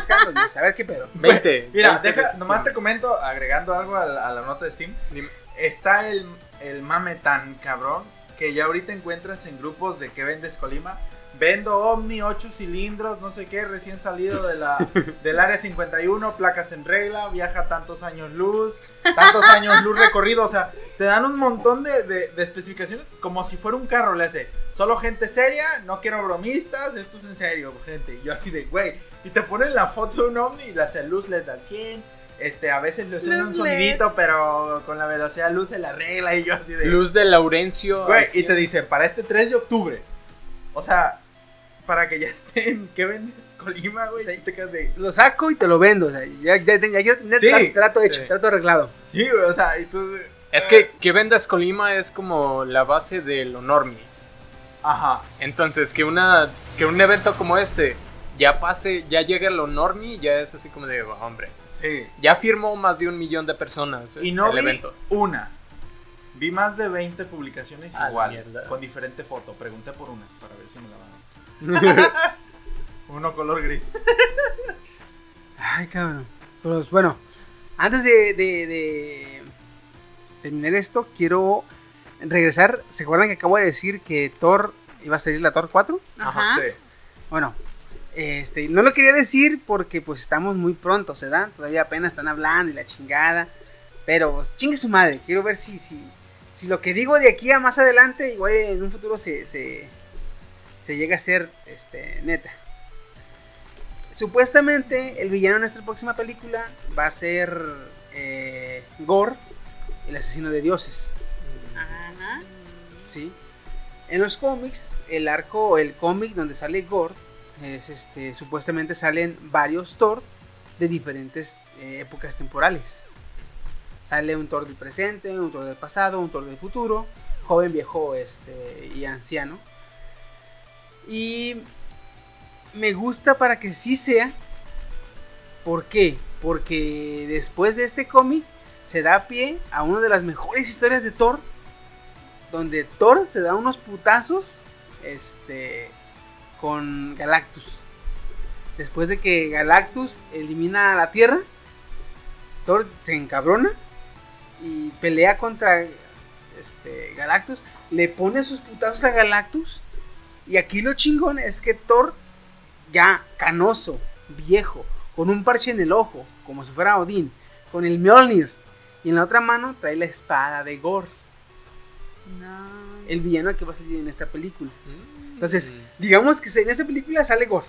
S4: Buscándonos, A ver qué pedo.
S1: 20.
S5: Mira,
S1: 20
S5: deja,
S1: veces.
S5: nomás te comento, agregando algo a la, a la nota de Steam.
S1: Dime.
S5: Está el, el mame tan cabrón que ya ahorita encuentras en grupos de que vendes Colima. Vendo Omni, 8 cilindros, no sé qué, recién salido de la, del área 51, placas en regla, viaja tantos años luz, tantos años luz recorrido. O sea, te dan un montón de, de- de especificaciones como si fuera un carro. Le hace solo gente seria, no quiero bromistas, esto es en serio, gente. Y yo así de, güey, y te ponen la foto de un ovni y la hace luz le da 100. Este, a veces le usan
S6: Luz
S5: un
S6: LED.
S5: sonidito, pero con la velocidad luz se la regla y yo así de.
S1: Luz de Laurencio.
S5: Güey,
S1: así.
S5: y te dicen, para este 3 de octubre. O sea, para que ya estén, ¿qué vendes? Colima, güey.
S4: Sí.
S5: y te quedas de.
S4: Lo saco y te lo vendo. O sea, ya, ya, ya, ya tenía
S5: Sí,
S4: tra- trato hecho,
S1: sí.
S4: trato arreglado.
S5: Sí, güey, o sea, y tú.
S1: Es que que vendas Colima es como la base del honormi.
S5: Ajá.
S1: Entonces, que una que un evento como este ya pase, ya llegue a lo normie, ya es así como de, "Oh, hombre,
S5: Sí.
S1: ya firmó más de un millón de personas eh,
S5: Y no
S1: el
S5: vi
S1: evento.
S5: una. Vi más de 20 publicaciones
S1: A la
S5: iguales,
S1: mierda.
S5: con diferente foto. Pregunté por una, para ver si me la van a dar. Uno color gris.
S4: Ay, cabrón. Pues bueno, antes de, de- de terminar esto, quiero regresar. ¿Se acuerdan que acabo de decir que Thor iba a salir la Thor 4?
S6: Ajá.
S5: Sí.
S4: Bueno, este, no lo quería decir porque pues estamos muy pronto, ¿verdad? Todavía apenas están hablando y la chingada. Pero pues, chingue su madre, quiero ver si, si, si lo que digo de aquí a más adelante, igual en un futuro se, se, se llega a ser este, neta. Supuestamente el villano de nuestra próxima película va a ser eh, Gore, el asesino de dioses.
S6: Ajá.
S4: ¿sí? En los cómics, el arco, o el cómic donde sale Gord, es este, supuestamente salen varios Thor de diferentes eh, épocas temporales. Sale un Thor del presente, un Thor del pasado, un Thor del futuro, joven, viejo este, y anciano. Y me gusta para que sí sea. ¿Por qué? Porque después de este cómic se da pie a una de las mejores historias de Thor donde Thor se da unos putazos este con Galactus. Después de que Galactus elimina a la Tierra, Thor se encabrona y pelea contra este, Galactus, le pone sus putazos a Galactus y aquí lo chingón es que Thor ya canoso, viejo, con un parche en el ojo, como si fuera Odín, con el Mjolnir y en la otra mano trae la espada de Gore
S6: No.
S4: el villano que va a salir en esta película. Entonces, digamos que en esta película sale Gore.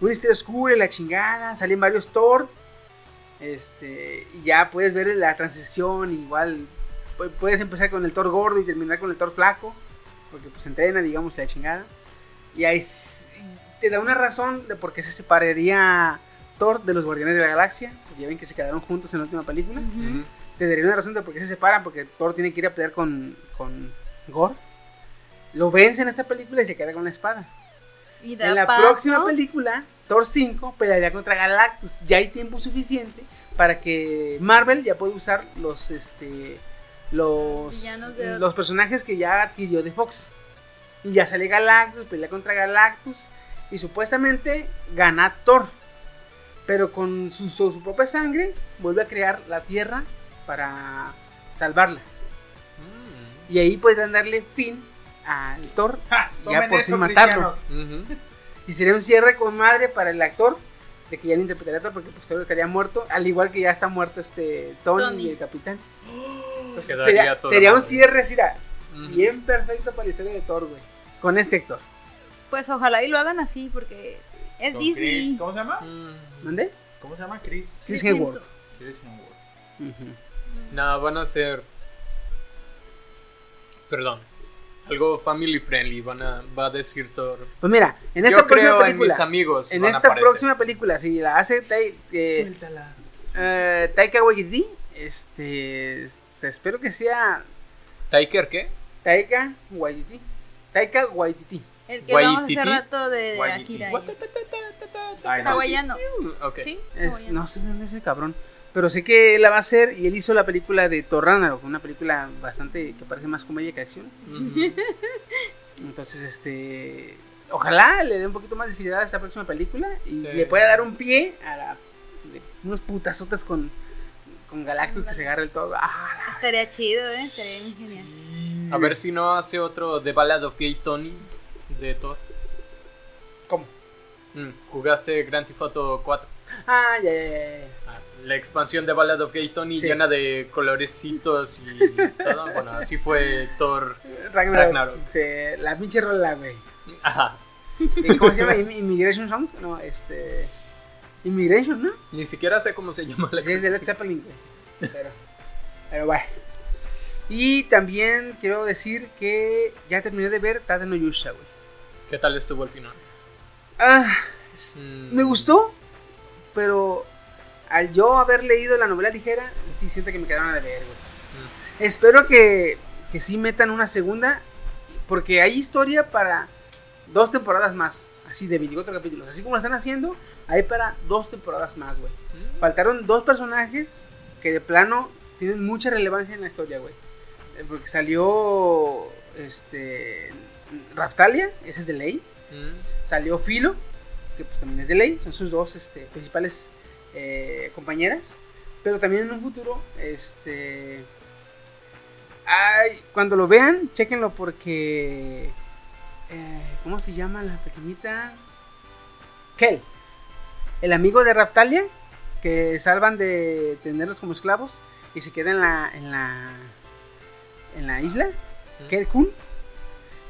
S4: Una historia oscura, y la chingada, salen varios Thor. Este, y ya puedes ver la transición, igual pu- puedes empezar con el Thor gordo y terminar con el Thor flaco, porque pues entrena, digamos, y la chingada. Y ahí s- te da una razón de por qué se separaría Thor de los Guardianes de la Galaxia. Ya ven que se quedaron juntos en la última película. Te daría una razón de por qué se separan, porque Thor tiene que ir a pelear con, con Gore. Lo vence en esta película y se queda con la espada.
S6: Y da
S4: En la
S6: paso.
S4: próxima pues, película, Thor 5 pelearía contra Galactus. Ya hay tiempo suficiente para que Marvel ya pueda usar los este los,
S6: Villanos de-
S4: los personajes que ya adquirió de Fox. Y ya sale Galactus, pelea contra Galactus y supuestamente gana Thor. Pero con su, su- su propia sangre vuelve a crear la Tierra para salvarla.
S1: Mm,
S4: Y ahí pueden darle fin al Thor
S5: Tomen
S4: ya por
S5: eso,
S4: fin matarlo.
S5: cristianos.
S1: ujú.
S4: Y sería un cierre con madre para el actor, de que ya le interpretaría a Thor porque pues Thor estaría muerto, al igual que ya está muerto este Tony,
S6: Tony.
S4: y el capitán. Entonces,
S1: Quedaría
S4: sería
S1: toda
S4: sería un
S1: madre.
S4: cierre así, mira,
S1: Ujú.
S4: bien perfecto para la historia de Thor, güey. Con este actor.
S6: Pues ojalá y lo hagan así, porque es
S5: Con
S6: Disney.
S5: Chris- ¿Cómo se llama?
S1: Mm.
S4: ¿Mandé?
S5: ¿Cómo se llama? Chris.
S4: Chris
S6: Chris
S4: Hemsworth.
S6: Hemsworth.
S5: Chris Hemsworth.
S1: No, van a ser. Perdón. Algo family friendly. Van a, va a decir Thor.
S4: Pues mira, en esta
S1: Yo creo
S4: próxima
S1: en mis
S4: película.
S1: amigos.
S4: En
S1: van a
S4: esta
S1: aparecer.
S4: próxima película, si la hace Tai- eh,
S5: Suéltala.
S4: eh, Taika Waititi, este, s- espero que sea
S1: ¿Tiker qué?
S4: Taika Waititi. Taika Waititi.
S6: El que hablamos hace
S1: Waititi.
S6: rato de
S5: Waititi.
S6: Akira.
S5: What Ay, no.
S6: Hawaiano.
S1: Ok.
S6: ¿Sí?
S4: Es-
S6: hawaiano.
S4: no sé dónde es el cabrón. Pero sé que él la va a hacer y él hizo la película de Thor Ragnarok, una película bastante que parece más comedia que acción.
S1: Ujú.
S4: Entonces, este. Ojalá le dé un poquito más de seriedad a esta próxima película y
S1: Sí.
S4: le pueda dar un pie a la- de unos putazotes con, con Galactus que se agarra el todo. ¡Ah!
S6: Estaría chido, ¿eh? Estaría bien genial.
S1: A ver si no hace otro The Ballad of Gay Tony de Thor.
S4: ¿Cómo?
S1: Mm, ¿Jugaste Grand Theft Auto 4?
S4: Ah, ya, ya, ya, ya.
S1: Ah, La expansión de Ballad of Gay Tony
S4: Sí.
S1: llena de colorecitos y todo. Bueno, así fue Thor.
S4: Ragnarok.
S1: Ragnarok.
S4: Sí, la pinche rola, güey.
S1: Ajá.
S4: Eh, ¿Cómo se llama? Im- ¿Immigration Song? No, este. Immigration, ¿no?
S1: Ni siquiera sé cómo se llama la
S4: Desde Led Zeppelin, güey. Pero, pero bueno. Y también quiero decir que ya terminé de ver Tate no Yusha, güey.
S1: ¿Qué tal estuvo el final?
S4: Ah, es-
S1: Mm.
S4: me gustó, pero al yo haber leído la novela ligera, sí siento que me quedaron a deber, güey.
S1: Mm.
S4: Espero que, que sí metan una segunda, porque hay historia para dos temporadas más, así de 24 capítulos. Así como lo están haciendo, hay para dos temporadas más, güey.
S1: Mm.
S4: Faltaron dos personajes que de plano tienen mucha relevancia en la historia, güey. Eh, Porque salió este Raftalia, ese es de ley.
S1: Mm,
S4: Salió Filo, que pues también es de ley. Son sus dos este, principales eh, compañeras. Pero también en un futuro, este... ay, cuando lo vean, chequenlo porque... eh, ¿Cómo se llama la pequeñita? Kel. El amigo de Raptalia, que salvan de tenerlos como esclavos y se queda en la... En la, en la isla.
S1: Mm.
S4: Kel Kun.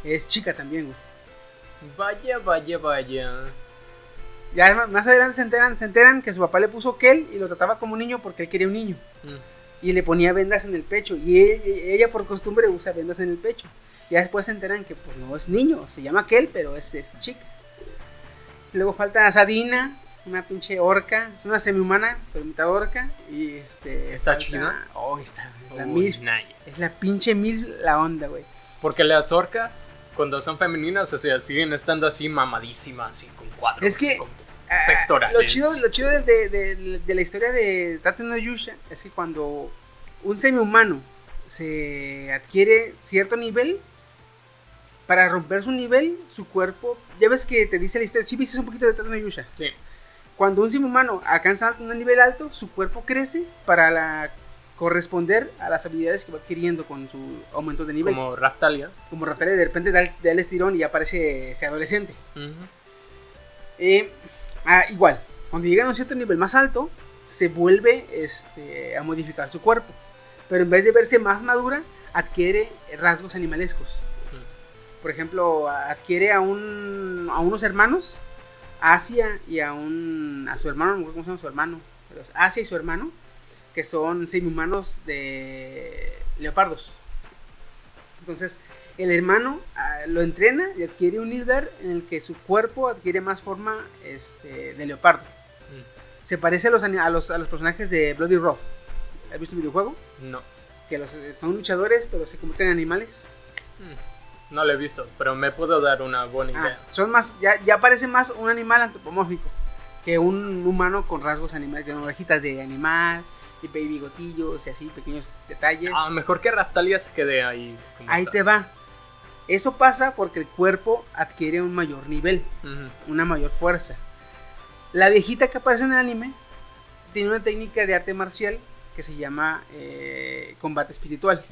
S4: Es chica también, güey.
S1: Mm, Vaya, vaya, vaya.
S4: Ya ma- más adelante se enteran, se enteran que su papá le puso Kel y lo trataba como un niño porque él quería un niño.
S1: Mm.
S4: Y le ponía vendas en el pecho. Y e- e- ella, por costumbre usa vendas en el pecho. Ya después se enteran que pues no es niño, se llama Kel, pero es, es chica. Luego falta Sadina, una pinche orca, es una semihumana, pero mitad orca. Y este.
S1: ¿Está
S4: falta-
S1: chida?
S4: Oh, está. Es la
S1: Uy,
S4: mil. Es
S1: nice.
S4: la pinche mil la onda, güey.
S1: Porque las orcas, cuando son femeninas, o sea, siguen estando así mamadísimas y con cuadros.
S4: Es que-
S1: con-
S4: Ah,
S1: Pectorales.
S4: Lo chido, lo chido de, de- de la historia de Tate no Yusha es que cuando un semihumano se adquiere cierto nivel, para romper su nivel, su cuerpo. Ya ves que te dice la historia. Sí, viste un poquito de Tate no Yusha.
S1: Sí.
S4: Cuando un semihumano alcanza un nivel alto, su cuerpo crece para la- corresponder a las habilidades que va adquiriendo con su aumento de nivel. Como,
S1: Como Raftalia.
S4: como Raftalia, de repente da, el- da el estirón y ya aparece ese adolescente.
S1: Ujú.
S4: Eh, ah, igual, cuando llegan a un cierto nivel más alto, se vuelve este, a modificar su cuerpo. Pero en vez de verse más madura, adquiere rasgos animalescos. Por ejemplo, a- adquiere a, un, a unos hermanos, a Asia y a, un, a su hermano, no me acuerdo cómo se llama su hermano, pero es Asia y su hermano, que son semihumanos de leopardos. Entonces, el hermano ah, lo entrena y adquiere un nivel en el que su cuerpo adquiere más forma este, de leopardo. Se parece a los, ani- a los, a los personajes de Bloody Roth. ¿Has visto el videojuego?
S1: No,
S4: Que los, eh, son luchadores, pero se convierten en animales.
S1: no lo he visto, pero me puedo dar una buena
S4: Ah,
S1: idea.
S4: son más, ya, ya parece más un animal antropomórfico que un humano con rasgos animales, con orejitas de animal, y pe- y bigotillos y así, pequeños detalles.
S1: Ah, mejor que Raftalia se quede ahí. como
S4: Ahí
S1: está.
S4: te va. Eso pasa porque el cuerpo adquiere un mayor nivel,
S1: Ujú.
S4: una mayor fuerza. La viejita que aparece en el anime tiene una técnica de arte marcial que se llama eh, combate espiritual,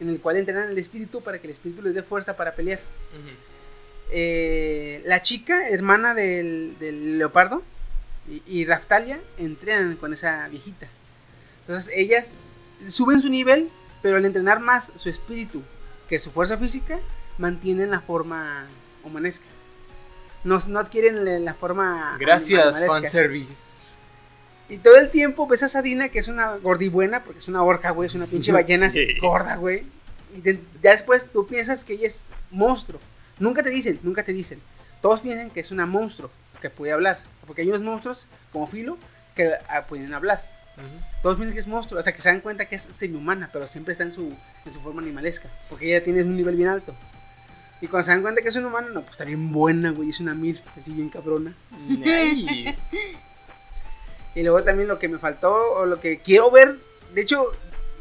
S4: en el cual entrenan el espíritu para que el espíritu les dé fuerza para pelear.
S1: Ujú.
S4: Eh, la chica, hermana del, del leopardo, y, y Raftalia entrenan con esa viejita. Entonces ellas suben su nivel, pero al entrenar más su espíritu que su fuerza física, mantienen la forma humanesca. No, no adquieren la- la forma.
S1: Gracias,
S4: animalesca.
S1: fanservice.
S4: Y todo el tiempo ves a Sadina, que es una gordibuena, porque es una orca, güey, es una pinche ballena
S1: Sí.
S4: gorda, güey. Y de- ya después tú piensas que ella es monstruo. Nunca te dicen, nunca te dicen. Todos piensan que es una monstruo, que puede hablar. Porque hay unos monstruos, como Filo, que ah, pueden hablar.
S1: Ujú.
S4: Todos piensan que es monstruo, hasta que se dan cuenta que es semihumana, pero siempre está en su, en su forma animalesca. Porque ella tiene un nivel bien alto. Y cuando se dan cuenta que es un humano, no, pues está bien buena, güey, es una mil, así bien cabrona.
S1: Nice.
S4: Y luego también lo que me faltó o lo que quiero ver. De hecho,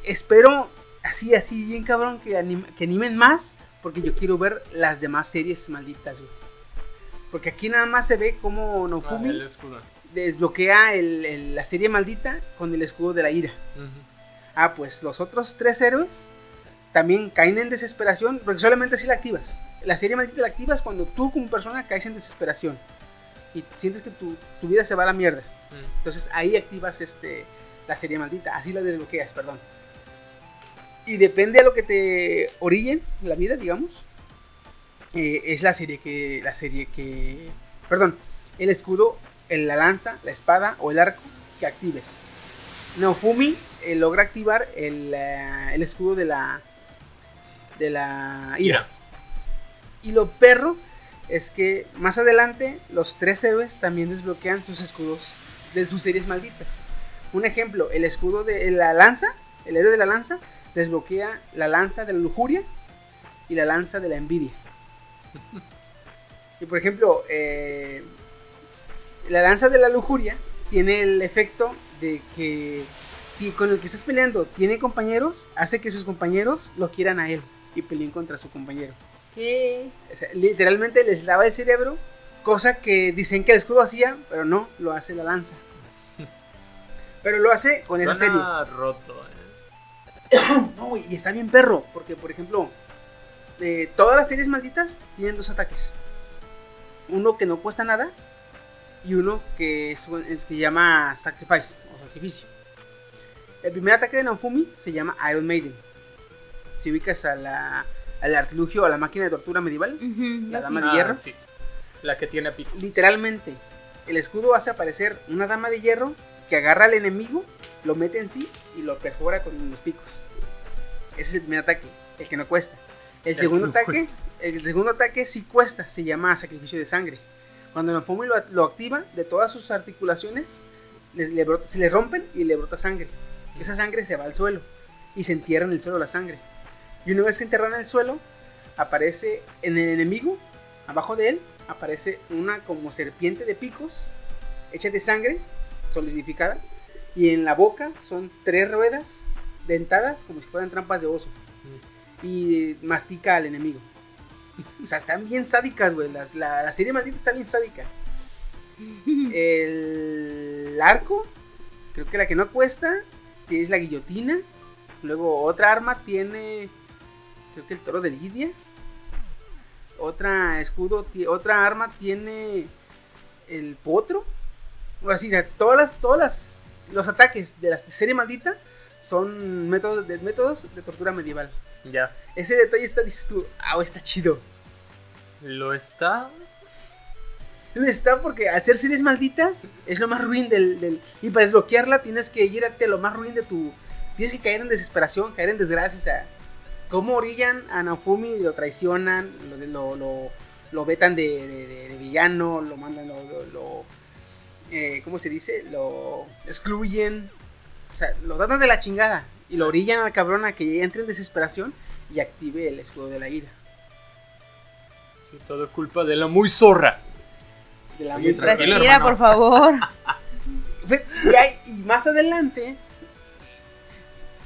S4: espero así, así, bien cabrón, que, anim- que animen más. Porque yo quiero ver las demás series malditas, güey. Porque aquí nada más se ve cómo
S1: Ah,
S4: Nofumi
S1: el escudo.
S4: desbloquea el- el- la serie maldita con el escudo de la ira.
S1: Ujú.
S4: Ah, pues los otros tres héroes también caen en desesperación, porque solamente así la activas. La serie maldita la activas cuando tú como persona caes en desesperación y sientes que tu, tu vida se va a la mierda.
S1: Mm.
S4: Entonces ahí activas este, la serie maldita, así la desbloqueas, perdón. Y depende a lo que te orillen la vida, digamos, eh, es la serie que, la serie que, perdón, el escudo, el- la lanza, la espada o el arco que actives. Naofumi eh, logra activar el, eh, el escudo de la, de la ira.
S1: Ira.
S4: Y lo perro es que más adelante los tres héroes también desbloquean sus escudos de sus series malditas. Un ejemplo, el escudo de la lanza, el héroe de la lanza, desbloquea la lanza de la lujuria y la lanza de la envidia. Y por ejemplo, eh, la lanza de la lujuria tiene el efecto de que si con el que estás peleando tiene compañeros, hace que sus compañeros lo quieran a él y peleen contra su compañero.
S6: ¿Qué?
S4: O sea, literalmente les lava el cerebro, cosa que dicen que el escudo hacía, pero no, lo hace la lanza. Pero lo hace con
S1: Suena
S4: esa serie.
S1: roto. eh.
S4: No, güey, y está bien perro, porque por ejemplo, eh, todas las series malditas tienen dos ataques. Uno que no cuesta nada y uno que es, es que llama sacrifice o sacrificio. El primer ataque de Naofumi se llama Iron Maiden. Si ubicas a la, al artilugio, a la máquina de tortura medieval,
S6: Ujú,
S4: la
S6: yo
S4: dama
S6: sí.
S4: de hierro,
S1: Ah, sí. La que tiene pico.
S4: literalmente, el escudo hace aparecer una dama de hierro que agarra al enemigo, lo mete en sí y lo perfora con los picos. Ese es el primer ataque, el que no cuesta. El,
S1: que
S4: segundo
S1: no
S4: ataque,
S1: cuesta.
S4: el segundo ataque sí cuesta, se llama sacrificio de sangre. Cuando el Nofumi lo, lo activa, de todas sus articulaciones les- le brota- se le rompen y le brota sangre. Esa sangre se va al suelo y se entierra en el suelo la sangre. Y una vez enterrada en el suelo, aparece en el enemigo, abajo de él, aparece una como serpiente de picos, hecha de sangre, solidificada, y en la boca son tres ruedas dentadas como si fueran trampas de oso. Y mastica al enemigo. O sea, están bien sádicas, güey. Las- La, la serie maldita está bien sádica. El arco, creo que la que no cuesta, es la guillotina. Luego otra arma tiene, creo que el toro de Lidia. Otra escudo, ti- otra arma tiene el potro. Bueno, sí, o sea, todas las, todas las- los ataques de la serie maldita son métodos de, métodos de tortura medieval.
S1: Ya.
S4: Ese detalle está, dices tú, ah, está chido.
S1: Lo está.
S4: Está porque hacer series malditas es lo más ruin del, del- Y para desbloquearla tienes que ir a lo más ruin de tu... Tienes que caer en desesperación, caer en desgracia. O sea, cómo orillan a Naofumi, lo traicionan, lo, lo, lo- lo vetan de, de- de- de villano, lo mandan, lo, lo, lo- eh, ¿cómo se dice? Lo excluyen, o sea, lo tratan de la chingada y lo orillan al cabrón a que entre en desesperación y active el escudo de la ira.
S1: Sí, todo culpa de la muy zorra.
S4: De la
S9: Oye,
S4: misma-
S9: tranquilo,
S6: Respira,
S9: hermano.
S6: por favor.
S4: Ve- Y, ahí- y más adelante.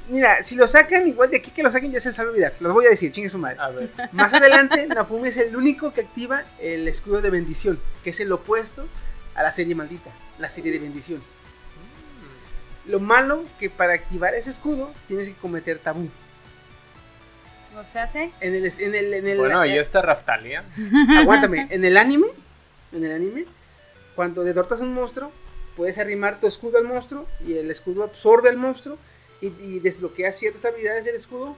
S4: Mira, si lo sacan, igual de aquí que lo saquen ya se les va a olvidar. Los voy a decir, chingue su madre.
S1: A ver,
S4: Más adelante, Nafumi es el único que activa el escudo de bendición, que es el opuesto a la serie maldita, la serie de bendición. Lo malo que para activar ese escudo tienes que cometer tabú.
S6: ¿No se hace?
S4: En el, en el, en el-
S1: bueno, ahí
S4: eh,
S1: está Raftalia.
S4: aguántame, en el anime, en el anime, cuando derrotas a un monstruo, puedes arrimar tu escudo al monstruo y el escudo absorbe al monstruo y, y desbloquea ciertas habilidades del escudo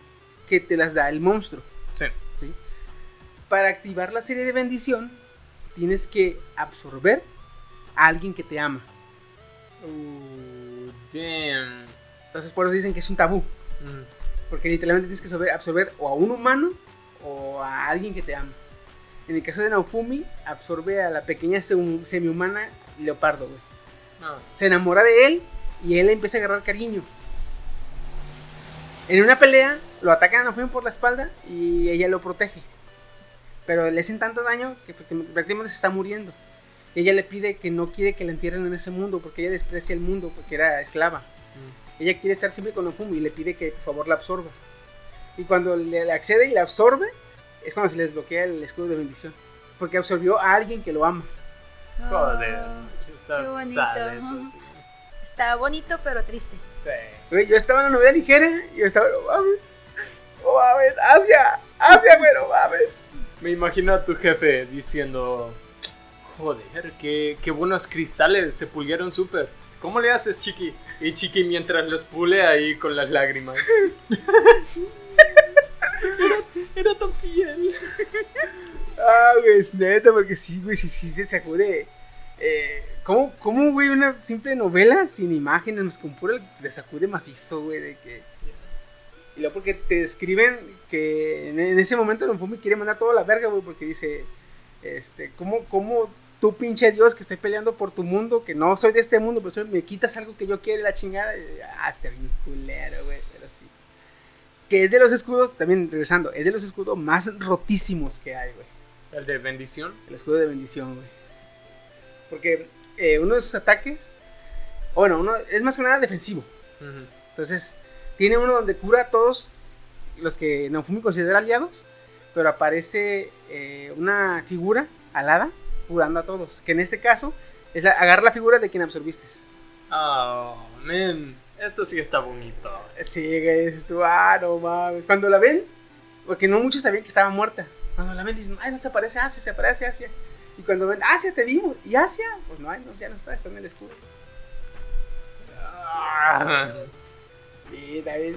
S4: que te las da el monstruo.
S1: Sí.
S4: ¿sí? Para activar la serie de bendición, tienes que absorber a alguien que te ama.
S1: Uh, damn.
S4: Entonces por eso dicen que es un tabú,
S1: Mm.
S4: porque literalmente tienes que absorber, absorber o a un humano o a alguien que te ama. En el caso de Naofumi, absorbe a la pequeña semi- semi-humana leopardo, güey.
S1: No,
S4: Se enamora de él y él le empieza a agarrar cariño. En una pelea, lo atacan a Naofumi por la espalda y ella lo protege. Pero le hacen tanto daño que prácti- prácticamente se está muriendo. Y ella le pide que no quiere que la entierren en ese mundo porque ella desprecia el mundo porque era esclava. Ella quiere estar siempre con Nofumi y le pide que por favor la absorba. Y cuando le, le accede y la absorbe, es cuando se les bloquea el escudo de bendición. Porque absorbió a alguien que lo ama.
S1: joder.
S6: Ah,
S1: está
S6: qué bonito.
S1: sad eso, sí.
S6: Está bonito, pero triste.
S1: Sí.
S4: Güey, yo estaba en la novela ligera y yo estaba, no mames, no mames, Asia, Asia, güey, no mames.
S1: Me imagino a tu jefe diciendo: Joder, qué, qué buenos cristales, se pulieron súper. ¿Cómo le haces, Chiqui? Y Chiqui mientras los pule ahí con las lágrimas. era, era tan fiel.
S4: Ah, güey, es neta, porque sí, güey, sí, sí, se sacude. Eh, ¿cómo, ¿Cómo, güey, una simple novela sin imágenes nos compura? Te sacude macizo, güey, de que. Y luego porque te escriben que en, en ese momento Nofumi quiere mandar toda la verga, güey, porque dice: este, ¿cómo, ¿Cómo tú, pinche Dios, que estoy peleando por tu mundo, que no soy de este mundo, pero soy- me quitas algo que yo quiero y la chingada? Y, ah, te bien culero, güey, pero sí. Que es de los escudos, también regresando, es de los escudos más rotísimos que hay, güey.
S1: El de bendición.
S4: El escudo de bendición, güey. Porque eh, uno de sus ataques, bueno, uno es más que nada defensivo.
S1: Ujú.
S4: Entonces, tiene uno donde cura a todos los que Naofumi considera aliados, pero aparece eh, una figura alada curando a todos. Que en este caso es la, agarra la figura de quien absorbiste.
S1: Oh, man. Eso sí está bonito.
S4: Sí, güey, dices tú, ah, no mames. Cuando la ven, porque no muchos sabían que estaba muerta. Cuando la ven, dicen, ay, no se aparece Asia, se aparece Asia. Y cuando ven, "Ah, Asia, te vimos. ¿Y Asia? Pues no, ay, no, ya no está, está en el escudo.
S1: Ah.
S4: Sí, también. eh.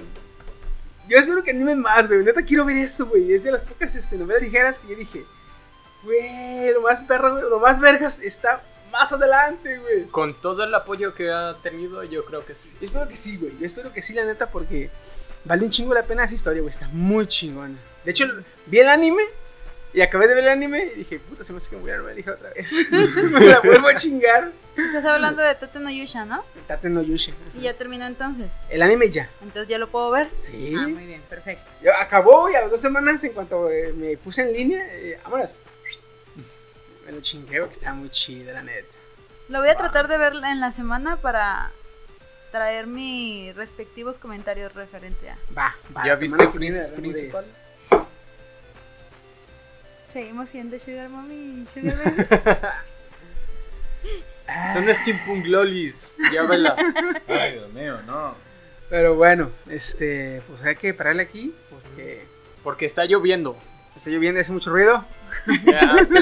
S4: Yo espero que animen más, güey. Neta quiero ver esto, güey. Es de las pocas este, novelas ligeras que yo dije, güey, lo más perro, güey, lo más vergas está más adelante, güey.
S1: Con todo el apoyo que ha tenido, yo creo que sí.
S4: Yo espero que sí, güey. Yo espero que sí, la neta, porque vale un chingo la pena esa historia, güey. Está muy chingona. De hecho, vi el anime y acabé de ver el anime y dije, puta, se me hace que me voy a ver otra vez. me la vuelvo a chingar.
S6: Estás hablando de Tate no Yusha, ¿no?
S4: Tate no Yushe.
S6: Y ya terminó entonces.
S4: El anime ya.
S6: Entonces ya lo puedo ver.
S4: Sí.
S6: Ah, muy bien, perfecto.
S4: Yo- acabó y a las dos semanas, en cuanto eh, me puse en línea, eh, vámonos. Me lo chingué, güey, que estaba muy chido, la neta.
S6: Lo voy a tratar de ver en la semana para traer mis respectivos comentarios referente a.
S4: Va,
S10: Ah,
S4: va.
S1: ¿Ya
S4: la
S1: viste
S4: semana que
S1: Princess
S4: viene hablamos de
S1: Principal?
S10: Pues,
S4: eso.
S6: Seguimos siendo Sugar Mommy y Sugar Baby.
S10: ah.
S1: Son steampunk lolis. Ya vela.
S9: Ay, Dios mío, no.
S4: Pero bueno, este, pues hay que pararle aquí porque
S1: Porque está lloviendo.
S4: está lloviendo y hace mucho ruido.
S1: Ya, sí.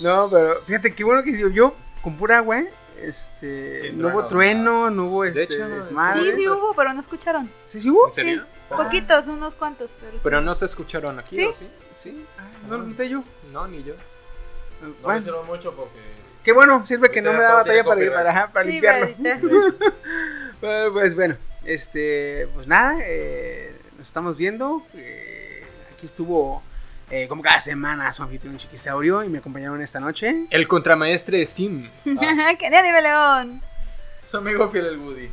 S4: No, pero fíjate qué bueno que yo, yo con pura agua, ¿eh? este,
S9: Sin
S4: no hubo
S9: truenos,
S4: trueno, no hubo este,
S1: De hecho,
S4: desmadre.
S6: Sí, sí hubo, pero no escucharon.
S4: sí, sí hubo.
S1: ¿En serio?
S6: Poquitos, unos cuantos, Ah. pero sí.
S1: Pero no se escucharon aquí,
S6: ¿Sí?
S1: ¿o sí? Sí.
S4: Ah, No lo noté yo.
S1: No, ni yo.
S9: No me
S4: Bueno,
S9: sirvo mucho porque.
S4: qué bueno, sirve que no me daba batalla
S9: Tiene
S4: para,
S9: copyright.
S4: para, ajá, para
S6: Sí,
S4: limpiarlo.
S6: Bradita.
S4: Bueno, pues bueno, este, pues nada, eh, nos estamos viendo. eh, aquí estuvo Eh, como cada semana, su anfitrión Chiquisaurio y me acompañaron esta noche.
S1: El contramaestre Steam.
S6: Kennedy León.
S10: Ah. Su amigo fiel el Woody.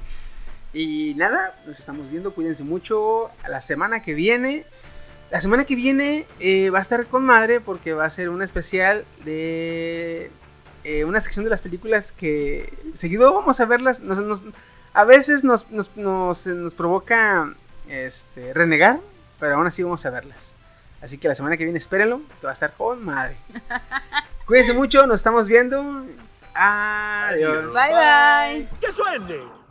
S4: Y nada, nos estamos viendo, cuídense mucho. A La semana que viene, la semana que viene eh, va a estar con madre porque va a ser una especial de eh, una sección de las películas que seguido vamos a verlas. Nos- nos- a veces nos, nos, nos, nos provoca este, renegar, pero aún así vamos a verlas. Así que la semana que viene espérenlo, que va a estar con madre. Cuídense mucho, nos estamos viendo. Adiós.
S6: Bye bye.
S11: Que suene.